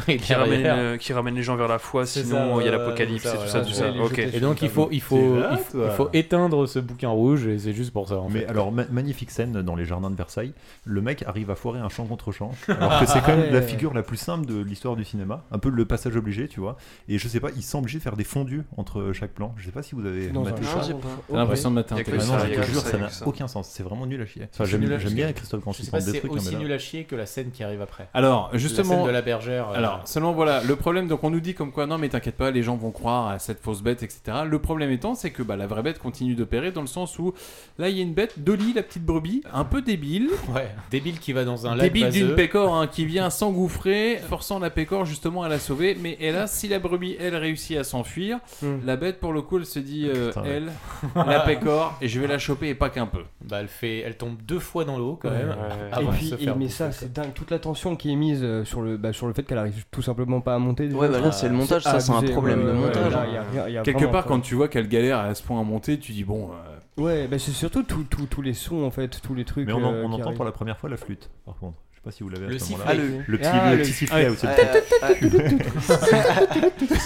[SPEAKER 8] et
[SPEAKER 13] Qui ramène, euh, qui ramène les gens vers la foi,
[SPEAKER 8] C'est
[SPEAKER 13] sinon
[SPEAKER 8] ça,
[SPEAKER 13] il y a
[SPEAKER 8] ouais,
[SPEAKER 13] l'apocalypse
[SPEAKER 8] ouais,
[SPEAKER 13] et tout ça,
[SPEAKER 8] ouais,
[SPEAKER 13] tout
[SPEAKER 8] ouais,
[SPEAKER 13] ça.
[SPEAKER 8] les
[SPEAKER 13] Ok.
[SPEAKER 8] jetés Et donc, il faut- il faut- il faut- il faut éteindre ce bouquin rouge et c'est juste pour ça.
[SPEAKER 7] Mais alors, ma- magnifique scène dans les jardins de Versailles. Le mec arrive à foirer un champ contre champ, alors que c'est quand même la
[SPEAKER 4] Ouais.
[SPEAKER 7] figure la plus simple de l'histoire du cinéma. Un peu le passage obligé, tu vois. Et je sais pas, il semble obligé de faire des fondus entre chaque plan. Je sais pas si vous avez
[SPEAKER 4] Dans
[SPEAKER 7] maté
[SPEAKER 4] un
[SPEAKER 7] ça.
[SPEAKER 4] champ, j'ai pas.
[SPEAKER 2] T'as l'impression de mater un
[SPEAKER 7] Ah non,
[SPEAKER 2] téléphone.
[SPEAKER 7] je
[SPEAKER 2] Il y
[SPEAKER 7] te
[SPEAKER 2] a que
[SPEAKER 7] jure,
[SPEAKER 2] ça,
[SPEAKER 7] ça
[SPEAKER 2] il y a
[SPEAKER 7] n'a
[SPEAKER 2] que ça.
[SPEAKER 7] aucun sens. C'est vraiment nul à chier.
[SPEAKER 2] C'est
[SPEAKER 7] Enfin, j'aime
[SPEAKER 2] nul à
[SPEAKER 7] j'aime
[SPEAKER 2] chier.
[SPEAKER 7] bien Christophe Grand
[SPEAKER 8] Je sais pas si
[SPEAKER 7] des
[SPEAKER 8] c'est
[SPEAKER 7] trucs. non, mais
[SPEAKER 8] aussi
[SPEAKER 7] là-
[SPEAKER 8] nul à chier que la scène qui arrive après.
[SPEAKER 2] Alors,
[SPEAKER 8] La
[SPEAKER 2] justement.
[SPEAKER 8] scène de la bergère. euh,
[SPEAKER 2] Alors, seulement voilà, le problème, donc on nous dit comme quoi, non, mais t'inquiète pas, les gens vont croire à cette fausse bête, etc. Le problème étant, c'est que bah, la vraie bête continue d'opérer dans le sens où là, il y a une bête, Dolly, la petite brebis, un peu débile.
[SPEAKER 8] Ouais, débile qui va dans un lac
[SPEAKER 2] Débile d'une
[SPEAKER 8] vaseux.
[SPEAKER 2] pécore hein, qui vient s'engouffrer, forçant la pécore justement à la sauver. Mais hélas, si la brebis, elle, réussit à s'enfuir,
[SPEAKER 8] Hmm.
[SPEAKER 2] la bête, pour le coup, elle se dit, euh,
[SPEAKER 8] Putain, ouais.
[SPEAKER 2] elle, la pécore, et je vais la choper et pas qu'un peu.
[SPEAKER 8] Bah, elle, fait... elle tombe deux fois dans l'eau quand
[SPEAKER 4] Ouais,
[SPEAKER 8] même.
[SPEAKER 4] ouais,
[SPEAKER 8] avant
[SPEAKER 4] Et
[SPEAKER 8] de
[SPEAKER 4] puis,
[SPEAKER 8] se
[SPEAKER 4] et-
[SPEAKER 8] faire
[SPEAKER 4] mais
[SPEAKER 8] bouffer.
[SPEAKER 4] ça, c'est dingue. Toute la tension qui est mise euh, sur le, bah, sur le fait qu'elle arrive tout simplement pas à monter. déjà.
[SPEAKER 12] Ouais, bah là, c'est le montage, ça, c'est un
[SPEAKER 4] abusé,
[SPEAKER 12] problème
[SPEAKER 4] ouais,
[SPEAKER 12] de
[SPEAKER 13] Euh,
[SPEAKER 4] ouais,
[SPEAKER 12] montage,
[SPEAKER 4] là,
[SPEAKER 12] hein.
[SPEAKER 4] y a rien- y a
[SPEAKER 2] Quelque
[SPEAKER 4] vraiment
[SPEAKER 2] part,
[SPEAKER 4] pas-
[SPEAKER 2] quand tu vois qu'elle galère à ce point à monter, tu dis, bon. euh,
[SPEAKER 4] Ouais, bah, c'est surtout tout- tout- tous les sons, en fait, tous les trucs.
[SPEAKER 7] Mais on, en-
[SPEAKER 4] euh,
[SPEAKER 7] on
[SPEAKER 4] qui
[SPEAKER 7] entend
[SPEAKER 4] arrivent.
[SPEAKER 7] pour la première fois la flûte, par contre. Je sais pas si vous l'avez à
[SPEAKER 4] Le
[SPEAKER 7] ce moment-là.
[SPEAKER 4] sifflet. Ah, le-
[SPEAKER 7] le petit,
[SPEAKER 4] Ah,
[SPEAKER 7] le
[SPEAKER 4] le-
[SPEAKER 7] petit sifflet
[SPEAKER 4] ah,
[SPEAKER 7] aussi.
[SPEAKER 12] Euh,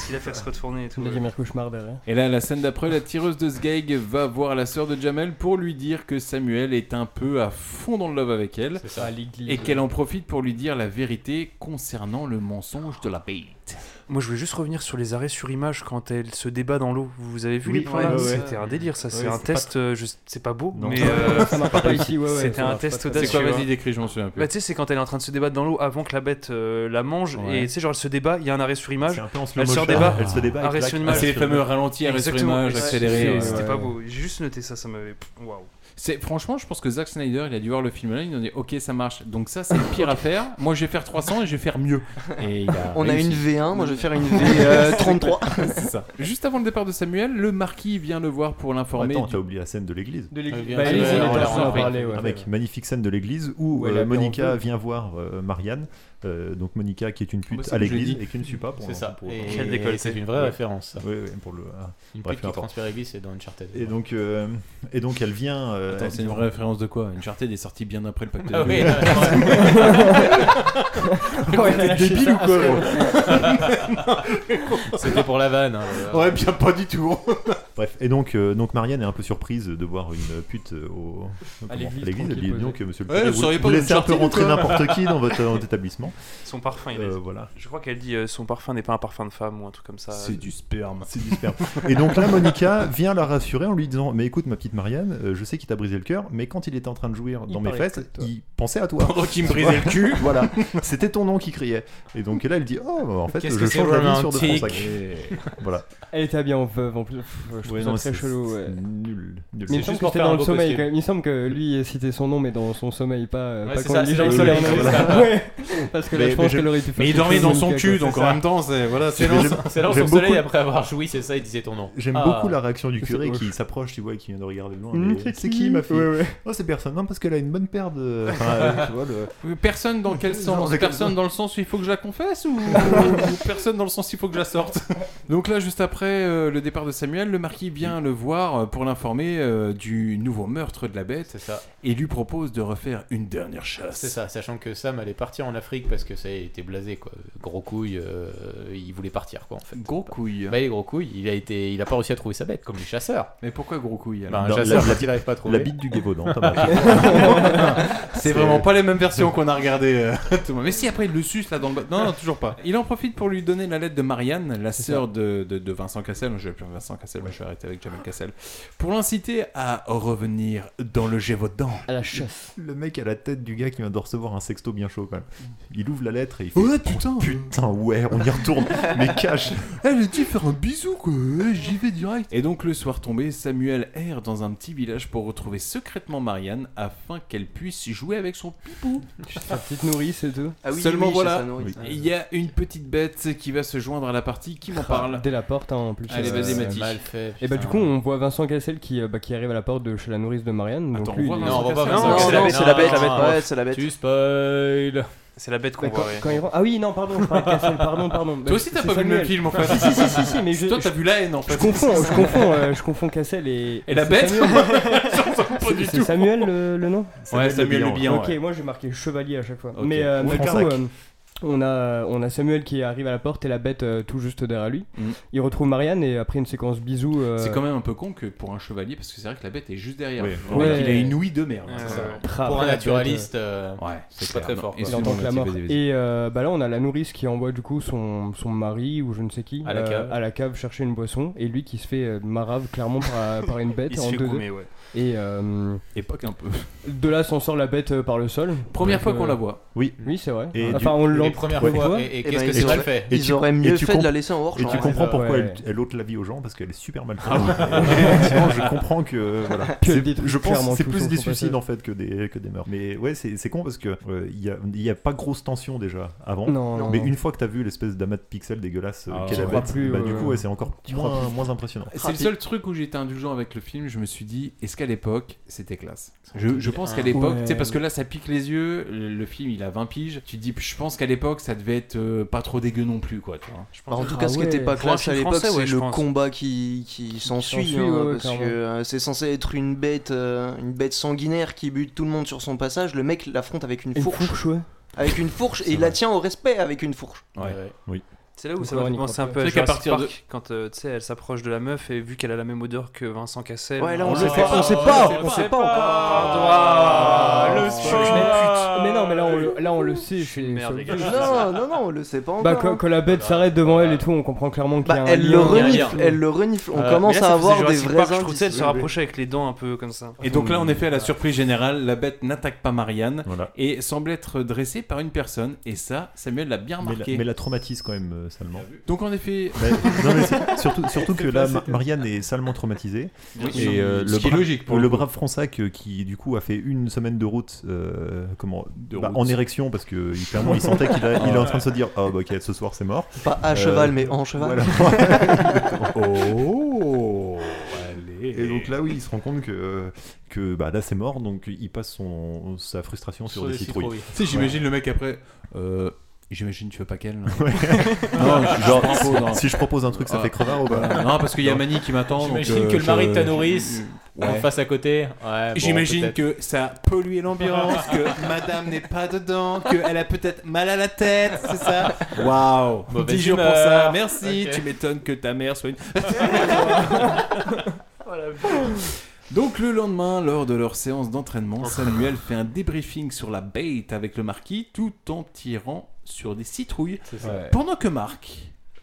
[SPEAKER 13] Il a fait se retourner et tout.
[SPEAKER 4] Il y a un cauchemar derrière.
[SPEAKER 2] Et là, la scène d'après, la tireuse de Sgeig va voir la sœur de Jamel pour lui dire que Samuel est un peu à fond dans le love avec elle.
[SPEAKER 8] ça.
[SPEAKER 2] Et qu'elle en profite pour lui dire la vérité concernant le mensonge de la bête.
[SPEAKER 13] Moi, je voulais juste revenir sur les arrêts sur image quand elle se débat dans l'eau. Vous avez vu
[SPEAKER 2] Oui,
[SPEAKER 13] les plans
[SPEAKER 2] ouais,
[SPEAKER 13] là
[SPEAKER 2] ouais, ouais.
[SPEAKER 13] C'était un délire, ça.
[SPEAKER 2] Ouais,
[SPEAKER 13] c'est un
[SPEAKER 2] c'est pas-
[SPEAKER 13] test. euh, je- C'est pas beau,
[SPEAKER 2] Non.
[SPEAKER 13] mais
[SPEAKER 2] Ça
[SPEAKER 13] euh,
[SPEAKER 2] marche pas
[SPEAKER 4] ici, ouais, ouais,
[SPEAKER 13] C'était
[SPEAKER 4] ça
[SPEAKER 13] un
[SPEAKER 4] marche
[SPEAKER 13] test
[SPEAKER 4] pas très
[SPEAKER 2] bien.
[SPEAKER 13] audacieux.
[SPEAKER 2] C'est quoi,
[SPEAKER 13] hein.
[SPEAKER 2] vas-y, décris, je m'en souviens plus.
[SPEAKER 13] Bah, tu sais, c'est quand elle est en train de se débattre dans l'eau avant que la bête euh, la mange.
[SPEAKER 2] Ouais.
[SPEAKER 13] Et tu sais, genre, elle se débat. Il y a un arrêt sur image.
[SPEAKER 7] C'est un peu en slow
[SPEAKER 13] elle se
[SPEAKER 7] motion.
[SPEAKER 13] redébat.
[SPEAKER 7] Elle se débat avec
[SPEAKER 13] Arrêt
[SPEAKER 7] la-
[SPEAKER 13] sur
[SPEAKER 7] Ah,
[SPEAKER 13] image.
[SPEAKER 2] c'est les fameux ralentis, arrêt sur
[SPEAKER 13] Exactement.
[SPEAKER 2] image,
[SPEAKER 13] Et c'est-
[SPEAKER 2] accéléré, ouais.
[SPEAKER 13] C'était pas
[SPEAKER 2] Ouais.
[SPEAKER 13] beau. J'ai juste noté ça. Ça m'avait. Waouh.
[SPEAKER 2] C'est franchement, je pense que Zack Snyder, il a dû voir le film là, il a dit OK, ça marche. Donc ça, c'est le pire à faire. Moi, je vais faire 300 et je vais faire mieux. Et il a
[SPEAKER 12] On a
[SPEAKER 2] réussi.
[SPEAKER 12] une V1, moi je vais faire une euh, V33.
[SPEAKER 2] C'est ça. Juste avant le départ de Samuel, le marquis vient le voir pour l'informer.
[SPEAKER 7] Attends,
[SPEAKER 2] du-
[SPEAKER 7] t'as oublié la scène de l'église.
[SPEAKER 4] De l'église.
[SPEAKER 2] Bah, allez-y,
[SPEAKER 7] Ah,
[SPEAKER 2] on
[SPEAKER 7] voilà,
[SPEAKER 2] est en
[SPEAKER 7] on en
[SPEAKER 2] train de
[SPEAKER 7] parlait,
[SPEAKER 2] parler, ouais.
[SPEAKER 7] Avec magnifique scène de l'église où
[SPEAKER 2] Ouais,
[SPEAKER 7] euh,
[SPEAKER 2] la
[SPEAKER 7] Monica
[SPEAKER 2] perruque.
[SPEAKER 7] vient voir euh, Marianne. Euh, donc Monica qui est une
[SPEAKER 8] Bah,
[SPEAKER 7] pute
[SPEAKER 8] c'est
[SPEAKER 7] à
[SPEAKER 8] ce que j'ai
[SPEAKER 7] l'église
[SPEAKER 8] dit.
[SPEAKER 7] et qui ne suit pas pour
[SPEAKER 8] C'est
[SPEAKER 7] le-
[SPEAKER 8] ça.
[SPEAKER 7] pour-
[SPEAKER 8] Et-
[SPEAKER 7] pour-
[SPEAKER 8] et décolleté. c'est une vraie
[SPEAKER 7] Ouais.
[SPEAKER 8] référence, ça.
[SPEAKER 7] Ouais, ouais, pour le. ah,
[SPEAKER 8] Une
[SPEAKER 7] bref,
[SPEAKER 8] pute
[SPEAKER 7] peu
[SPEAKER 8] qui
[SPEAKER 7] importe.
[SPEAKER 8] transfère l'église, c'est dans Uncharted.
[SPEAKER 7] Et donc, euh, et donc elle vient. euh,
[SPEAKER 2] Attends,
[SPEAKER 7] elle-
[SPEAKER 2] c'est une vraie référence de quoi Une Uncharted est sortie bien après le pacte
[SPEAKER 8] Ah
[SPEAKER 2] de
[SPEAKER 8] oui,
[SPEAKER 2] Lille.
[SPEAKER 8] Ouais,
[SPEAKER 2] T'es
[SPEAKER 8] elle a lâché
[SPEAKER 2] débile
[SPEAKER 8] ça,
[SPEAKER 2] ou quoi
[SPEAKER 8] parce que-
[SPEAKER 2] gros
[SPEAKER 8] C'était pour la vanne. hein, voilà.
[SPEAKER 2] pas du tout.
[SPEAKER 7] Bref, et donc, euh, donc Marianne est un peu surprise de voir une pute euh, au, comment
[SPEAKER 4] l'église,
[SPEAKER 7] Elle dit
[SPEAKER 4] tranquille,
[SPEAKER 7] donc, euh, monsieur le
[SPEAKER 2] Ouais,
[SPEAKER 7] curé,
[SPEAKER 2] vous
[SPEAKER 7] vous,
[SPEAKER 2] seriez pas
[SPEAKER 7] vous laissez un peu
[SPEAKER 2] Uncharted ou
[SPEAKER 7] rentrer
[SPEAKER 2] quoi
[SPEAKER 7] n'importe qui dans votre, dans votre établissement.
[SPEAKER 13] Son parfum, il
[SPEAKER 7] Euh,
[SPEAKER 13] est...
[SPEAKER 7] voilà.
[SPEAKER 13] Je crois qu'elle dit euh, son parfum n'est pas un parfum de femme ou un truc comme ça.
[SPEAKER 7] C'est du sperme. C'est du sperme. Et donc là, Monica vient la rassurer en lui disant Mais écoute, ma petite Marianne, euh, je sais qu'il t'a brisé le cœur, mais quand il était en train de jouir dans mes
[SPEAKER 2] parlait que
[SPEAKER 7] fesses,
[SPEAKER 2] de toi.
[SPEAKER 7] il pensait à toi.
[SPEAKER 2] Pendant qu'il me brisait le cul.
[SPEAKER 7] voilà. C'était ton nom qui criait. Et donc là, elle dit Oh, bah, en fait,
[SPEAKER 8] Qu'est-ce
[SPEAKER 7] je
[SPEAKER 8] que c'est
[SPEAKER 7] change d'avis sur De
[SPEAKER 8] romantique.
[SPEAKER 7] Fronsac. Voilà.
[SPEAKER 4] Elle était habillée en veuve en plus. Pff, Je trouve
[SPEAKER 7] Ouais,
[SPEAKER 4] ça
[SPEAKER 7] non,
[SPEAKER 4] très
[SPEAKER 7] c'est-
[SPEAKER 4] chelou.
[SPEAKER 7] c'est
[SPEAKER 4] ouais.
[SPEAKER 7] nul, nul.
[SPEAKER 4] Mais il
[SPEAKER 7] C'est
[SPEAKER 4] me semble
[SPEAKER 7] juste
[SPEAKER 4] que
[SPEAKER 7] pour
[SPEAKER 4] c'était
[SPEAKER 7] faire un
[SPEAKER 4] dans le
[SPEAKER 7] beau
[SPEAKER 4] sommeil
[SPEAKER 7] costume.
[SPEAKER 4] quand même. Il me semble que lui ait cité son nom, mais dans son sommeil, pas, euh,
[SPEAKER 8] Ouais,
[SPEAKER 4] pas
[SPEAKER 8] c'est
[SPEAKER 4] quand
[SPEAKER 8] ça,
[SPEAKER 4] il
[SPEAKER 8] c'est
[SPEAKER 4] est dans
[SPEAKER 8] dans
[SPEAKER 4] le
[SPEAKER 8] le
[SPEAKER 4] soleil.
[SPEAKER 8] sommeil, voilà.
[SPEAKER 4] quoi. Ouais, Parce que là,
[SPEAKER 2] Mais-
[SPEAKER 4] je pense
[SPEAKER 2] mais je-
[SPEAKER 4] qu'elle aurait dû faire
[SPEAKER 2] mais il
[SPEAKER 4] quelque
[SPEAKER 2] dormait
[SPEAKER 4] chose
[SPEAKER 2] dans
[SPEAKER 4] de
[SPEAKER 2] son
[SPEAKER 4] nickel,
[SPEAKER 2] cul,
[SPEAKER 4] quoi,
[SPEAKER 2] donc en
[SPEAKER 4] ça.
[SPEAKER 2] même temps, c'est- voilà, c'est
[SPEAKER 7] Mais
[SPEAKER 2] lent,
[SPEAKER 7] j'aime-
[SPEAKER 2] ça.
[SPEAKER 8] C'est là où
[SPEAKER 7] j'aime
[SPEAKER 8] son soleil,
[SPEAKER 7] beaucoup-
[SPEAKER 8] après avoir joui, c'est ça, il disait ton nom.
[SPEAKER 7] J'aime
[SPEAKER 8] Ah.
[SPEAKER 7] beaucoup la réaction du
[SPEAKER 8] C'est
[SPEAKER 7] curé
[SPEAKER 8] moche.
[SPEAKER 7] qui s'approche, tu vois, et qui vient de regarder de loin.
[SPEAKER 2] Mmh,
[SPEAKER 7] mais
[SPEAKER 2] c'est
[SPEAKER 7] C'est
[SPEAKER 2] qui
[SPEAKER 7] qui ma fille
[SPEAKER 2] Ouais, ouais.
[SPEAKER 7] Oh, c'est personne. Non, parce qu'elle a une bonne paire de. Enfin, euh, tu vois, le-
[SPEAKER 2] Personne dans quel sens
[SPEAKER 7] c'est comme
[SPEAKER 2] Personne dans le sens où il faut que je la confesse ou personne dans le sens où il faut que je la sorte Donc là, juste après euh, le départ de Samuel, le marquis vient le voir euh, pour l'informer euh, du nouveau meurtre de la bête et lui propose de refaire une dernière chasse.
[SPEAKER 8] C'est ça, sachant que Sam allait partir en Afrique parce que ça il était blasé quoi. Gros couille, euh, il voulait partir quoi en fait.
[SPEAKER 2] Gros couille.
[SPEAKER 8] Bah les gros couilles, il a été, il a pas réussi à trouver sa bête comme les chasseurs.
[SPEAKER 2] Mais pourquoi gros couille
[SPEAKER 8] Bah,
[SPEAKER 2] alors
[SPEAKER 8] un
[SPEAKER 7] Non,
[SPEAKER 8] chasseur
[SPEAKER 7] la- la-
[SPEAKER 8] quand il arrive pas à trouver.
[SPEAKER 7] la bite du Gévaudan, t'as marqué.
[SPEAKER 2] C'est
[SPEAKER 7] C'est-
[SPEAKER 2] c'est vraiment pas les mêmes versions qu'on a regardées. euh, tout le monde. Mais si après il le suce là dans le ba- non, non toujours pas. Il en profite pour lui donner la lettre de Marianne, la sœur de, de- de Vincent Cassel. Je vais plus Vincent Cassel, moi je suis arrêté avec Jamel Cassel, pour l'inciter à revenir dans le Gévaudan.
[SPEAKER 4] À la chasse.
[SPEAKER 7] Le mec à la tête du gars qui vient de recevoir un sexto bien chaud quand même. Il ouvre la lettre et il fait
[SPEAKER 2] Ouais, Oh, putain.
[SPEAKER 7] Putain ouais on y retourne mais cache
[SPEAKER 2] Elle a dit faire un bisou quoi, j'y vais direct. Et donc le soir tombé, Samuel erre dans un petit village pour retrouver secrètement Marianne afin qu'elle puisse jouer avec son pipou.
[SPEAKER 4] Sa petite nourrice et tout.
[SPEAKER 12] Ah
[SPEAKER 2] Seulement voilà, il y a une petite bête qui va se joindre à la partie. Qui m'en parle
[SPEAKER 4] Dès la porte, hein, en plus.
[SPEAKER 2] Allez,
[SPEAKER 4] euh,
[SPEAKER 2] vas-y, Mathis.
[SPEAKER 8] mal fait,
[SPEAKER 4] Et bah,
[SPEAKER 8] putain.
[SPEAKER 4] du coup, on voit Vincent Cassel qui, euh, bah, qui arrive à la porte de chez la nourrice de Marianne. donc
[SPEAKER 8] Attends, on
[SPEAKER 4] lui,
[SPEAKER 8] voit
[SPEAKER 4] il est-
[SPEAKER 8] Vincent Non, on voit pas Cassel.
[SPEAKER 4] Non,
[SPEAKER 8] Vincent
[SPEAKER 4] non,
[SPEAKER 8] Cassel.
[SPEAKER 4] non,
[SPEAKER 8] C'est la bête, la bête, ouais,
[SPEAKER 4] c'est la bête.
[SPEAKER 8] Tu spoil
[SPEAKER 13] C'est la bête qu'on
[SPEAKER 4] Bah, quand,
[SPEAKER 13] voit, ouais.
[SPEAKER 4] quand il rentre- Ah oui, non, pardon, je parlais de Cassel, pardon, pardon. Bah,
[SPEAKER 2] Toi aussi, t'as
[SPEAKER 4] c'est
[SPEAKER 2] pas vu le
[SPEAKER 4] Samuel.
[SPEAKER 2] film, en fait.
[SPEAKER 4] Si, si, si, si, si, mais je-
[SPEAKER 2] Toi, t'as
[SPEAKER 4] je-
[SPEAKER 2] vu la haine, en fait.
[SPEAKER 4] Je confonds, je confonds, euh, je confonds Cassel et.
[SPEAKER 2] Et la
[SPEAKER 4] c'est
[SPEAKER 2] bête
[SPEAKER 4] Samuel.
[SPEAKER 2] Pas du
[SPEAKER 4] C'est- C'est
[SPEAKER 2] tout.
[SPEAKER 4] Samuel le, le nom
[SPEAKER 2] Samuel Samuel Le Le Bihan, Bihan,
[SPEAKER 4] Ok,
[SPEAKER 2] ouais.
[SPEAKER 4] moi j'ai marqué chevalier à chaque fois.
[SPEAKER 2] Ok.
[SPEAKER 4] Mais, euh,
[SPEAKER 2] Ou
[SPEAKER 4] mais du coup,
[SPEAKER 2] Fronsac.
[SPEAKER 4] euh, on a, on a Samuel qui arrive à la porte et la bête euh, tout juste derrière lui.
[SPEAKER 2] Mm.
[SPEAKER 4] Il retrouve Marianne et après une séquence bisous. euh,
[SPEAKER 2] C'est quand même un peu con que pour un chevalier, parce que c'est vrai que la bête est juste derrière.
[SPEAKER 4] Ouais.
[SPEAKER 2] Le mec,
[SPEAKER 4] Ouais.
[SPEAKER 2] Il a une ouïe de merde. hein,
[SPEAKER 4] Ouais,
[SPEAKER 2] c'est ça.
[SPEAKER 4] ouais.
[SPEAKER 8] Pour un
[SPEAKER 4] Après, la
[SPEAKER 8] naturaliste,
[SPEAKER 4] bête,
[SPEAKER 8] euh,
[SPEAKER 2] Ouais,
[SPEAKER 8] c'est
[SPEAKER 2] clair.
[SPEAKER 8] pas très
[SPEAKER 2] Non,
[SPEAKER 8] fort. quoi.
[SPEAKER 2] et
[SPEAKER 4] Il entend que la
[SPEAKER 2] Vas-y,
[SPEAKER 4] mort.
[SPEAKER 2] vas-y, vas-y.
[SPEAKER 4] Et euh, bah là, on a la nourrice qui envoie du coup son, son mari ou je ne sais qui
[SPEAKER 8] À la
[SPEAKER 4] euh,
[SPEAKER 8] cave.
[SPEAKER 4] à la cave chercher une boisson et lui qui se fait euh, marave clairement par, par une bête
[SPEAKER 13] Il se
[SPEAKER 4] en
[SPEAKER 13] fait
[SPEAKER 4] deux.
[SPEAKER 13] goumer, ouais.
[SPEAKER 4] Et euh,
[SPEAKER 2] Époque un peu.
[SPEAKER 4] de là s'en sort la bête euh, par le sol.
[SPEAKER 2] Première
[SPEAKER 4] Donc,
[SPEAKER 2] fois
[SPEAKER 4] euh,
[SPEAKER 2] qu'on la voit.
[SPEAKER 7] Oui.
[SPEAKER 4] Oui, c'est vrai.
[SPEAKER 7] Et
[SPEAKER 4] enfin,
[SPEAKER 7] du-
[SPEAKER 4] on
[SPEAKER 7] et
[SPEAKER 4] l'entend.
[SPEAKER 8] première
[SPEAKER 4] ouais.
[SPEAKER 8] fois, et- et qu'est-ce que c'est mal fait
[SPEAKER 7] Et
[SPEAKER 12] Ils
[SPEAKER 7] tu-
[SPEAKER 12] auraient mieux
[SPEAKER 7] et tu
[SPEAKER 12] fait de la
[SPEAKER 7] comp-
[SPEAKER 12] laisser en hors
[SPEAKER 7] Et
[SPEAKER 12] champ,
[SPEAKER 7] tu
[SPEAKER 12] ouais.
[SPEAKER 7] comprends
[SPEAKER 12] Ouais.
[SPEAKER 7] pourquoi elle, elle ôte la vie aux gens parce qu'elle est super mal faite. Effectivement, je comprends que euh, voilà.
[SPEAKER 4] Puis elle
[SPEAKER 7] C'est-
[SPEAKER 4] détruit
[SPEAKER 7] Je pense
[SPEAKER 4] clairement
[SPEAKER 7] que c'est
[SPEAKER 4] tout
[SPEAKER 7] plus
[SPEAKER 4] sur
[SPEAKER 7] des
[SPEAKER 4] son
[SPEAKER 7] suicides
[SPEAKER 4] passage.
[SPEAKER 7] en fait que des que des meurtres. Mais ouais, c'est c'est con parce que euh, il y a il y a pas grosse tension déjà avant.
[SPEAKER 4] Non, non,
[SPEAKER 7] mais
[SPEAKER 4] non.
[SPEAKER 7] une fois que t'as vu l'espèce d'amas de pixels dégueulasse euh,
[SPEAKER 2] Ah,
[SPEAKER 7] qu'elle
[SPEAKER 2] tu
[SPEAKER 7] a
[SPEAKER 2] crois
[SPEAKER 7] bête,
[SPEAKER 4] plus,
[SPEAKER 7] bah, du
[SPEAKER 4] euh,
[SPEAKER 7] coup ouais, c'est encore
[SPEAKER 4] tu crois
[SPEAKER 7] moins,
[SPEAKER 4] plus.
[SPEAKER 7] moins impressionnant.
[SPEAKER 2] C'est le seul truc où j'étais indulgent avec le film, je me suis dit, est-ce qu'à l'époque, c'était classe je, je pense qu'à l'époque,
[SPEAKER 4] Ouais.
[SPEAKER 2] tu sais, parce que là, ça pique les yeux, le, le film, il a 20 piges, tu te dis, je pense qu'à l'époque, ça devait être euh, pas trop dégueu non plus, quoi, tu vois. Je pense
[SPEAKER 12] En tout
[SPEAKER 2] que-
[SPEAKER 12] cas, ce
[SPEAKER 4] Ah
[SPEAKER 12] qui
[SPEAKER 4] ouais.
[SPEAKER 12] n'était pas
[SPEAKER 4] Pour un
[SPEAKER 12] classe à
[SPEAKER 4] film
[SPEAKER 12] l'époque,
[SPEAKER 4] français, ouais,
[SPEAKER 12] c'est
[SPEAKER 4] je
[SPEAKER 12] le
[SPEAKER 4] pense.
[SPEAKER 12] combat qui, qui s'ensuit,
[SPEAKER 4] s'ensuit,
[SPEAKER 12] hein,
[SPEAKER 4] ouais,
[SPEAKER 12] parce que
[SPEAKER 4] clairement.
[SPEAKER 12] euh, c'est censé être une bête, euh, une bête sanguinaire qui bute tout le monde sur son passage. Le mec l'affronte avec une,
[SPEAKER 4] Une
[SPEAKER 12] fourche,
[SPEAKER 4] fourche, ouais.
[SPEAKER 12] avec une fourche, et
[SPEAKER 2] C'est
[SPEAKER 12] il la tient au respect avec une fourche.
[SPEAKER 2] Ouais.
[SPEAKER 7] Oui.
[SPEAKER 13] C'est là où
[SPEAKER 4] Donc
[SPEAKER 13] ça
[SPEAKER 4] là,
[SPEAKER 13] va
[SPEAKER 4] on y
[SPEAKER 13] commencer
[SPEAKER 4] croit
[SPEAKER 13] un
[SPEAKER 4] pas.
[SPEAKER 13] peu à
[SPEAKER 2] C'est vrai qu'à
[SPEAKER 13] Jurassic
[SPEAKER 2] partir de-
[SPEAKER 13] Park, quand euh, tu sais, elle s'approche de la meuf et vu qu'elle a la même odeur que Vincent Cassel.
[SPEAKER 12] Ouais, là,
[SPEAKER 13] euh,
[SPEAKER 12] on sait pas, on sait pas, on sait pas
[SPEAKER 13] Pardon.
[SPEAKER 12] encore.
[SPEAKER 13] Ah, le spoil.
[SPEAKER 4] Mais non, mais là on le, là, on le sait.
[SPEAKER 13] Je suis une
[SPEAKER 4] c'est-
[SPEAKER 13] merde,
[SPEAKER 4] c'est
[SPEAKER 13] les gars.
[SPEAKER 4] obligé.
[SPEAKER 12] Non, non, non, on le sait pas encore.
[SPEAKER 4] Bah, quand,
[SPEAKER 12] hein.
[SPEAKER 4] quand la bête s'arrête devant elle et tout, on comprend clairement qu'il y a
[SPEAKER 12] Bah,
[SPEAKER 4] un
[SPEAKER 12] elle
[SPEAKER 4] lien.
[SPEAKER 12] le
[SPEAKER 4] Il y a un
[SPEAKER 12] renifle,
[SPEAKER 4] lien.
[SPEAKER 12] elle le renifle. On commence
[SPEAKER 13] Euh, Mais là,
[SPEAKER 12] à
[SPEAKER 13] ça
[SPEAKER 12] avoir
[SPEAKER 13] faisait
[SPEAKER 12] des
[SPEAKER 13] Jurassic
[SPEAKER 12] vrais
[SPEAKER 13] Park, Je trouve
[SPEAKER 12] indices.
[SPEAKER 13] ça, elle se
[SPEAKER 12] Oui, oui.
[SPEAKER 13] rapprochait avec les dents un peu comme ça.
[SPEAKER 2] Et donc là, en effet, à la surprise générale, la bête n'attaque pas Marianne
[SPEAKER 7] Voilà.
[SPEAKER 2] et semble être dressée par une personne, et ça, Samuel l'a bien
[SPEAKER 7] Mais la,
[SPEAKER 2] remarqué.
[SPEAKER 7] mais la traumatise quand même euh, salement.
[SPEAKER 2] Donc en effet,
[SPEAKER 7] Bah, non, mais c'est- surtout, surtout que là, Ma- Marianne est salement traumatisée.
[SPEAKER 2] Bien sûr.
[SPEAKER 7] Et euh,
[SPEAKER 2] Ce
[SPEAKER 7] le,
[SPEAKER 2] qui est
[SPEAKER 7] brave,
[SPEAKER 2] logique, pour
[SPEAKER 7] le
[SPEAKER 2] le coup.
[SPEAKER 7] brave Fronsac euh, qui, du coup, a fait une semaine de route, euh, comment,
[SPEAKER 2] De
[SPEAKER 7] bah,
[SPEAKER 2] route.
[SPEAKER 7] en érection parce que il- clairement, il sentait qu'il a- il est en train de se dire Ah, bah, ok, ce soir, c'est mort.
[SPEAKER 12] Pas à
[SPEAKER 7] Euh,
[SPEAKER 12] cheval, mais en cheval.
[SPEAKER 7] voilà.
[SPEAKER 2] Oh
[SPEAKER 7] Et donc là, oui, il se rend compte que, que bah, là, c'est mort, donc il passe son, sa frustration sur,
[SPEAKER 8] Sur
[SPEAKER 7] des,
[SPEAKER 8] des
[SPEAKER 7] citrouilles.
[SPEAKER 8] citrouilles.
[SPEAKER 2] Tu sais, j'imagine le mec après. euh, j'imagine tu veux pas qu'elle.
[SPEAKER 7] Ouais.
[SPEAKER 2] Non, je- je
[SPEAKER 7] Genre,
[SPEAKER 2] propose, non.
[SPEAKER 7] si je propose un truc, ça
[SPEAKER 2] Ah.
[SPEAKER 7] fait crevard oh, bah. ou pas
[SPEAKER 2] Non, parce qu'il y a Mani qui m'attend. donc,
[SPEAKER 8] J'imagine
[SPEAKER 2] euh,
[SPEAKER 8] que le
[SPEAKER 2] je-
[SPEAKER 8] mari de ta nourrice,
[SPEAKER 2] Ouais.
[SPEAKER 8] en face à côté. Ouais, Ah bon,
[SPEAKER 2] J'imagine
[SPEAKER 8] peut-être.
[SPEAKER 2] que ça a pollué l'ambiance, que madame n'est pas dedans, qu'elle a peut-être mal à la tête, c'est ça Waouh
[SPEAKER 8] Mauvaise
[SPEAKER 2] 10 jours pour
[SPEAKER 8] humeur.
[SPEAKER 2] ça, merci,
[SPEAKER 8] Ok. Oh,
[SPEAKER 2] tu m'étonnes que ta mère soit une. Donc le lendemain, lors de leur séance
[SPEAKER 8] Oh.
[SPEAKER 2] d'entraînement, Samuel fait un débriefing sur la bait avec le marquis tout en tirant sur des citrouilles.
[SPEAKER 12] ça. Ouais.
[SPEAKER 2] Pendant que Marc,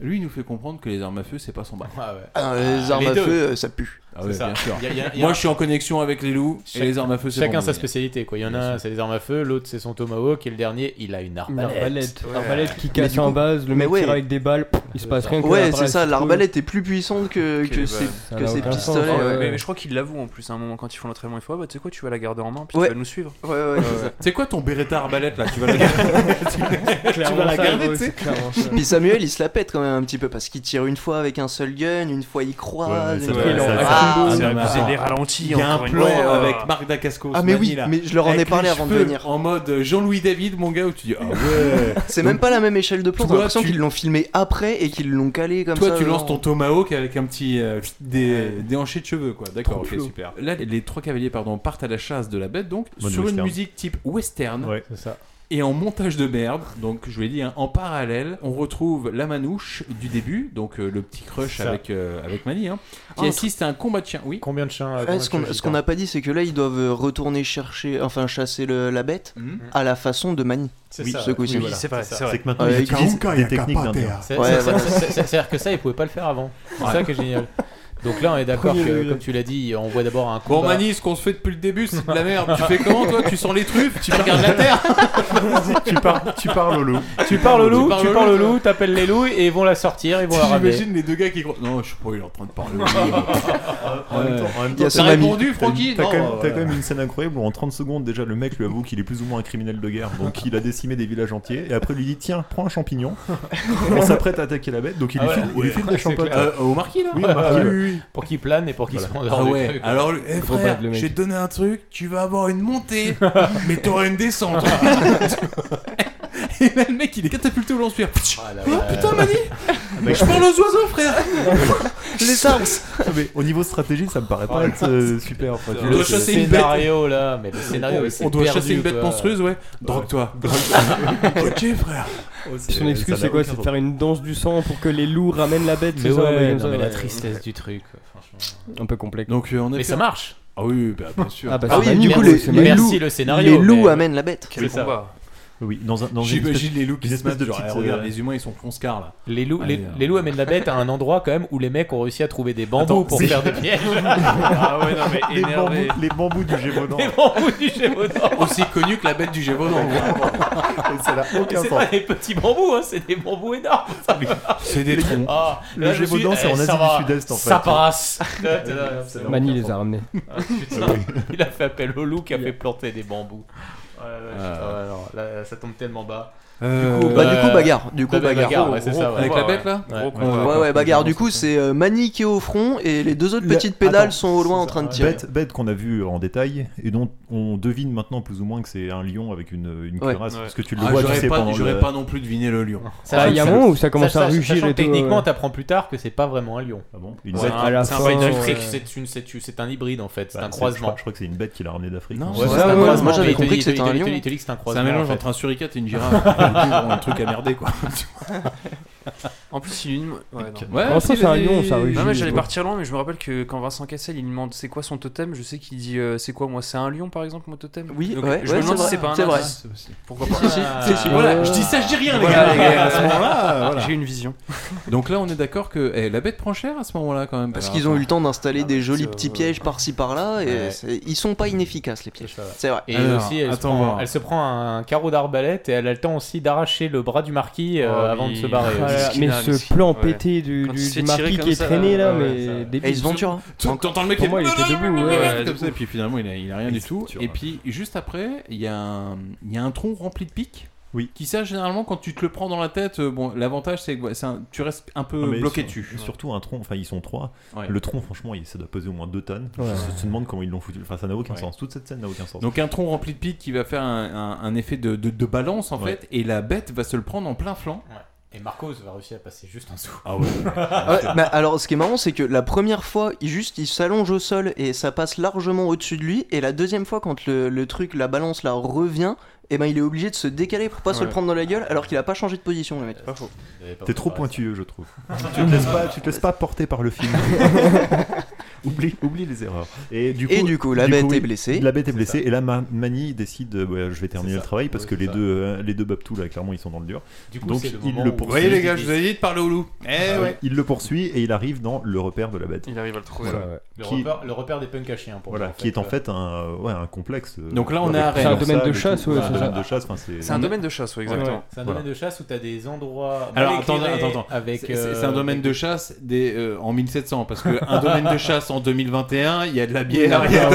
[SPEAKER 2] lui, nous fait comprendre que les armes à feu, c'est pas son bail.
[SPEAKER 12] Ah, les armes à feu, euh, ça pue.
[SPEAKER 2] Ah ouais,
[SPEAKER 8] C'est ça.
[SPEAKER 2] bien sûr.
[SPEAKER 8] Y a- y a- y a-
[SPEAKER 2] Moi, je suis en connexion avec les loups et
[SPEAKER 8] Chaque-
[SPEAKER 2] les armes à feu, c'est
[SPEAKER 8] Chacun
[SPEAKER 2] pour
[SPEAKER 8] sa
[SPEAKER 2] nous.
[SPEAKER 8] spécialité, quoi. Il y en a un, c'est les armes à feu, l'autre, c'est son tomahawk, et le dernier, il a une arbalète.
[SPEAKER 4] arbalète.
[SPEAKER 8] Ouais.
[SPEAKER 4] Arbalète qui
[SPEAKER 8] Mais
[SPEAKER 4] casse
[SPEAKER 8] du
[SPEAKER 4] en
[SPEAKER 8] coup-
[SPEAKER 4] base, le
[SPEAKER 8] mais
[SPEAKER 4] mec
[SPEAKER 8] ouais.
[SPEAKER 4] tire avec des balles, pff, il se passe rien que
[SPEAKER 12] Ouais,
[SPEAKER 4] la
[SPEAKER 12] c'est ça,
[SPEAKER 4] balle,
[SPEAKER 12] l'arbalète est plus puissante que, que ses,
[SPEAKER 4] ça
[SPEAKER 12] que
[SPEAKER 4] n'a
[SPEAKER 12] ses
[SPEAKER 4] aucun sens.
[SPEAKER 12] pistolets.
[SPEAKER 4] Ouais,
[SPEAKER 12] Ah, ouais.
[SPEAKER 13] Mais, mais je crois qu'ils l'avouent en plus à un moment quand ils font l'entraînement. Ils font Ah bah tu sais quoi, tu vas la garder en main, puis
[SPEAKER 12] Ouais.
[SPEAKER 13] tu vas nous suivre.
[SPEAKER 12] Ouais, ouais, c'est ça.
[SPEAKER 2] C'est quoi ton Beretta arbalète là Tu vas la garder Tu vas la garder, tu sais
[SPEAKER 12] Puis Samuel, il se la pète quand même un petit peu parce qu'il tire une fois avec un seul gun, une fois il croise.
[SPEAKER 2] Ouais,
[SPEAKER 12] une
[SPEAKER 2] c'est
[SPEAKER 12] fois-
[SPEAKER 2] vrai, ça,
[SPEAKER 12] Ah,
[SPEAKER 2] c'est
[SPEAKER 12] ah,
[SPEAKER 2] abusé.
[SPEAKER 12] ah.
[SPEAKER 2] Les ralentis, Il y a un encore une plan fois. euh, avec Marc Dacascos,
[SPEAKER 12] Ah, mais
[SPEAKER 2] Mani,
[SPEAKER 12] oui,
[SPEAKER 2] là.
[SPEAKER 12] mais je leur en ai
[SPEAKER 2] Avec
[SPEAKER 12] parlé
[SPEAKER 2] les
[SPEAKER 12] avant de
[SPEAKER 2] cheveux
[SPEAKER 12] venir.
[SPEAKER 2] En mode Jean-Louis David, mon gars, où tu dis ah ouais.
[SPEAKER 12] C'est
[SPEAKER 2] Donc,
[SPEAKER 12] même pas la même échelle de plan,
[SPEAKER 2] Toi,
[SPEAKER 12] j'ai l'impression
[SPEAKER 2] tu-
[SPEAKER 12] qu'ils l'ont filmé après et qu'ils l'ont calé comme
[SPEAKER 2] Toi,
[SPEAKER 12] ça.
[SPEAKER 2] tu
[SPEAKER 12] genre.
[SPEAKER 2] lances ton tomahawk avec un petit euh, dé- déhanché de cheveux, quoi. D'accord, ok,
[SPEAKER 12] chelou.
[SPEAKER 2] super. Là, les- les trois cavaliers, pardon, partent à la chasse de la bête, donc
[SPEAKER 7] Mode
[SPEAKER 2] sur une
[SPEAKER 7] western.
[SPEAKER 2] musique type western.
[SPEAKER 7] Ouais.
[SPEAKER 2] c'est ça. Et en montage de merde, donc je vous l'ai dit, hein, en parallèle, on retrouve la manouche du début, donc euh, le petit crush
[SPEAKER 12] Ça.
[SPEAKER 2] avec, euh, avec Mani, hein, qui
[SPEAKER 12] Ah,
[SPEAKER 2] assiste à un combat de chiens. Oui.
[SPEAKER 8] Combien de chiens
[SPEAKER 12] Ah, ce qu'on ce qu'on n'a pas dit, c'est que là, ils doivent retourner chercher, enfin chasser le- la bête
[SPEAKER 2] Mhm.
[SPEAKER 12] à la façon de Mani.
[SPEAKER 8] C'est ça.
[SPEAKER 12] ce coup-ci.
[SPEAKER 8] Oui, voilà. ça.
[SPEAKER 12] Ouais, ils utilisent des techniques d'Indien.
[SPEAKER 8] C'est-
[SPEAKER 12] Ouais,
[SPEAKER 8] c'est-
[SPEAKER 12] voilà.
[SPEAKER 8] c'est- c'est- c'est- C'est-à-dire que ça, ils pouvaient pas le faire avant. C'est
[SPEAKER 2] Ouais.
[SPEAKER 8] ça qui est génial. Donc là, on est d'accord
[SPEAKER 2] Premier
[SPEAKER 8] que,
[SPEAKER 2] degré.
[SPEAKER 8] comme tu l'as dit, on voit d'abord un combat.
[SPEAKER 2] Bon, Mani, ce qu'on se fait depuis le début, c'est de la merde. tu fais comment, toi Tu sens les truffes Tu regardes la terre
[SPEAKER 7] tu, parles, tu parles au loup.
[SPEAKER 8] Tu parles au loup, tu parles au
[SPEAKER 2] toi.
[SPEAKER 8] loup, t'appelles les loups et ils vont la sortir, ils vont la ramener.
[SPEAKER 2] J'imagine les deux gars qui. gro- Non, je sais pas, il est en train de parler. au loup.
[SPEAKER 7] En même temps- en même temps,
[SPEAKER 2] T'as répondu, Francky
[SPEAKER 7] T'as
[SPEAKER 2] Non,
[SPEAKER 7] quand, même- t'as
[SPEAKER 2] voilà.
[SPEAKER 7] quand même une scène incroyable où en 30 secondes, déjà, le mec lui avoue qu'il est plus ou moins un criminel de guerre, donc il a décimé des villages entiers, et après lui dit Tiens, prends un champignon, on s'apprête à attaquer la bête, donc il lui
[SPEAKER 8] Ah ouais.
[SPEAKER 7] file, il lui file
[SPEAKER 8] Ouais,
[SPEAKER 7] des champignons.
[SPEAKER 8] c'est clair.
[SPEAKER 2] Euh, au marquis, là
[SPEAKER 7] Oui, au marquis,
[SPEAKER 8] Ouais.
[SPEAKER 7] oui, oui, oui.
[SPEAKER 8] Pour qu'il plane et pour qu'il se rendorme.
[SPEAKER 2] Ah
[SPEAKER 8] du
[SPEAKER 2] ouais,
[SPEAKER 8] truc.
[SPEAKER 2] alors eh,
[SPEAKER 8] Gros
[SPEAKER 2] frère,
[SPEAKER 8] bad, le mec.
[SPEAKER 2] je vais te donner un truc, tu vas avoir une montée, mais t'auras une descente. Et là, le mec, il est catapulté au lance-pierre.
[SPEAKER 8] Ah là
[SPEAKER 2] oh
[SPEAKER 8] là
[SPEAKER 2] putain,
[SPEAKER 8] là.
[SPEAKER 2] Mani
[SPEAKER 7] bah,
[SPEAKER 2] Je parle aux oiseaux, frère Les arbres
[SPEAKER 7] Mais au niveau stratégie, ça me paraît pas être euh, super. enfin, tu
[SPEAKER 8] Le
[SPEAKER 7] vois, c'est-
[SPEAKER 8] scénario là, mais le scénario c'est
[SPEAKER 2] On doit
[SPEAKER 8] perdu,
[SPEAKER 2] chasser une bête
[SPEAKER 8] quoi.
[SPEAKER 2] monstrueuse, ouais. Drogue-toi. ok, frère.
[SPEAKER 7] oh,
[SPEAKER 4] Son excuse, c'est quoi C'est de faire une danse du sang pour que les loups ramènent la bête,
[SPEAKER 8] Mais
[SPEAKER 4] c'est ça,
[SPEAKER 8] ouais,
[SPEAKER 4] un truc comme
[SPEAKER 8] non,
[SPEAKER 4] ça,
[SPEAKER 8] mais la
[SPEAKER 4] ouais.
[SPEAKER 8] tristesse du truc, quoi, franchement.
[SPEAKER 4] Un peu complexe.
[SPEAKER 2] Donc, euh, en
[SPEAKER 8] Mais
[SPEAKER 2] effet-
[SPEAKER 8] ça marche.
[SPEAKER 2] Ah oui, bah, bien sûr.
[SPEAKER 4] Ah bah,
[SPEAKER 12] Ah oui, du coup, les,
[SPEAKER 8] merci,
[SPEAKER 12] les
[SPEAKER 8] merci
[SPEAKER 12] loups,
[SPEAKER 8] le scénario,
[SPEAKER 12] les loups
[SPEAKER 8] mais-
[SPEAKER 12] amènent la bête.
[SPEAKER 8] Quel C'est ça. combat.
[SPEAKER 7] Oui, dans un. Dans une
[SPEAKER 2] J'imagine
[SPEAKER 7] espèce-
[SPEAKER 2] les loups qui
[SPEAKER 7] une
[SPEAKER 2] se
[SPEAKER 7] espèce
[SPEAKER 2] battent,
[SPEAKER 7] de
[SPEAKER 2] genre,
[SPEAKER 7] petite,
[SPEAKER 2] eh, regarde,
[SPEAKER 7] euh,
[SPEAKER 2] les humains, ils sont fonce-car, là.
[SPEAKER 8] Les loups, les,
[SPEAKER 2] Allez, euh,
[SPEAKER 8] les loups amènent la bête à un endroit quand même où les mecs ont réussi à trouver des bambous
[SPEAKER 2] Attends,
[SPEAKER 8] pour
[SPEAKER 2] c'est-
[SPEAKER 8] faire des pièges.
[SPEAKER 13] Ah ouais, non, mais
[SPEAKER 7] les,
[SPEAKER 13] énervé.
[SPEAKER 7] bambous, les bambous du Gévaudan.
[SPEAKER 8] Les bambous du Gévaudan.
[SPEAKER 2] Aussi connu que la bête du Gévaudan.
[SPEAKER 7] ça n'a
[SPEAKER 8] Mais
[SPEAKER 7] aucun
[SPEAKER 8] C'est
[SPEAKER 7] sens.
[SPEAKER 8] pas des petits bambous, hein, c'est des bambous énormes. ça.
[SPEAKER 2] C'est des troncs.
[SPEAKER 8] Ah,
[SPEAKER 7] Le
[SPEAKER 8] là, je me suis
[SPEAKER 7] Gévaudan,
[SPEAKER 8] dit,
[SPEAKER 7] c'est en
[SPEAKER 8] eh,
[SPEAKER 7] Asie
[SPEAKER 8] ça
[SPEAKER 7] du
[SPEAKER 8] va,
[SPEAKER 7] Sud-Est, en
[SPEAKER 8] Ça
[SPEAKER 7] fait.
[SPEAKER 8] passe.
[SPEAKER 4] Mani les a ramenés.
[SPEAKER 8] Ah, putain, Il a fait appel au loup qui a fait planter des bambous. Ouais, ouais, putain, ouais, non, là, ça tombe tellement bas.
[SPEAKER 12] Euh, bah, du coup, bagarre. Du coup, bagarre.
[SPEAKER 8] ouais, c'est ça, ouais.
[SPEAKER 2] Avec la bête, là
[SPEAKER 8] Ouais.
[SPEAKER 12] Ouais, ouais, bagarre. Du coup, c'est euh, Mani qui est au front et les deux autres
[SPEAKER 7] La-
[SPEAKER 12] petites pédales
[SPEAKER 7] Attends,
[SPEAKER 12] sont au loin
[SPEAKER 7] c'est
[SPEAKER 12] en train
[SPEAKER 7] ça.
[SPEAKER 12] de tirer.
[SPEAKER 7] Bête, bête qu'on a vue en détail et dont on devine maintenant plus ou moins que c'est un lion avec une, une
[SPEAKER 12] Ouais.
[SPEAKER 7] cuirasse
[SPEAKER 12] Ouais.
[SPEAKER 7] parce que tu le
[SPEAKER 2] Ah,
[SPEAKER 7] vois, tu
[SPEAKER 2] j'aurais
[SPEAKER 7] sais
[SPEAKER 2] pas,
[SPEAKER 7] pendant
[SPEAKER 2] j'aurais
[SPEAKER 7] le-
[SPEAKER 2] pas non plus deviné le lion.
[SPEAKER 4] Bah, il y a un moment où ça commence à rugir
[SPEAKER 8] sachant
[SPEAKER 4] et
[SPEAKER 8] que
[SPEAKER 4] tout,
[SPEAKER 8] Techniquement,
[SPEAKER 4] ouais.
[SPEAKER 8] t'apprends plus tard que c'est pas vraiment un lion.
[SPEAKER 7] Ah bon
[SPEAKER 8] Ouais,
[SPEAKER 7] Une
[SPEAKER 8] c'est
[SPEAKER 7] bête.
[SPEAKER 4] À la
[SPEAKER 8] un- c'est un
[SPEAKER 4] fin,
[SPEAKER 8] bête
[SPEAKER 4] ouais.
[SPEAKER 8] fric, c'est une- c'est c'est un hybride en fait, c'est
[SPEAKER 7] Bah,
[SPEAKER 8] un
[SPEAKER 7] c'est- Je
[SPEAKER 8] croisement.
[SPEAKER 7] crois, je crois que c'est une bête qui l'a ramené d'afrique.
[SPEAKER 2] Non,
[SPEAKER 8] Ouais,
[SPEAKER 2] c'est un
[SPEAKER 8] c'est un
[SPEAKER 2] croisement.
[SPEAKER 8] croisement,
[SPEAKER 2] Moi, j'avais
[SPEAKER 8] mais il te
[SPEAKER 2] compris
[SPEAKER 8] dit-
[SPEAKER 2] que c'était
[SPEAKER 8] il te-
[SPEAKER 2] un
[SPEAKER 8] il te
[SPEAKER 2] lion.
[SPEAKER 8] dit- il te dit que c'est un
[SPEAKER 2] C'est
[SPEAKER 8] croisement,
[SPEAKER 2] un mélange
[SPEAKER 8] en fait.
[SPEAKER 2] entre un suricate et une girafe. Du coup, un truc à merder quoi.
[SPEAKER 13] En plus, il une. Ouais, non.
[SPEAKER 2] Ouais, En soi, c'est un lion, ça, oui,
[SPEAKER 12] Bah,
[SPEAKER 13] Non, mais
[SPEAKER 2] j'ai-
[SPEAKER 13] j'allais partir loin, mais je me rappelle que quand Vincent Cassel il me demande c'est quoi son totem, je sais qu'il dit euh, c'est quoi moi, c'est un lion par exemple mon totem
[SPEAKER 12] Oui,
[SPEAKER 13] Donc,
[SPEAKER 12] ouais,
[SPEAKER 13] je
[SPEAKER 12] ouais,
[SPEAKER 13] me demande
[SPEAKER 12] c'est
[SPEAKER 13] si c'est
[SPEAKER 12] vrai,
[SPEAKER 13] pas un
[SPEAKER 12] c'est vrai.
[SPEAKER 13] indice. Pourquoi pas
[SPEAKER 12] Si, si, si, si.
[SPEAKER 2] Voilà, je dis ça, je dis rien, les
[SPEAKER 13] Voilà,
[SPEAKER 2] gars.
[SPEAKER 13] les gars,
[SPEAKER 2] à ce moment-là, voilà.
[SPEAKER 13] J'ai une vision.
[SPEAKER 2] Donc là, on est d'accord que eh, la bête prend cher à ce moment-là quand même.
[SPEAKER 12] Parce
[SPEAKER 2] Alors,
[SPEAKER 12] qu'ils ont eu
[SPEAKER 2] attends.
[SPEAKER 12] le temps d'installer des jolis petits pièges par-ci par-là et
[SPEAKER 2] Ouais.
[SPEAKER 12] c'est- ils sont pas inefficaces les pièges. C'est vrai.
[SPEAKER 8] Et aussi, elle,
[SPEAKER 2] attends
[SPEAKER 8] se prend,
[SPEAKER 2] voir.
[SPEAKER 8] elle se prend un carreau d'arbalète et elle a le temps aussi d'arracher le bras du marquis euh,
[SPEAKER 13] Oh,
[SPEAKER 8] avant de
[SPEAKER 13] oui.
[SPEAKER 8] se barrer.
[SPEAKER 13] Ah,
[SPEAKER 8] aussi.
[SPEAKER 13] là,
[SPEAKER 4] Mais
[SPEAKER 13] Final,
[SPEAKER 4] ce
[SPEAKER 13] Miskin,
[SPEAKER 4] plan
[SPEAKER 13] ouais.
[SPEAKER 4] pété du,
[SPEAKER 13] Quand
[SPEAKER 4] du-
[SPEAKER 13] il se
[SPEAKER 4] du
[SPEAKER 13] fait
[SPEAKER 4] marquis
[SPEAKER 13] tirer
[SPEAKER 4] qui
[SPEAKER 13] comme
[SPEAKER 4] est
[SPEAKER 13] ça,
[SPEAKER 4] traîné là,
[SPEAKER 13] ouais,
[SPEAKER 4] mais
[SPEAKER 13] ça-
[SPEAKER 4] débile.
[SPEAKER 12] Et ils se venturent. hein.
[SPEAKER 2] Tu- T'entends le mec
[SPEAKER 4] Pour
[SPEAKER 2] qui
[SPEAKER 4] moi, il était debout. ouais.
[SPEAKER 2] comme ça, et puis finalement il a, il a rien du tout. Et puis juste après, il y, a un- il y a un tronc rempli de pics.
[SPEAKER 7] Oui.
[SPEAKER 2] Qui ça généralement quand tu te le prends dans la tête, euh, bon l'avantage c'est que ouais, c'est un- tu restes un peu
[SPEAKER 7] Non, Ah, mais
[SPEAKER 2] bloqué
[SPEAKER 7] sur-
[SPEAKER 2] dessus.
[SPEAKER 7] Surtout un tronc, enfin ils sont trois.
[SPEAKER 2] Ouais.
[SPEAKER 7] Le tronc, franchement, il, ça doit peser au moins 2 tonnes.
[SPEAKER 2] Ouais.
[SPEAKER 7] Je se demande comment ils l'ont foutu. Enfin, ça n'a aucun
[SPEAKER 2] Ouais.
[SPEAKER 7] sens. Toute cette scène n'a aucun sens.
[SPEAKER 2] Donc un tronc rempli de pics qui va faire un, un- un effet de, de- de balance en
[SPEAKER 7] Ouais.
[SPEAKER 2] fait, et la bête va se le prendre en plein flanc.
[SPEAKER 8] Et Marcos va réussir à passer juste en dessous.
[SPEAKER 2] Ah ouais.
[SPEAKER 12] Ah ouais, bah, alors ce qui est marrant c'est que la première fois il juste il s'allonge au sol et ça passe largement au-dessus de lui et la deuxième fois quand le, le truc la balance la revient et ben il est obligé de se décaler pour pas se le
[SPEAKER 7] Ouais.
[SPEAKER 12] prendre dans la gueule alors qu'il a pas changé de position le mec. Pas faux.
[SPEAKER 7] T'es trop pointilleux, je trouve. tu, te laisses pas, tu te laisses pas porter par le film. oublie, oublie les erreurs. Et du coup,
[SPEAKER 12] Et du coup, la bête
[SPEAKER 7] oui,
[SPEAKER 12] est blessée.
[SPEAKER 7] La bête est blessée. Et là, Ma- Mani décide euh, ouais, je vais terminer le travail parce que les deux, euh, les deux Babtou, là, clairement, ils sont dans le dur.
[SPEAKER 2] Du coup,
[SPEAKER 7] Donc,
[SPEAKER 2] c'est le
[SPEAKER 7] il
[SPEAKER 2] moment
[SPEAKER 7] le
[SPEAKER 2] où-
[SPEAKER 7] poursuit.
[SPEAKER 2] Voyez, les gars, je vous avais dit de parler au loup. Eh
[SPEAKER 7] Ah
[SPEAKER 2] ouais.
[SPEAKER 7] Il le poursuit et il arrive dans le repère de la bête.
[SPEAKER 13] Il arrive à le trouver.
[SPEAKER 7] Voilà.
[SPEAKER 13] Ouais, ouais.
[SPEAKER 8] Le,
[SPEAKER 7] Qui-
[SPEAKER 8] repère, le repère des punks à chiens, pour
[SPEAKER 7] voilà,
[SPEAKER 8] moi,
[SPEAKER 7] qui est en fait un, ouais, un complexe. euh,
[SPEAKER 2] Donc là, on est
[SPEAKER 7] avec
[SPEAKER 2] à Rennes.
[SPEAKER 7] plusieurs
[SPEAKER 2] C'est un
[SPEAKER 7] salles et tout.
[SPEAKER 2] domaine de chasse, ouais,
[SPEAKER 7] C'est
[SPEAKER 2] c'est
[SPEAKER 7] un domaine
[SPEAKER 2] ça.
[SPEAKER 7] de chasse. enfin, C'est
[SPEAKER 13] C'est un domaine de chasse, ouais, exactement.
[SPEAKER 8] C'est un domaine de chasse où t'as des endroits. mal
[SPEAKER 2] Alors attends,
[SPEAKER 8] éclairés
[SPEAKER 2] attends, attends.
[SPEAKER 8] Avec,
[SPEAKER 2] C'est- c'est- c'est
[SPEAKER 8] euh,
[SPEAKER 2] un domaine de chasse des, euh, en 1700 parce que un domaine de chasse en 2021, il y a de la bière,
[SPEAKER 12] ah,
[SPEAKER 2] il y a,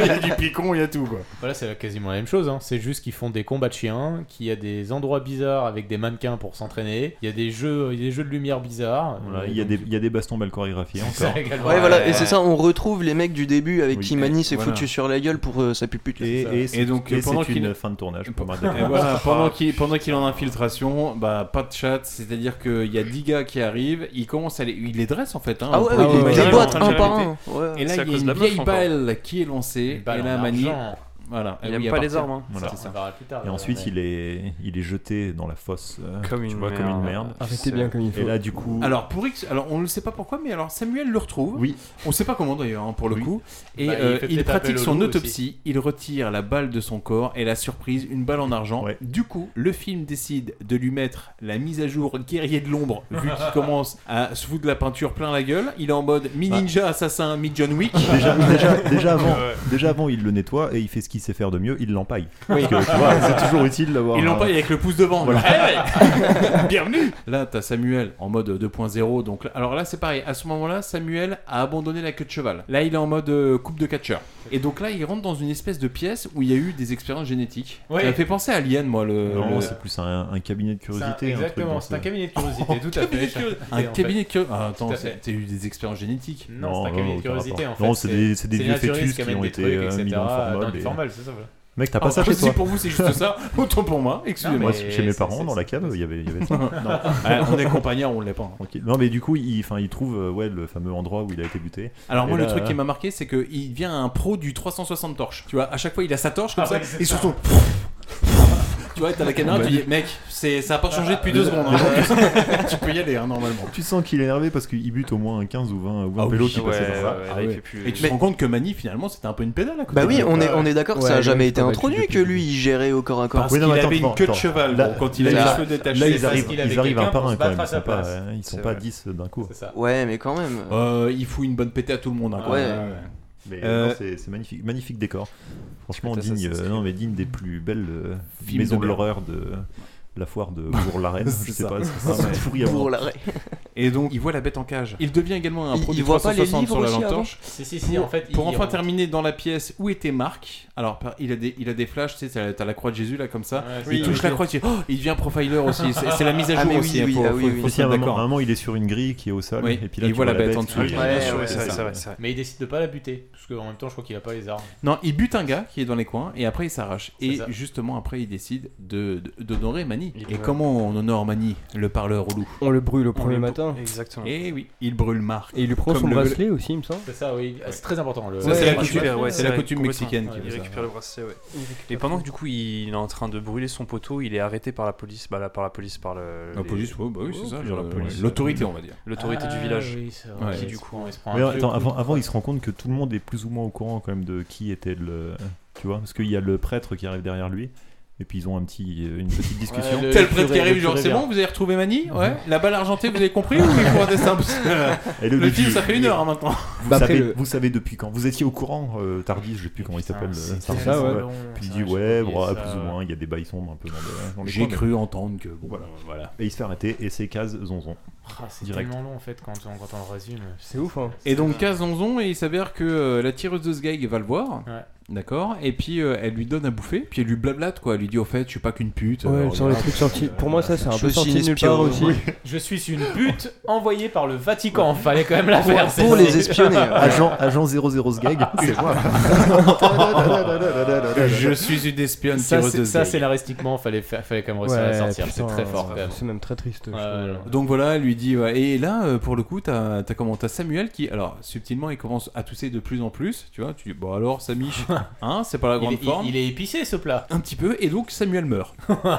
[SPEAKER 2] il y a du picon, il y a tout quoi.
[SPEAKER 8] Voilà, c'est quasiment la même chose. hein. C'est juste qu'ils font des combats de chiens, qu'il y a des endroits bizarres avec des mannequins pour s'entraîner. Il y a des jeux, il y a des jeux de lumière bizarres.
[SPEAKER 7] Voilà,
[SPEAKER 8] Euh,
[SPEAKER 7] il y, a des, il y a des bastons mal chorégraphiés
[SPEAKER 8] C'est
[SPEAKER 7] encore.
[SPEAKER 8] ça, également.
[SPEAKER 12] Ouais, voilà, et c'est ça, on retrouve les mecs du début avec
[SPEAKER 7] Oui.
[SPEAKER 12] qui Mani
[SPEAKER 7] Et
[SPEAKER 12] s'est
[SPEAKER 7] voilà.
[SPEAKER 12] foutu sur la gueule pour euh, sa pupute.
[SPEAKER 7] Et, et, donc, pendant c'est une fin de tournage pour Marc Dutroux.
[SPEAKER 2] Et voilà, pendant qu'il pendant qu'il est en infiltration, bah pas de chat, c'est-à-dire qu'il y a 10 gars qui arrivent, il commence à les, il les dresse en fait. hein,
[SPEAKER 12] Ah ouais,
[SPEAKER 2] au
[SPEAKER 12] ouais,
[SPEAKER 2] point
[SPEAKER 12] il
[SPEAKER 2] de-
[SPEAKER 12] les
[SPEAKER 2] carrément,
[SPEAKER 12] déboîte
[SPEAKER 2] en train de
[SPEAKER 12] un par
[SPEAKER 2] les
[SPEAKER 12] un.
[SPEAKER 2] péter.
[SPEAKER 12] Ouais.
[SPEAKER 2] Et là
[SPEAKER 12] C'est à
[SPEAKER 2] il y a
[SPEAKER 12] cause de
[SPEAKER 2] une
[SPEAKER 12] la meuf
[SPEAKER 2] vieille
[SPEAKER 12] encore.
[SPEAKER 2] balle qui est lancée
[SPEAKER 8] balle
[SPEAKER 2] et
[SPEAKER 8] en
[SPEAKER 2] là Mani,
[SPEAKER 8] argent.
[SPEAKER 2] voilà,
[SPEAKER 8] Il
[SPEAKER 2] Eh
[SPEAKER 8] aime
[SPEAKER 2] oui, à
[SPEAKER 8] pas les
[SPEAKER 2] partir-
[SPEAKER 8] armes, hein.
[SPEAKER 7] Voilà.
[SPEAKER 8] Ça, on verra plus tard,
[SPEAKER 7] et
[SPEAKER 8] ouais,
[SPEAKER 7] ensuite,
[SPEAKER 8] mais-
[SPEAKER 7] il, est, il est jeté dans la fosse euh,
[SPEAKER 13] Comme
[SPEAKER 7] tu
[SPEAKER 13] une
[SPEAKER 7] vois, comme une
[SPEAKER 13] merde.
[SPEAKER 7] merde.
[SPEAKER 13] Ah, c'était bien comme il
[SPEAKER 7] Et
[SPEAKER 13] faut.
[SPEAKER 7] là, du coup,
[SPEAKER 2] Alors pour X, alors on ne sait pas pourquoi, mais alors Samuel le retrouve.
[SPEAKER 7] Oui.
[SPEAKER 2] On ne sait pas comment d'ailleurs hein, pour le coup. Et
[SPEAKER 8] Bah, il
[SPEAKER 2] euh,
[SPEAKER 8] fait
[SPEAKER 2] il,
[SPEAKER 8] peut-être
[SPEAKER 2] pratique
[SPEAKER 8] appel au
[SPEAKER 2] son
[SPEAKER 8] loup
[SPEAKER 2] autopsie. Il retire la balle de son corps et la surprise, une balle en argent. Du coup, le film décide de lui mettre la mise à jour Guerrier de l'ombre, vu qu'il commence à se foutre de la peinture plein la gueule. Il est en mode mi ninja assassin, mi John Wick.
[SPEAKER 7] déjà, déjà, déjà avant, déjà avant, il le nettoie et il fait ce qu'il sait faire de mieux, il l'empaille.
[SPEAKER 2] Oui.
[SPEAKER 7] Parce que, tu vois, c'est toujours utile d'avoir.
[SPEAKER 2] Ils l'ont
[SPEAKER 7] un-
[SPEAKER 2] pas avec le pouce devant.
[SPEAKER 7] Voilà.
[SPEAKER 2] euh, Eh, Bienvenue Là, t'as Samuel en mode 2.0. Donc, alors là, c'est pareil. À ce moment-là, Samuel a abandonné la queue de cheval. Là, il est en mode euh, coupe de catcheur. Et donc là, il rentre dans une espèce de pièce où il y a eu des expériences génétiques.
[SPEAKER 8] Ouais.
[SPEAKER 2] Ça m'a fait penser à Alien, moi. Le,
[SPEAKER 7] Non,
[SPEAKER 2] le-
[SPEAKER 7] c'est plus un, un cabinet de
[SPEAKER 8] C'est un-
[SPEAKER 7] curiosité.
[SPEAKER 8] Euh, exactement, c'est un cabinet de curiosité, tout à
[SPEAKER 2] cabinet
[SPEAKER 8] fait.
[SPEAKER 2] de curiosité. Un
[SPEAKER 8] Et en
[SPEAKER 2] cabinet
[SPEAKER 8] fait-
[SPEAKER 2] de curiosité. Ah, attends,
[SPEAKER 8] Tout à
[SPEAKER 2] c'est-
[SPEAKER 8] fait.
[SPEAKER 2] t'as eu des expériences génétiques
[SPEAKER 8] Non, c'est un cabinet de curiosité en fait.
[SPEAKER 7] Non, c'est des, c'est des vieux
[SPEAKER 8] naturiste
[SPEAKER 7] fœtus
[SPEAKER 8] qui
[SPEAKER 7] qui
[SPEAKER 8] amène
[SPEAKER 7] ont
[SPEAKER 8] des
[SPEAKER 7] été
[SPEAKER 8] trucs,
[SPEAKER 7] euh, mis dans le
[SPEAKER 8] etc., dans
[SPEAKER 7] formol.
[SPEAKER 8] le
[SPEAKER 7] et-
[SPEAKER 8] formol, c'est ça, voilà.
[SPEAKER 7] Mec, t'as Ah, pas
[SPEAKER 2] Alors,
[SPEAKER 7] ça chez
[SPEAKER 2] si
[SPEAKER 7] toi.
[SPEAKER 2] Ah, pour vous, c'est juste ça, autant pour moi.
[SPEAKER 7] Moi,
[SPEAKER 2] Excusez-moi.
[SPEAKER 7] chez mes parents, dans la cave, il y avait, il y avait ça.
[SPEAKER 2] Ah, on est compagnons, on l'est pas. hein.
[SPEAKER 7] Ok. Non, mais du coup, il, enfin, il trouve euh, ouais, le fameux endroit où il a été buté.
[SPEAKER 2] Alors
[SPEAKER 7] Et
[SPEAKER 2] moi
[SPEAKER 7] là,
[SPEAKER 2] le truc qui
[SPEAKER 7] euh,
[SPEAKER 2] m'a marqué c'est que il devient un pro du 360 torches. Tu vois, à chaque fois il a sa torche comme
[SPEAKER 8] Ah
[SPEAKER 2] ça
[SPEAKER 8] ouais, c'est
[SPEAKER 2] et
[SPEAKER 8] ça.
[SPEAKER 2] surtout tu vois, t'as la caméra, tu dis mec, c'est ça a pas changé depuis deux secondes. hein. tu peux y aller hein, normalement.
[SPEAKER 7] Tu sens qu'il est énervé parce qu'il bute au moins un 15 ou 20,
[SPEAKER 2] Ah
[SPEAKER 7] ou 20 pélos qui passaient par là. Ah ouais.
[SPEAKER 2] Et tu te rends compte que Mani finalement c'était un peu une pédale à côté.
[SPEAKER 12] Bah oui, on est, on est d'accord que ça a jamais été
[SPEAKER 2] introduit
[SPEAKER 12] introduit que lui il gérait au corps à corps.
[SPEAKER 2] Parce Oui, non, qu'il mais attends, avait une attends, queue de attends. cheval, Là- bon, quand il a là- les cheveux détachés,
[SPEAKER 7] Là, ils
[SPEAKER 2] parce
[SPEAKER 7] arrivent,
[SPEAKER 2] qu'il avait
[SPEAKER 7] ils arrivent un
[SPEAKER 2] quelqu'un
[SPEAKER 7] par
[SPEAKER 2] pour
[SPEAKER 7] un
[SPEAKER 2] se
[SPEAKER 7] quand même.
[SPEAKER 2] battre à
[SPEAKER 7] Ils
[SPEAKER 2] sa
[SPEAKER 7] sont pas,
[SPEAKER 2] place.
[SPEAKER 7] euh, ils sont
[SPEAKER 2] C'est
[SPEAKER 7] pas
[SPEAKER 2] vrai.
[SPEAKER 7] 10 d'un coup.
[SPEAKER 12] Ouais, mais quand même.
[SPEAKER 2] Euh, il fout une bonne pétée à tout le monde. hein, quand
[SPEAKER 12] Ouais.
[SPEAKER 2] même.
[SPEAKER 7] Mais
[SPEAKER 2] Euh,
[SPEAKER 7] non, c'est c'est magnifique, magnifique décor. Franchement,
[SPEAKER 2] Putain, ça,
[SPEAKER 7] digne,
[SPEAKER 2] c'est
[SPEAKER 7] euh, non, mais digne des plus belles euh,
[SPEAKER 2] Films
[SPEAKER 7] maisons
[SPEAKER 2] de
[SPEAKER 7] de
[SPEAKER 2] merde.
[SPEAKER 7] l'horreur de la foire de Bourg-la-Reine.
[SPEAKER 2] C'est
[SPEAKER 7] Je sais
[SPEAKER 2] ça. Ah
[SPEAKER 7] pas, c'est ça, mais pourri à voir.
[SPEAKER 2] Et donc, il voit la bête en cage. Il devient également un
[SPEAKER 12] Il-
[SPEAKER 2] produit
[SPEAKER 12] il voit pas les
[SPEAKER 2] 360 sur
[SPEAKER 12] livres
[SPEAKER 2] la
[SPEAKER 12] aussi
[SPEAKER 2] lampe
[SPEAKER 12] avant
[SPEAKER 2] torche.
[SPEAKER 8] Si, si, si,
[SPEAKER 2] pour,
[SPEAKER 8] en fait,
[SPEAKER 2] pour
[SPEAKER 8] il-
[SPEAKER 2] enfin
[SPEAKER 8] on-
[SPEAKER 2] terminer dans la pièce où était Marc. Alors, par- il a des, il a des flashs, tu sais, t'as t'as la croix de Jésus là comme ça.
[SPEAKER 8] Ouais,
[SPEAKER 2] il
[SPEAKER 8] c'est
[SPEAKER 2] touche
[SPEAKER 8] ça.
[SPEAKER 2] la croix, tu dis, oh, il devient profiler aussi. C'est c'est la mise à jour aussi. hein, faut- faut- faut
[SPEAKER 7] Aussi, à
[SPEAKER 2] être
[SPEAKER 7] un moment,
[SPEAKER 2] d'accord. hein.
[SPEAKER 7] à un moment, il est sur une grille qui est au sol.
[SPEAKER 2] Oui,
[SPEAKER 7] Et puis là,
[SPEAKER 2] il
[SPEAKER 7] tu
[SPEAKER 2] voit la bête en
[SPEAKER 7] qui-
[SPEAKER 2] dessous. Ouais,
[SPEAKER 7] Ouais,
[SPEAKER 2] ouais,
[SPEAKER 7] ouais,
[SPEAKER 2] c'est
[SPEAKER 7] c'est
[SPEAKER 2] ça.
[SPEAKER 7] ça.
[SPEAKER 8] Mais il décide de pas la buter, parce qu'en même temps, je crois qu'il a pas les armes.
[SPEAKER 2] Non, il bute un gars qui est dans les coins et après il s'arrache.
[SPEAKER 8] C'est
[SPEAKER 2] Et
[SPEAKER 8] ça.
[SPEAKER 2] justement, après, il décide de- de- d'honorer Mani.
[SPEAKER 13] Il
[SPEAKER 2] Et
[SPEAKER 13] va-
[SPEAKER 2] comment on honore Mani, le parleur au loup
[SPEAKER 4] On le brûle au
[SPEAKER 2] On
[SPEAKER 4] premier
[SPEAKER 2] le-
[SPEAKER 4] matin.
[SPEAKER 13] Exactement.
[SPEAKER 2] Et oui, il brûle Marc.
[SPEAKER 4] Et il lui prend
[SPEAKER 2] Comme
[SPEAKER 4] son
[SPEAKER 2] le-
[SPEAKER 4] bracelet aussi, il me semble.
[SPEAKER 8] C'est ça, oui. Ah, C'est très important. Le...
[SPEAKER 2] Ça, c'est la
[SPEAKER 13] Ouais,
[SPEAKER 2] coutume,
[SPEAKER 13] ouais,
[SPEAKER 2] c'est la
[SPEAKER 13] vrai,
[SPEAKER 2] coutume
[SPEAKER 13] complètement.
[SPEAKER 2] mexicaine qui
[SPEAKER 13] Ouais,
[SPEAKER 2] fait
[SPEAKER 13] Il
[SPEAKER 2] ça.
[SPEAKER 13] récupère le bracelet, ouais.
[SPEAKER 4] Il récupère
[SPEAKER 13] Et pendant que du coup il est en train de brûler son poteau, il est arrêté par la police, bah là, par la police, par le.
[SPEAKER 2] La
[SPEAKER 13] les-
[SPEAKER 2] police, ouais, bah oui,
[SPEAKER 13] Ouais,
[SPEAKER 2] c'est ça,
[SPEAKER 13] par la
[SPEAKER 2] le-
[SPEAKER 13] police.
[SPEAKER 2] l'autorité, on va dire.
[SPEAKER 13] L'autorité
[SPEAKER 8] Ah,
[SPEAKER 13] du village.
[SPEAKER 8] oui, c'est vrai.
[SPEAKER 13] Qui
[SPEAKER 8] Ouais.
[SPEAKER 13] du coup.
[SPEAKER 8] Il se prend un
[SPEAKER 7] Mais
[SPEAKER 8] vieux
[SPEAKER 7] attends,
[SPEAKER 8] coup
[SPEAKER 7] avant,
[SPEAKER 8] de
[SPEAKER 7] avant, il se rend compte que tout le monde est plus ou moins au courant quand même de qui était le. Tu vois, parce qu'il y a le prêtre qui arrive derrière lui, et puis ils ont un petit, euh, une petite discussion.
[SPEAKER 8] Euh,
[SPEAKER 2] Tel prêtre qui arrive, genre c'est bon, vous avez retrouvé Mani Ouais. La balle argentée, vous avez compris ou il faut rester simple
[SPEAKER 7] Et
[SPEAKER 2] Le
[SPEAKER 7] début,
[SPEAKER 2] film, ça fait une
[SPEAKER 7] il-
[SPEAKER 2] heure hein, maintenant.
[SPEAKER 7] Vous,
[SPEAKER 2] Bah,
[SPEAKER 7] savez,
[SPEAKER 2] après, le-
[SPEAKER 7] vous savez depuis quand Vous étiez au courant, euh, Tardif, je sais plus comment il s'appelle.
[SPEAKER 2] c'est
[SPEAKER 7] euh,
[SPEAKER 2] ça,
[SPEAKER 7] Tardif,
[SPEAKER 2] ouais.
[SPEAKER 7] Puis il
[SPEAKER 2] C'est
[SPEAKER 7] dit,
[SPEAKER 2] vrai,
[SPEAKER 7] ouais,
[SPEAKER 2] j'ai oublié
[SPEAKER 7] bon, ah,
[SPEAKER 2] ça,
[SPEAKER 7] plus ou
[SPEAKER 2] ouais.
[SPEAKER 7] moins, il y a des bails sombres un peu dans le. dans les
[SPEAKER 2] J'ai
[SPEAKER 7] coins,
[SPEAKER 2] cru
[SPEAKER 7] mais-
[SPEAKER 2] entendre que bon,
[SPEAKER 7] Voilà.
[SPEAKER 2] voilà.
[SPEAKER 7] Et il se fait arrêter, et c'est case zonzon.
[SPEAKER 8] Ah, c'est
[SPEAKER 7] Direct.
[SPEAKER 8] tellement long en fait quand on, quand on le résume.
[SPEAKER 4] C'est ouf, hein.
[SPEAKER 2] Et donc, Kazonzon, et il s'avère que euh, la tireuse de Sgaig va le voir.
[SPEAKER 8] Ouais.
[SPEAKER 2] D'accord Et puis euh, elle lui donne à bouffer, puis elle lui blablate quoi. Elle lui dit au fait, je suis pas qu'une pute.
[SPEAKER 4] Ouais,
[SPEAKER 2] euh,
[SPEAKER 4] elle sort les
[SPEAKER 2] regarde.
[SPEAKER 4] trucs sortis. Pour moi, ça, c'est un
[SPEAKER 2] Je
[SPEAKER 4] peu
[SPEAKER 2] suis
[SPEAKER 4] sorti de
[SPEAKER 2] une
[SPEAKER 4] nulle part
[SPEAKER 2] espionne.
[SPEAKER 4] aussi.
[SPEAKER 2] Oui.
[SPEAKER 8] Je suis une pute envoyée par le Vatican. Fallait quand même la faire. c'est ça.
[SPEAKER 12] Ah.
[SPEAKER 7] agent, agent 00 Sgag, c'est moi.
[SPEAKER 2] Je suis une espionne
[SPEAKER 8] Ça,
[SPEAKER 2] tireuse de
[SPEAKER 8] c'est- ça,
[SPEAKER 2] Sgaig.
[SPEAKER 8] scénaristiquement, fallait, fa- fallait quand même réussir à la
[SPEAKER 4] Ouais,
[SPEAKER 8] sortir. C'est
[SPEAKER 4] putain,
[SPEAKER 8] très fort quand
[SPEAKER 4] c'est-
[SPEAKER 8] même.
[SPEAKER 4] C'est même très triste. je
[SPEAKER 8] Ouais,
[SPEAKER 4] trouve.
[SPEAKER 8] ouais, ouais.
[SPEAKER 2] Donc voilà, elle lui dit. ouais. Et là, euh, pour le coup, t'as as comment T'as Samuel qui, alors subtilement, il commence à tousser de plus en plus. Tu vois, tu dis bon alors, Samiche, Hein, c'est pas la grande
[SPEAKER 8] il, est-
[SPEAKER 2] forme.
[SPEAKER 8] il- il est épicé ce plat.
[SPEAKER 2] Un petit peu, et donc Samuel meurt.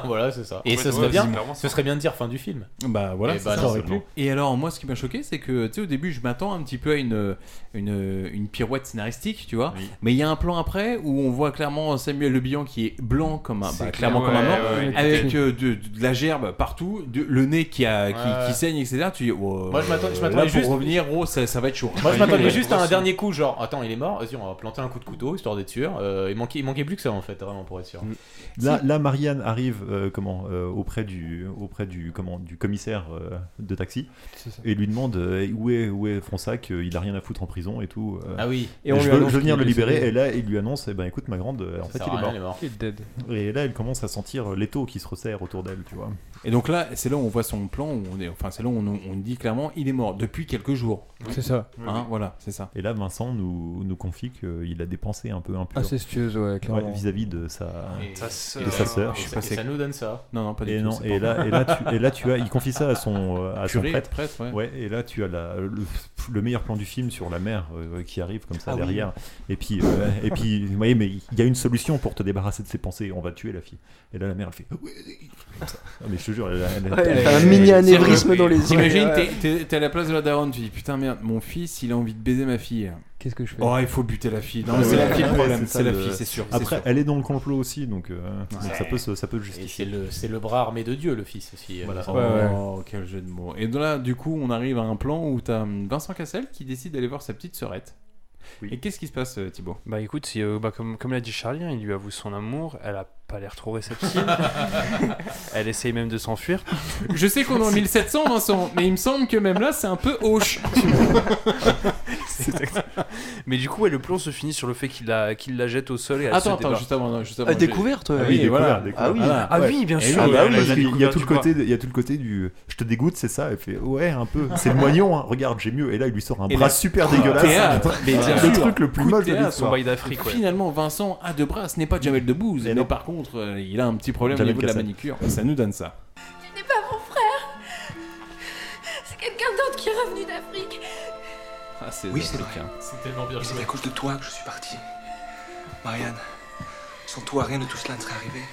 [SPEAKER 8] voilà, c'est ça.
[SPEAKER 2] Ouais,
[SPEAKER 8] Et ce
[SPEAKER 2] ouais,
[SPEAKER 8] serait bien,
[SPEAKER 2] quasiment.
[SPEAKER 8] ce serait bien de dire fin du film.
[SPEAKER 2] Bah voilà,
[SPEAKER 8] Et
[SPEAKER 2] c'est
[SPEAKER 8] bah,
[SPEAKER 2] ça,
[SPEAKER 8] non,
[SPEAKER 2] c'est
[SPEAKER 8] c'est
[SPEAKER 2] bon. Et alors moi ce qui m'a choqué c'est que tu sais au début je m'attends un petit peu à une, une, une pirouette scénaristique tu vois mais il y a un plan après où on voit clairement Samuel Le Bihan qui est blanc comme un
[SPEAKER 8] C'est
[SPEAKER 2] bah,
[SPEAKER 8] clair.
[SPEAKER 2] clairement comme un
[SPEAKER 8] Ouais,
[SPEAKER 2] mort
[SPEAKER 8] ouais, ouais,
[SPEAKER 2] avec
[SPEAKER 8] nickel.
[SPEAKER 2] euh, de, de la gerbe partout de- le nez qui, a, qui,
[SPEAKER 8] Ouais.
[SPEAKER 2] qui saigne etc tu dis wow,
[SPEAKER 8] Moi, je m'attends- je
[SPEAKER 2] là,
[SPEAKER 8] m'attendais
[SPEAKER 2] pour
[SPEAKER 8] juste-
[SPEAKER 2] revenir gros ça, ça va être chaud
[SPEAKER 8] Moi, je m'attendais juste à un dernier coup, genre, attends, il est mort, vas-y, on va planter un coup de couteau, histoire d'être sûr. Euh, il, manquait, il manquait plus que ça, en fait, vraiment, pour être sûr.
[SPEAKER 7] Là, là, Marianne arrive euh, comment euh, auprès du auprès du comment du commissaire euh, de taxi
[SPEAKER 4] C'est ça.
[SPEAKER 7] et lui demande euh, où est où est Fronsac euh, il a rien à foutre en prison et tout euh,
[SPEAKER 8] Ah oui.
[SPEAKER 7] et
[SPEAKER 8] Et on
[SPEAKER 7] je
[SPEAKER 8] lui
[SPEAKER 7] veux,
[SPEAKER 8] annonce
[SPEAKER 7] je veux venir le
[SPEAKER 8] qu'il est
[SPEAKER 7] libérer
[SPEAKER 8] décédé.
[SPEAKER 7] et là il lui annonce eh ben écoute ma grande euh, en fait
[SPEAKER 8] sert
[SPEAKER 7] il
[SPEAKER 8] à
[SPEAKER 7] est
[SPEAKER 8] rien,
[SPEAKER 7] mort
[SPEAKER 8] il est mort.
[SPEAKER 4] Il est dead.
[SPEAKER 7] et là elle commence à sentir euh, l'étau qui se resserre autour d'elle tu vois
[SPEAKER 2] et donc là c'est là où on voit son plan où on est enfin c'est là où on, on dit clairement il est mort depuis quelques jours
[SPEAKER 4] C'est ça.
[SPEAKER 2] Hein, voilà c'est ça
[SPEAKER 7] et là Vincent nous, nous confie qu'il a des pensées un peu impures
[SPEAKER 4] Incestueuses, ouais, clairement.
[SPEAKER 7] vis-à-vis de sa
[SPEAKER 8] Et sa sœur.
[SPEAKER 7] de sa sœur
[SPEAKER 8] Je suis passé- Et ça nous donne ça.
[SPEAKER 2] non non Euh, pas du
[SPEAKER 7] et
[SPEAKER 2] tout
[SPEAKER 7] non,
[SPEAKER 2] c'est
[SPEAKER 7] et
[SPEAKER 2] pas-
[SPEAKER 7] là, et là, tu, et là, tu as, il confie ça à son, euh, à son
[SPEAKER 2] Curé,
[SPEAKER 7] prêtre.
[SPEAKER 2] prêtre, ouais.
[SPEAKER 7] et là, tu as la- le, le meilleur plan du film sur la mère euh, qui arrive comme ça
[SPEAKER 2] Ah oui.
[SPEAKER 7] derrière. Et puis, euh, et puis, vous voyez, mais il y a une solution pour te débarrasser de ses pensées. On va tuer la fille. Et là, la mère, elle fait. Oui. Ah, mais je te jure, elle, elle-
[SPEAKER 12] Ouais, elle fait un mini anévrisme dans les yeux.
[SPEAKER 2] T'imagines,
[SPEAKER 12] Ouais.
[SPEAKER 2] t'es- t'es- t'es à la place de la daronne, tu dis putain merde, mon fils il a envie de baiser ma fille.
[SPEAKER 4] Qu'est-ce que je fais
[SPEAKER 2] Oh, il faut buter la fille. Non,
[SPEAKER 7] Ouais,
[SPEAKER 2] mais c'est la
[SPEAKER 7] ouais,
[SPEAKER 2] fille le
[SPEAKER 7] ouais,
[SPEAKER 2] problème,
[SPEAKER 7] ça,
[SPEAKER 2] c'est la
[SPEAKER 7] le-
[SPEAKER 2] fille, c'est sûr. c'est
[SPEAKER 7] Après,
[SPEAKER 2] sûr.
[SPEAKER 7] elle est dans le complot aussi, donc, euh, donc
[SPEAKER 2] Ouais.
[SPEAKER 7] ça peut se, ça peut se
[SPEAKER 8] Et
[SPEAKER 7] justifier.
[SPEAKER 8] c'est le, c'est le bras armé de Dieu, le fils aussi. euh,
[SPEAKER 7] Voilà.
[SPEAKER 8] Vincent.
[SPEAKER 2] Oh, quel jeu de mots. Et de là, du coup, on arrive à un plan où t'as hum, Vincent Cassel qui décide d'aller voir sa petite sœurette. Et qu'est-ce qui se passe, euh, Thibaut
[SPEAKER 13] Bah écoute, si, euh, bah, comme, comme l'a dit Charlie, hein, il lui avoue son amour, elle a pas l'air trop réceptive, elle essaye même de s'enfuir.
[SPEAKER 2] Je sais qu'on est en 1700, Vincent, mais il me semble que même là, c'est un peu hoche.
[SPEAKER 13] Mais du coup, ouais, le plan se finit sur le fait qu'il la, qu'il la jette au sol et elle se
[SPEAKER 2] Attends, attends,
[SPEAKER 13] débarrasse.
[SPEAKER 2] juste avant, non, juste avant.
[SPEAKER 12] Ah, découverte, ouais.
[SPEAKER 7] Ah oui,
[SPEAKER 2] et
[SPEAKER 7] découvert,
[SPEAKER 2] voilà.
[SPEAKER 7] découvert.
[SPEAKER 13] Ah oui. Ah oui, bien
[SPEAKER 2] Et
[SPEAKER 13] sûr.
[SPEAKER 2] oui,
[SPEAKER 7] Ah bah oui,
[SPEAKER 2] elle a
[SPEAKER 7] parce qu'il y a
[SPEAKER 13] découvert
[SPEAKER 7] tout le
[SPEAKER 13] du bras.
[SPEAKER 7] côté, il y a tout le côté du, je te dégoûte, c'est ça. Elle fait ouais un peu, c'est le moignon, hein, regarde j'ai mieux. Et là il lui sort un
[SPEAKER 2] Et
[SPEAKER 7] bras
[SPEAKER 2] là,
[SPEAKER 7] super
[SPEAKER 2] coup de
[SPEAKER 7] Ah, dégueulasse,
[SPEAKER 2] théâtre, mais bien
[SPEAKER 7] le
[SPEAKER 2] sûr,
[SPEAKER 7] truc le plus
[SPEAKER 2] coup de
[SPEAKER 7] moche de
[SPEAKER 2] théâtre,
[SPEAKER 7] l'histoire.
[SPEAKER 2] son bail d'Afrique, ouais. Finalement, Vincent a deux bras, ce n'est pas Jamel Debbouze, mais par contre, euh, il a un petit problème au
[SPEAKER 7] Jamel
[SPEAKER 2] niveau de la
[SPEAKER 7] Kassab.
[SPEAKER 2] manicure. Ça nous donne ça.
[SPEAKER 21] Ce n'est pas mon frère. C'est quelqu'un d'autre qui est revenu d'Afrique.
[SPEAKER 2] Ah, c'est
[SPEAKER 21] Oui,
[SPEAKER 2] c'est
[SPEAKER 8] C'est tellement bien
[SPEAKER 11] Mais c'est
[SPEAKER 8] joué.
[SPEAKER 11] à cause de toi que je suis parti. Marianne, sans toi, rien de tout cela ne serait arrivé.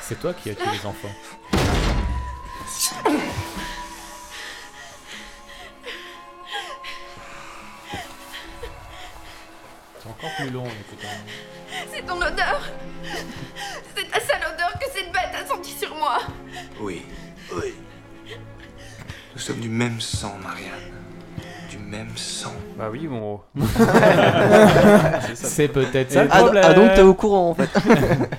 [SPEAKER 8] C'est toi qui as tué les enfants. C'est encore plus long, hein. mais putain.
[SPEAKER 21] C'est ton odeur. C'est ta sale odeur que cette bête a sentie sur moi.
[SPEAKER 11] Oui, oui. Nous sommes du même sang, Marianne. Du même sang.
[SPEAKER 13] Bah oui, mon gros.
[SPEAKER 8] C'est peut-être
[SPEAKER 12] ça le Ah, problème. ah,
[SPEAKER 8] euh,
[SPEAKER 12] donc t'es au courant, en fait.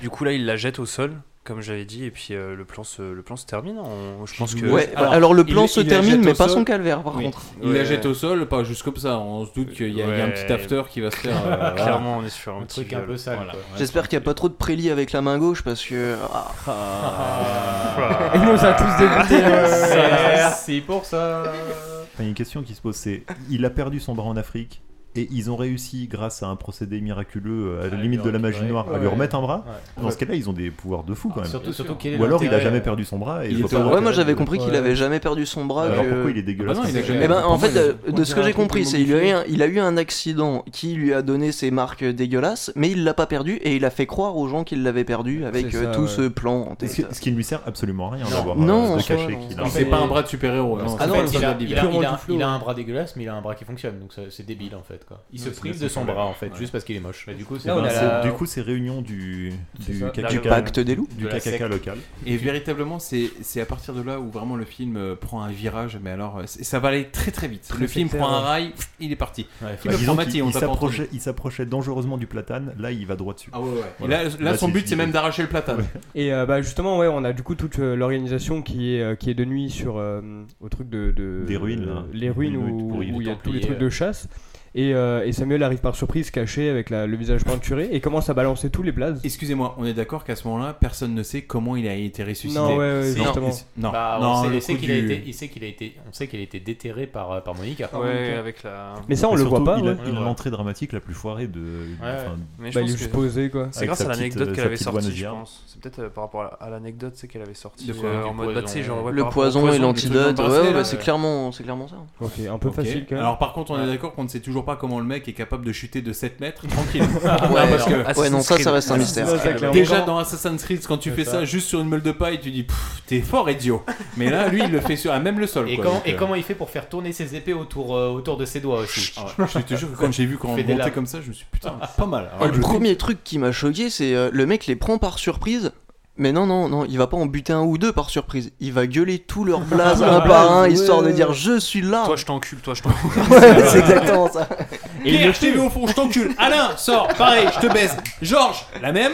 [SPEAKER 13] du coup, là, il la jette au sol, comme j'avais dit, et puis euh, le, plan se, le plan se termine. On- je pense que.
[SPEAKER 12] Ouais, alors, alors le plan
[SPEAKER 2] il-
[SPEAKER 12] se
[SPEAKER 2] il la
[SPEAKER 12] termine,
[SPEAKER 2] jette
[SPEAKER 12] mais
[SPEAKER 2] au
[SPEAKER 12] pas
[SPEAKER 2] sol.
[SPEAKER 12] son calvaire, par
[SPEAKER 2] Oui.
[SPEAKER 12] contre.
[SPEAKER 2] Il la
[SPEAKER 13] Ouais.
[SPEAKER 2] jette au sol, pas juste comme ça. On se doute qu'il y, a il y a un petit after qui va se faire. euh, voilà.
[SPEAKER 13] Clairement, on est sur un,
[SPEAKER 8] Un
[SPEAKER 13] petit euh,
[SPEAKER 8] truc un
[SPEAKER 13] viol.
[SPEAKER 8] peu sale, quoi.
[SPEAKER 12] J'espère qu'il n'y a pas trop de prélis avec la main gauche parce que. ah.
[SPEAKER 13] Ah. Il nous a tous dégoûtés, hein. là.
[SPEAKER 8] Ah. Merci pour ça.
[SPEAKER 7] Enfin, il y a une question qui se pose, c'est il a perdu son bras en Afrique et ils ont réussi grâce à un procédé miraculeux euh, à la limite de la magie
[SPEAKER 8] récupérer.
[SPEAKER 7] noire à lui
[SPEAKER 8] Ouais.
[SPEAKER 7] remettre un bras.
[SPEAKER 8] Ouais. Ah,
[SPEAKER 7] Dans ce cas-là, ils ont des pouvoirs de fou quand même.
[SPEAKER 8] Surtout- surtout quel est
[SPEAKER 7] Ou alors il a
[SPEAKER 8] l'intérêt,
[SPEAKER 7] jamais
[SPEAKER 8] euh,
[SPEAKER 7] perdu son bras. Et
[SPEAKER 12] Il
[SPEAKER 7] je vois pas
[SPEAKER 12] était en-
[SPEAKER 7] l'intérêt
[SPEAKER 12] Ouais, moi j'avais
[SPEAKER 7] de-
[SPEAKER 12] compris qu'il avait jamais perdu son bras.
[SPEAKER 7] Alors
[SPEAKER 12] que-
[SPEAKER 7] pourquoi il est dégueulasse comme ça
[SPEAKER 12] Eh ben, en fait, euh, de ce que j'ai compris, c'est il, a eu un- il a eu un accident qui lui a donné ses marques dégueulasses, mais il l'a pas perdu et il a fait croire aux gens qu'il l'avait perdu avec
[SPEAKER 7] C'est
[SPEAKER 12] euh,
[SPEAKER 7] ça,
[SPEAKER 12] tout
[SPEAKER 7] ouais.
[SPEAKER 12] ce plan en
[SPEAKER 7] Ce
[SPEAKER 12] tête.
[SPEAKER 7] qui, ce qui ne lui sert absolument à rien d'avoir
[SPEAKER 12] Non,
[SPEAKER 7] euh,
[SPEAKER 12] en
[SPEAKER 7] de
[SPEAKER 12] soi,
[SPEAKER 7] cacher
[SPEAKER 12] non.
[SPEAKER 7] qu'il
[SPEAKER 2] Donc,
[SPEAKER 7] a.
[SPEAKER 2] c'est pas un bras de super-héros.
[SPEAKER 8] Parce
[SPEAKER 2] Ah non,
[SPEAKER 8] qu'en
[SPEAKER 2] c'est
[SPEAKER 8] fait,
[SPEAKER 2] pas un
[SPEAKER 8] il, a,
[SPEAKER 2] soldat
[SPEAKER 8] il a-
[SPEAKER 2] d'hiver.
[SPEAKER 8] il a- il a un bras dégueulasse, mais il a un bras qui fonctionne, donc ça- c'est débile en fait. Quoi. Il se
[SPEAKER 13] Ouais, c'est
[SPEAKER 8] prive
[SPEAKER 13] bien,
[SPEAKER 8] de
[SPEAKER 13] c'est
[SPEAKER 8] son
[SPEAKER 13] clair.
[SPEAKER 8] bras en fait,
[SPEAKER 13] Ouais.
[SPEAKER 8] juste parce qu'il est moche. Mais du coup, c'est
[SPEAKER 7] Eh ben,
[SPEAKER 8] pas-
[SPEAKER 7] c'est- Du coup, c'est réunion du, du
[SPEAKER 8] ça,
[SPEAKER 7] caca-
[SPEAKER 8] du
[SPEAKER 12] pacte des loups.
[SPEAKER 7] Du
[SPEAKER 12] De la
[SPEAKER 7] caca
[SPEAKER 12] secte.
[SPEAKER 7] local.
[SPEAKER 2] Et véritablement, c'est c'est à partir de là où vraiment le film euh, prend un virage, mais alors euh, c'est- ça va aller très très vite. le euh,
[SPEAKER 7] Très
[SPEAKER 2] film
[SPEAKER 7] sectaire,
[SPEAKER 2] prend un
[SPEAKER 7] ouais.
[SPEAKER 2] rail, pff, il est parti. Tu
[SPEAKER 7] Bah,
[SPEAKER 2] le
[SPEAKER 7] disons
[SPEAKER 2] prends,
[SPEAKER 7] qu'il-
[SPEAKER 2] Mathis, on
[SPEAKER 7] il
[SPEAKER 2] t'a pas entendu.
[SPEAKER 7] s'approchait- il s'approchait dangereusement du platane, là il va droit dessus.
[SPEAKER 2] Ah ouais, ouais. Et là, là, son but, c'est même d'arracher le platane.
[SPEAKER 4] Et euh, bah justement, ouais, on a du coup toute euh, l'organisation qui est, euh, qui est de nuit sur euh, au truc de, de-
[SPEAKER 7] Des ruines, là.
[SPEAKER 4] les ruines
[SPEAKER 7] Des
[SPEAKER 4] où,
[SPEAKER 7] ruines pourries,
[SPEAKER 4] où il y a
[SPEAKER 7] des
[SPEAKER 4] tous les
[SPEAKER 7] templiers.
[SPEAKER 4] trucs de chasse. Et, euh, et Samuel arrive par surprise caché avec la- le visage peinturé et commence à balancer tous les blazes.
[SPEAKER 2] Excusez-moi, on est d'accord qu'à ce moment-là, personne ne sait comment il a été ressuscité.
[SPEAKER 4] Non, ouais, ouais,
[SPEAKER 2] Non,
[SPEAKER 4] justement.
[SPEAKER 2] Non,
[SPEAKER 8] Bah,
[SPEAKER 2] non,
[SPEAKER 8] on sait,
[SPEAKER 2] le
[SPEAKER 8] il sait
[SPEAKER 2] coup
[SPEAKER 8] qu'il a
[SPEAKER 2] du-
[SPEAKER 8] été, il sait qu'il a été, on sait qu'il a été déterré par, euh, par Monica.
[SPEAKER 7] Ah,
[SPEAKER 13] Ouais, avec la.
[SPEAKER 7] Et surtout, Il a,
[SPEAKER 13] Ouais,
[SPEAKER 7] il a
[SPEAKER 13] ouais.
[SPEAKER 7] l'entrée dramatique la plus foirée de. enfin,
[SPEAKER 13] Mais je
[SPEAKER 4] Bah,
[SPEAKER 13] pense
[SPEAKER 4] il est juste
[SPEAKER 13] que-
[SPEAKER 4] posé, quoi.
[SPEAKER 13] C'est
[SPEAKER 7] Avec
[SPEAKER 13] grâce
[SPEAKER 7] sa
[SPEAKER 13] à
[SPEAKER 7] petite,
[SPEAKER 13] l'anecdote
[SPEAKER 7] euh,
[SPEAKER 13] qu'elle
[SPEAKER 7] sa
[SPEAKER 13] avait
[SPEAKER 7] petite
[SPEAKER 13] sortie, je
[SPEAKER 7] Wannabe.
[SPEAKER 13] pense. C'est peut-être euh, par rapport à- à l'anecdote c'est qu'elle avait sorti
[SPEAKER 2] De quoi
[SPEAKER 13] euh,
[SPEAKER 2] Du
[SPEAKER 13] en mode
[SPEAKER 2] poison,
[SPEAKER 13] bah, tu sais,
[SPEAKER 2] ouais.
[SPEAKER 13] genre, ouais,
[SPEAKER 12] Le
[SPEAKER 13] par rapport au
[SPEAKER 12] poison et
[SPEAKER 13] des trucs dans le
[SPEAKER 12] l'antidote,
[SPEAKER 13] bracelet,
[SPEAKER 12] ouais, bah, ouais,
[SPEAKER 13] là,
[SPEAKER 12] c'est clairement, c'est clairement ça. hein.
[SPEAKER 4] Ok, un peu
[SPEAKER 2] Ok.
[SPEAKER 4] facile quand même.
[SPEAKER 2] Alors par contre, on est d'accord qu'on ne sait toujours toujours pas comment le mec est capable de chuter de 7 mètres tranquille.
[SPEAKER 12] Ouais, non. Ouais, non, ça, ça reste un mystère. Ça, c'est clair.
[SPEAKER 2] Déjà
[SPEAKER 12] Comment-
[SPEAKER 2] dans Assassin's Creed, quand tu
[SPEAKER 12] C'est
[SPEAKER 2] fais ça.
[SPEAKER 12] ça.
[SPEAKER 2] juste sur une meule de paille, tu dis Pff, t'es fort idiot. Mais là, lui, il le fait sur à même le sol.
[SPEAKER 8] Et,
[SPEAKER 2] quoi,
[SPEAKER 8] comment,
[SPEAKER 2] donc,
[SPEAKER 8] et
[SPEAKER 2] euh,
[SPEAKER 8] comment il fait pour faire tourner ses épées autour, euh, autour de ses doigts aussi
[SPEAKER 2] Ah Je te jure que quand j'ai vu quand
[SPEAKER 8] Il
[SPEAKER 2] on
[SPEAKER 8] fait des
[SPEAKER 2] montait
[SPEAKER 8] lames.
[SPEAKER 2] comme ça, je me suis dit, putain, pas mal.
[SPEAKER 12] Et
[SPEAKER 2] Alors,
[SPEAKER 12] le
[SPEAKER 2] je-
[SPEAKER 12] premier truc qui m'a choqué, c'est euh, le mec les prend par surprise. Mais non, non, non, il va pas en buter un ou deux par surprise. Il va gueuler tout leur blaze un par un, histoire de dire je suis là.
[SPEAKER 13] Toi, je t'encule, toi, je t'encule.
[SPEAKER 12] Ouais, c'est exactement ça.
[SPEAKER 2] Et Pierre, je t'ai vu au fond, je t'encule. Alain, sors, pareil, je te baise. Georges, la même.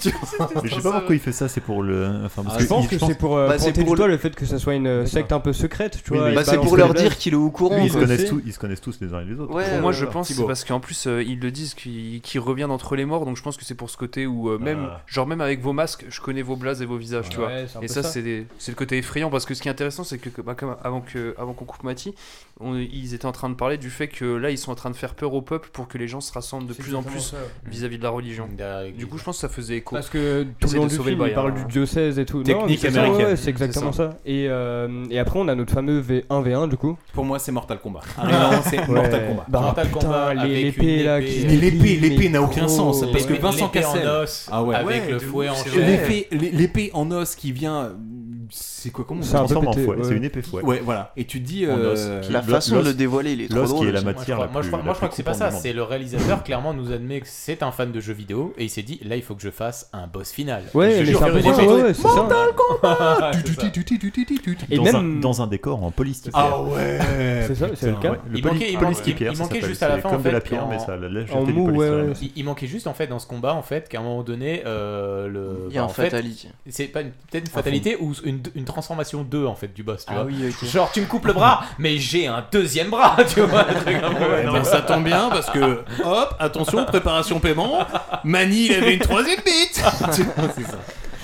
[SPEAKER 2] Tu vois
[SPEAKER 7] Je sais pas pourquoi il fait ça, c'est pour le. Enfin,
[SPEAKER 8] Ah,
[SPEAKER 7] parce
[SPEAKER 4] je pense
[SPEAKER 7] il-
[SPEAKER 4] que c'est pour euh,
[SPEAKER 7] Bah, c'est
[SPEAKER 4] pointer du
[SPEAKER 7] pour
[SPEAKER 4] doigt le... fait que ça soit une euh, secte un peu secrète, tu
[SPEAKER 7] Oui,
[SPEAKER 4] vois.
[SPEAKER 7] mais-
[SPEAKER 4] et
[SPEAKER 7] Bah, c'est
[SPEAKER 4] balance
[SPEAKER 7] pour
[SPEAKER 4] des
[SPEAKER 7] leur
[SPEAKER 4] blagues.
[SPEAKER 7] dire qu'il est au courant, Lui, il se quoi. connaissent
[SPEAKER 4] C'est-
[SPEAKER 7] tous- ils se connaissent tous les uns et les autres. Ouais,
[SPEAKER 13] pour moi,
[SPEAKER 7] ouais,
[SPEAKER 13] je
[SPEAKER 7] ouais.
[SPEAKER 13] pense, c'est
[SPEAKER 7] Euh, Thibaut.
[SPEAKER 13] parce qu'en plus, euh, ils le disent qu'il qu'il revient d'entre les morts, donc je pense que c'est pour ce côté où, euh, même,
[SPEAKER 7] Ah.
[SPEAKER 13] genre, même avec vos masques, je connais vos blases et vos visages, tu vois.
[SPEAKER 4] Ouais, c'est un
[SPEAKER 13] et
[SPEAKER 4] peu
[SPEAKER 13] ça,
[SPEAKER 4] ça.
[SPEAKER 13] c'est des- c'est le côté effrayant, parce que ce qui est intéressant, c'est que, que- bah, comme avant que- avant qu'on coupe Mati, on- ils étaient en train de parler du fait que là, ils sont en train de faire peur au peuple pour que les gens se rassemblent de
[SPEAKER 4] C'est
[SPEAKER 13] plus en
[SPEAKER 4] exactement
[SPEAKER 13] plus
[SPEAKER 4] ça, ouais.
[SPEAKER 13] vis-à-vis de la religion.
[SPEAKER 8] Mmh.
[SPEAKER 13] Du coup, je pense que ça faisait écho.
[SPEAKER 4] Parce que tout le
[SPEAKER 13] Essayer
[SPEAKER 4] long
[SPEAKER 13] de
[SPEAKER 4] du
[SPEAKER 13] sauver
[SPEAKER 4] film,
[SPEAKER 13] le
[SPEAKER 4] il
[SPEAKER 13] bail,
[SPEAKER 4] parle
[SPEAKER 13] hein.
[SPEAKER 4] du diocèse et tout. Non,
[SPEAKER 2] Technique
[SPEAKER 4] c'est ça,
[SPEAKER 2] américaine.
[SPEAKER 4] ouais, c'est exactement
[SPEAKER 2] C'est ça.
[SPEAKER 4] ça. Et, euh, et après, on a notre fameux V1V1 du coup.
[SPEAKER 2] Pour moi, c'est Mortal Kombat. Ah, non, c'est
[SPEAKER 4] Ouais.
[SPEAKER 2] Mortal Kombat.
[SPEAKER 4] Bah,
[SPEAKER 8] Mortal
[SPEAKER 4] putain,
[SPEAKER 8] Kombat
[SPEAKER 4] les-
[SPEAKER 8] avec une
[SPEAKER 4] l'épée là.
[SPEAKER 8] épée.
[SPEAKER 4] qui-
[SPEAKER 2] Mais l'épée,
[SPEAKER 4] mais
[SPEAKER 2] l'épée n'a
[SPEAKER 4] gros.
[SPEAKER 2] aucun sens parce que
[SPEAKER 8] L'épée-
[SPEAKER 2] Vincent
[SPEAKER 8] l'épée en
[SPEAKER 2] Cassel,
[SPEAKER 8] os,
[SPEAKER 2] ah ouais,
[SPEAKER 8] avec le fouet en chair.
[SPEAKER 2] L'épée- l'épée en os qui vient, c'est quoi comment on
[SPEAKER 7] C'est un
[SPEAKER 2] dit
[SPEAKER 7] peu Transforme en pété, fouet, ouais. c'est une épée fouet.
[SPEAKER 2] Ouais, voilà. Et tu dis
[SPEAKER 7] En os,
[SPEAKER 2] euh,
[SPEAKER 7] qui- La façon de le dévoiler, il est trop L'os qui drôle, est
[SPEAKER 12] euh,
[SPEAKER 7] la aussi.
[SPEAKER 8] Moi, je
[SPEAKER 7] matière
[SPEAKER 8] crois-
[SPEAKER 7] la
[SPEAKER 8] Moi, je
[SPEAKER 7] plus-
[SPEAKER 8] crois,
[SPEAKER 7] la
[SPEAKER 8] moi, je crois
[SPEAKER 7] plus
[SPEAKER 8] que c'est pas
[SPEAKER 7] courante
[SPEAKER 8] ça.
[SPEAKER 7] du monde.
[SPEAKER 8] C'est le réalisateur, clairement, nous admet que c'est un fan de jeux vidéo et il s'est dit là, il faut que je fasse un boss final.
[SPEAKER 4] Ouais,
[SPEAKER 8] Et je
[SPEAKER 4] mais
[SPEAKER 8] jure,
[SPEAKER 4] c'est un peu
[SPEAKER 8] j'ai
[SPEAKER 4] ça,
[SPEAKER 8] fait-
[SPEAKER 4] ouais, ouais, c'est ça. Mental
[SPEAKER 8] Combat
[SPEAKER 2] Tu, tu, tu, tu, tu, tu, tu, tu, tu.
[SPEAKER 7] dans, un, dans un décor en polystyrène.
[SPEAKER 2] Ah ouais. C'est ça, c'est le cas.
[SPEAKER 7] Le
[SPEAKER 8] il
[SPEAKER 7] poly-
[SPEAKER 8] manquait, il manquait-
[SPEAKER 7] polystyrène,
[SPEAKER 8] il
[SPEAKER 7] ça
[SPEAKER 8] manquait
[SPEAKER 7] s'appelle,
[SPEAKER 8] juste à la
[SPEAKER 7] c'est
[SPEAKER 8] fin
[SPEAKER 7] comme
[SPEAKER 8] en
[SPEAKER 7] de
[SPEAKER 8] fait,
[SPEAKER 7] la pierre,
[SPEAKER 8] en-
[SPEAKER 7] mais ça la lèche.
[SPEAKER 8] en
[SPEAKER 7] du
[SPEAKER 8] mou, ouais,
[SPEAKER 7] polystyrène.
[SPEAKER 8] ouais. Il, il manquait juste en fait dans ce combat en fait qu'à un moment donné euh, le
[SPEAKER 12] Il y a
[SPEAKER 8] bah,
[SPEAKER 12] un
[SPEAKER 8] en fait,
[SPEAKER 12] fatality.
[SPEAKER 8] c'est pas une- peut-être une fatalité ou une, une transformation 2 en fait du boss tu
[SPEAKER 12] Ah
[SPEAKER 8] vois
[SPEAKER 12] oui, ok.
[SPEAKER 8] genre tu me coupes le bras mais j'ai un deuxième bras tu vois un truc comme-
[SPEAKER 2] Eh ben, ça tombe bien parce que hop, attention, préparation paiement. Mani, il avait une troisième bite.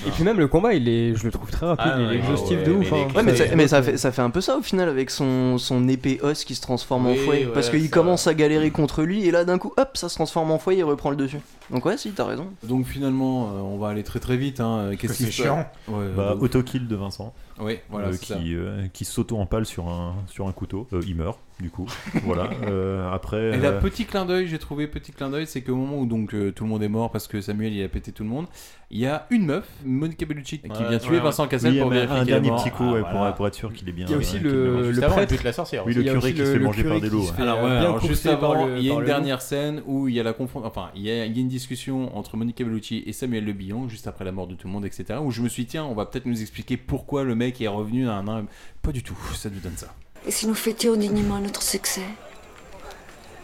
[SPEAKER 4] Et puis même le combat, il est, je le trouve très rapide,
[SPEAKER 12] Ah,
[SPEAKER 4] il
[SPEAKER 12] ouais,
[SPEAKER 4] est exhaustif
[SPEAKER 12] ouais,
[SPEAKER 4] de ouf.
[SPEAKER 12] mais
[SPEAKER 4] hein.
[SPEAKER 12] les- Ouais, mais, ça, mais ça fait, ça fait un peu ça au final avec son, son épée os qui se transforme en
[SPEAKER 4] Oui,
[SPEAKER 12] fouet.
[SPEAKER 4] ouais,
[SPEAKER 12] parce
[SPEAKER 4] c'est
[SPEAKER 12] qu'il commence à galérer contre lui et là d'un coup, hop, ça se transforme en fouet et il reprend le dessus. Donc ouais, si, t'as raison.
[SPEAKER 2] Donc finalement, euh, on va aller très très vite. Hein. Qu'est-ce qui
[SPEAKER 7] c'est
[SPEAKER 2] se
[SPEAKER 7] chiant.
[SPEAKER 2] Ouais,
[SPEAKER 7] bah,
[SPEAKER 2] de ouf.
[SPEAKER 7] autokill de Vincent.
[SPEAKER 2] Oui, voilà, c'est ça.
[SPEAKER 7] qui euh, qui s'auto-empale sur un, sur un couteau. Euh, il meurt, du coup. voilà. Euh, après.
[SPEAKER 2] Et là,
[SPEAKER 7] euh,
[SPEAKER 2] petit clin d'œil, j'ai trouvé petit clin d'œil, c'est qu'au moment où donc euh, tout le monde est mort parce que Samuel il a pété tout le monde, il y a une meuf, Monica Bellucci, qui
[SPEAKER 8] Ouais,
[SPEAKER 2] vient tuer
[SPEAKER 8] ouais,
[SPEAKER 2] Vincent
[SPEAKER 8] ouais.
[SPEAKER 2] Cassel
[SPEAKER 7] Oui,
[SPEAKER 2] pour
[SPEAKER 7] mais
[SPEAKER 2] vérifier
[SPEAKER 7] un
[SPEAKER 2] qu'il est
[SPEAKER 7] dernier
[SPEAKER 2] mort.
[SPEAKER 7] petit coup,
[SPEAKER 2] Ah,
[SPEAKER 7] ouais,
[SPEAKER 2] voilà.
[SPEAKER 7] pour, pour être sûr qu'il est bien.
[SPEAKER 2] Il y a aussi
[SPEAKER 7] euh,
[SPEAKER 2] le-
[SPEAKER 7] qu'il est bien.
[SPEAKER 2] le
[SPEAKER 7] Juste
[SPEAKER 2] prêtre-
[SPEAKER 7] avant, bute Oui, le
[SPEAKER 2] Il y a
[SPEAKER 7] curé
[SPEAKER 2] aussi
[SPEAKER 7] qui se fait
[SPEAKER 2] le
[SPEAKER 7] manger
[SPEAKER 2] curé
[SPEAKER 7] par
[SPEAKER 2] qui
[SPEAKER 7] des loups.
[SPEAKER 2] se
[SPEAKER 7] ouais.
[SPEAKER 2] fait, euh, alors, juste avant, il y a une dernière scène où il y a la confron- enfin, il y a, il y a une discussion entre Monica Bellucci et Samuel Le Billon juste après la mort de tout le monde, etc. Où je me suis dit, tiens, on va peut-être nous expliquer pourquoi le mec est revenu à un homme. Pas du tout, ça nous donne ça.
[SPEAKER 1] Et si nous fêtions dignement notre succès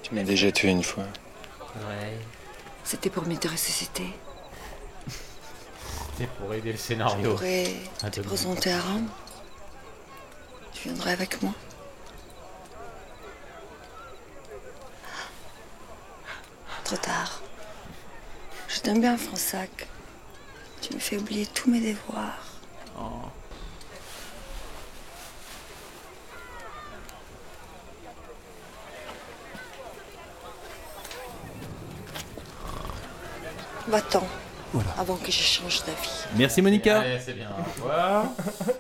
[SPEAKER 19] Tu m'as déjà tué une fois.
[SPEAKER 1] C'était pour me te ressusciter.
[SPEAKER 8] C'est pour aider le
[SPEAKER 1] Je
[SPEAKER 12] oh.
[SPEAKER 8] scénario
[SPEAKER 1] pourrais
[SPEAKER 8] Un
[SPEAKER 1] te
[SPEAKER 8] peu
[SPEAKER 1] présenter à Rome. Tu viendrais avec moi. Trop tard. Je t'aime bien, Fransac. Tu me fais oublier tous mes devoirs.
[SPEAKER 4] Oh.
[SPEAKER 1] Va-t'en. Avant que je change d'avis.
[SPEAKER 2] Merci Monica.
[SPEAKER 8] Ouais, c'est bien. Au revoir.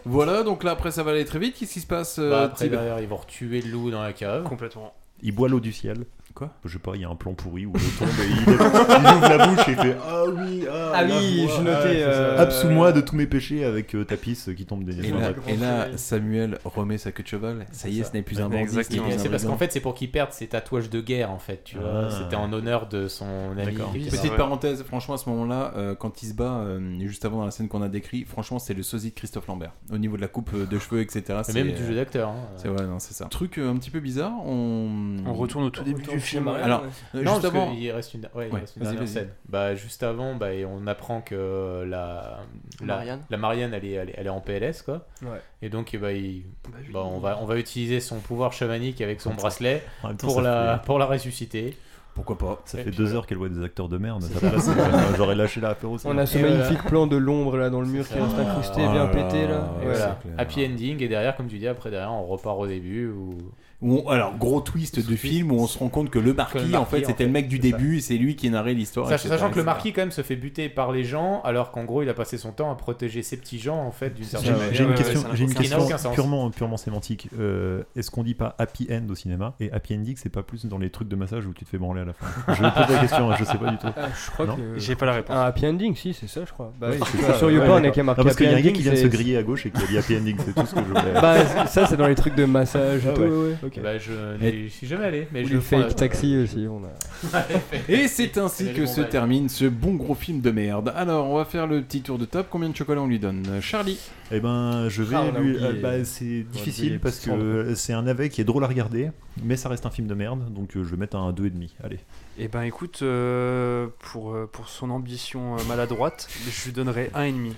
[SPEAKER 2] Voilà, donc là après ça va aller très vite. Qu'est-ce qui se passe euh,
[SPEAKER 8] Bah, après
[SPEAKER 2] Tib
[SPEAKER 8] derrière ils vont retuer le loup dans la cave
[SPEAKER 13] complètement
[SPEAKER 7] Il boit l'eau du ciel.
[SPEAKER 2] Quoi
[SPEAKER 7] Je sais pas, il y a un plan pourri où l'eau tombe et il, il ouvre la bouche et il
[SPEAKER 2] Euh,
[SPEAKER 7] fait Ah oui, ah,
[SPEAKER 4] Ah oui,
[SPEAKER 7] lave-moi,
[SPEAKER 4] j'ai
[SPEAKER 7] ah, c'est
[SPEAKER 4] noté.
[SPEAKER 7] ça.
[SPEAKER 4] euh,
[SPEAKER 7] Absous-moi de tous mes péchés avec euh, Tapis euh, qui tombe des
[SPEAKER 2] Et
[SPEAKER 7] Enfin,
[SPEAKER 2] là,
[SPEAKER 7] bref.
[SPEAKER 2] et là, Samuel remet sa queue de cheval. Ça y est, ce n'est plus un bandit. ce n'est plus un
[SPEAKER 8] C'est parce
[SPEAKER 2] brigand.
[SPEAKER 8] qu'en fait, c'est pour qu'il perde ses tatouages de guerre, en fait. Tu vois,
[SPEAKER 2] Ah.
[SPEAKER 8] c'était en honneur de son ami.
[SPEAKER 2] D'accord.
[SPEAKER 8] qui était
[SPEAKER 2] Petite
[SPEAKER 8] mort.
[SPEAKER 2] parenthèse, franchement, à ce moment-là, euh, quand il se bat, euh, juste avant dans la scène qu'on a décrit, franchement, c'est le sosie de Christophe Lambert. Au niveau de la coupe euh, de cheveux, etc. c'est,
[SPEAKER 8] même du
[SPEAKER 2] euh,
[SPEAKER 8] jeu d'acteur, hein.
[SPEAKER 2] C'est vrai, non, c'est ça. Truc euh, un petit peu bizarre, on.
[SPEAKER 13] On retourne au tout On début retourne du au film, film, ouais.
[SPEAKER 2] Alors, euh,
[SPEAKER 8] non,
[SPEAKER 2] juste
[SPEAKER 8] parce
[SPEAKER 2] avant.
[SPEAKER 8] que il reste une, ouais, il
[SPEAKER 2] Ouais,
[SPEAKER 8] reste une
[SPEAKER 2] vas-y,
[SPEAKER 8] dernière
[SPEAKER 2] vas-y.
[SPEAKER 8] scène. Bah, juste avant, bah, et on apprend que euh, la, la
[SPEAKER 12] Marianne.
[SPEAKER 8] la Marianne, elle est, elle est, elle est en PLS, quoi.
[SPEAKER 12] Ouais.
[SPEAKER 8] Et donc, eh bah, il- bah, on va, on va utiliser son pouvoir chamanique avec son bracelet
[SPEAKER 7] en même temps,
[SPEAKER 8] pour
[SPEAKER 7] ça
[SPEAKER 8] la,
[SPEAKER 7] fait-
[SPEAKER 8] pour la ressusciter.
[SPEAKER 2] Pourquoi pas
[SPEAKER 7] Ça
[SPEAKER 8] Et
[SPEAKER 7] fait
[SPEAKER 8] puis,
[SPEAKER 7] deux heures qu'elle voit des acteurs de merde. ça passe, euh, J'aurais lâché la apéro. ça
[SPEAKER 4] On
[SPEAKER 7] va.
[SPEAKER 4] a ce magnifique plan de l'ombre là dans le mur qui reste
[SPEAKER 2] Oh
[SPEAKER 4] incrusté, bien pété là.
[SPEAKER 8] Et
[SPEAKER 4] Ouais.
[SPEAKER 8] voilà. Happy ending, et derrière, comme tu dis, après derrière, on repart au début. Où...
[SPEAKER 2] Où on- alors, gros twist du film où on se rend compte que le marquis,
[SPEAKER 8] marquis,
[SPEAKER 2] en fait,
[SPEAKER 8] en
[SPEAKER 2] c'était
[SPEAKER 8] fait,
[SPEAKER 2] le mec du
[SPEAKER 8] c'est ça.
[SPEAKER 2] début et c'est lui qui narrait l'histoire.
[SPEAKER 8] Sach-
[SPEAKER 2] etc.,
[SPEAKER 8] Sachant que le
[SPEAKER 2] etc.
[SPEAKER 8] marquis quand même se fait buter par les gens, alors qu'en gros il a passé son temps à protéger ses petits gens en fait d'une certaine manière.
[SPEAKER 7] J'ai une
[SPEAKER 8] Ouais,
[SPEAKER 7] question,
[SPEAKER 8] ouais, ça n'a
[SPEAKER 7] j'ai une
[SPEAKER 8] aucun- ça n'a
[SPEAKER 7] question
[SPEAKER 8] aucun sens.
[SPEAKER 7] purement, purement sémantique. Euh, Est-ce qu'on dit pas happy end au cinéma Et happy ending, c'est pas plus dans les trucs de massage où tu te fais branler à la fin Je pose la question, je sais pas du tout.
[SPEAKER 4] Ah, je crois
[SPEAKER 7] Non
[SPEAKER 4] que-
[SPEAKER 13] J'ai pas la réponse.
[SPEAKER 4] Un happy ending, si, c'est ça, je crois. Bah,
[SPEAKER 7] Oui,
[SPEAKER 4] oui,
[SPEAKER 7] c'est
[SPEAKER 4] sur-
[SPEAKER 7] ça,
[SPEAKER 4] sur
[SPEAKER 7] Ah, ouais,
[SPEAKER 4] YouPorn,
[SPEAKER 7] ouais,
[SPEAKER 4] il y a qui a
[SPEAKER 7] d'accord.
[SPEAKER 4] marqué
[SPEAKER 7] Non, parce qu'il y a
[SPEAKER 4] happy
[SPEAKER 7] un gars
[SPEAKER 4] ending,
[SPEAKER 7] qui vient de se
[SPEAKER 4] c'est-
[SPEAKER 7] griller à gauche et qui a dit happy ending, c'est tout ce que je voulais.
[SPEAKER 4] Bah, ça, c'est dans les trucs de massage et
[SPEAKER 7] Ah
[SPEAKER 4] tout.
[SPEAKER 7] ouais.
[SPEAKER 4] ouais, ok.
[SPEAKER 8] Bah, je n'y suis jamais allé, mais
[SPEAKER 4] Ou
[SPEAKER 8] je
[SPEAKER 4] les
[SPEAKER 8] le prends,
[SPEAKER 4] fake
[SPEAKER 8] là.
[SPEAKER 4] taxi aussi, on a.
[SPEAKER 2] Et c'est ainsi que se
[SPEAKER 8] Bombay.
[SPEAKER 2] termine ce bon gros film de merde. Alors, on va faire le petit tour de top. Combien de chocolat on lui donne Euh, Charlie
[SPEAKER 7] Eh ben, je vais
[SPEAKER 2] Ah, on a
[SPEAKER 7] lui.
[SPEAKER 2] oublié.
[SPEAKER 7] euh, bah, c'est
[SPEAKER 2] On a oublié
[SPEAKER 7] difficile parce
[SPEAKER 2] Sandra.
[SPEAKER 7] que c'est un navet qui est drôle à regarder, mais ça reste un film de merde, donc euh, je vais mettre un 2,5. Allez.
[SPEAKER 13] Eh ben écoute, euh, pour, euh, pour son ambition euh, maladroite, je lui donnerais 1,5.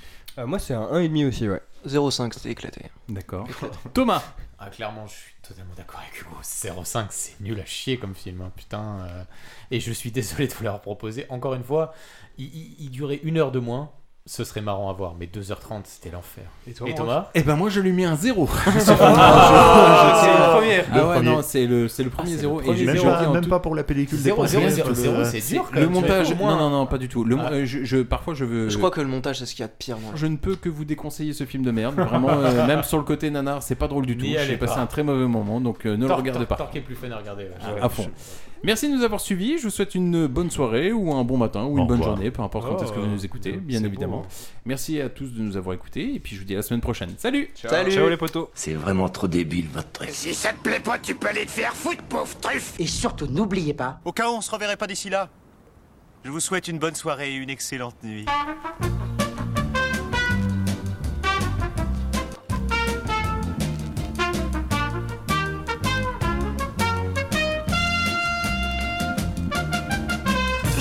[SPEAKER 4] moi c'est un 1,5 aussi, ouais.
[SPEAKER 12] 0,5, c'était éclaté.
[SPEAKER 2] D'accord. Thomas
[SPEAKER 8] Ah, clairement, je suis totalement d'accord avec Hugo. 05, c'est nul à chier comme film, hein, putain. euh, Et je suis désolé de vous l'avoir proposé. Encore une fois, il, il- il durait une heure de moins. Ce serait marrant à voir, mais 2h30, c'était l'enfer. Et
[SPEAKER 13] toi, mon
[SPEAKER 8] Thomas
[SPEAKER 2] Eh ben, moi, je lui mets un zéro.
[SPEAKER 8] C'est le premier.
[SPEAKER 2] Ah ouais,
[SPEAKER 8] Le
[SPEAKER 2] non,
[SPEAKER 8] premier.
[SPEAKER 2] c'est le, c'est le premier
[SPEAKER 8] Ah, c'est
[SPEAKER 2] zéro.
[SPEAKER 8] le
[SPEAKER 2] et
[SPEAKER 8] premier
[SPEAKER 2] j'ai
[SPEAKER 7] zéro.
[SPEAKER 2] choqué
[SPEAKER 7] Même
[SPEAKER 2] en
[SPEAKER 7] pas-
[SPEAKER 2] tout-
[SPEAKER 7] même pas pour la pellicule
[SPEAKER 8] Zéro,
[SPEAKER 7] des
[SPEAKER 8] zéro,
[SPEAKER 7] premiers,
[SPEAKER 8] zéro,
[SPEAKER 7] parce que-
[SPEAKER 8] zéro, c'est dur. quand
[SPEAKER 2] Le
[SPEAKER 8] même, tu fais
[SPEAKER 2] montage,
[SPEAKER 8] au moins-
[SPEAKER 2] non, non, non, pas du tout. Le,
[SPEAKER 8] Ah.
[SPEAKER 2] euh, je, je- parfois, je veux.
[SPEAKER 12] Je crois que le montage, c'est ce qu'il y a de pire, moi.
[SPEAKER 2] Je ne peux que vous déconseiller ce film de merde. Vraiment, euh, même sur le côté nanar, c'est pas drôle du tout.
[SPEAKER 8] N'y allez
[SPEAKER 2] J'ai passé
[SPEAKER 8] pas.
[SPEAKER 2] un très mauvais moment, donc euh, ne le
[SPEAKER 8] Tor-
[SPEAKER 2] regardez
[SPEAKER 8] Tor-
[SPEAKER 2] pas.
[SPEAKER 8] Torque est plus fun à regarder. ouais.
[SPEAKER 2] à, à fond. Merci de nous avoir suivis. Je vous souhaite une bonne soirée ou un bon matin ou une
[SPEAKER 8] Au
[SPEAKER 2] bonne
[SPEAKER 8] revoir.
[SPEAKER 2] journée, peu importe quand
[SPEAKER 8] Oh,
[SPEAKER 2] est-ce que vous nous écoutez,
[SPEAKER 8] c'est
[SPEAKER 2] bien
[SPEAKER 8] beau. hein.
[SPEAKER 2] évidemment. Merci à tous de nous avoir écoutés et puis je vous dis à la semaine prochaine. Salut
[SPEAKER 14] Salut. Ciao, les
[SPEAKER 13] potos
[SPEAKER 14] C'est vraiment trop débile votre truc.
[SPEAKER 9] Si ça te plaît pas, tu peux aller te faire foutre, pauvre truffe Et surtout, n'oubliez pas.
[SPEAKER 3] Au cas où on se reverrait pas d'ici là, je vous souhaite une bonne soirée et une excellente nuit.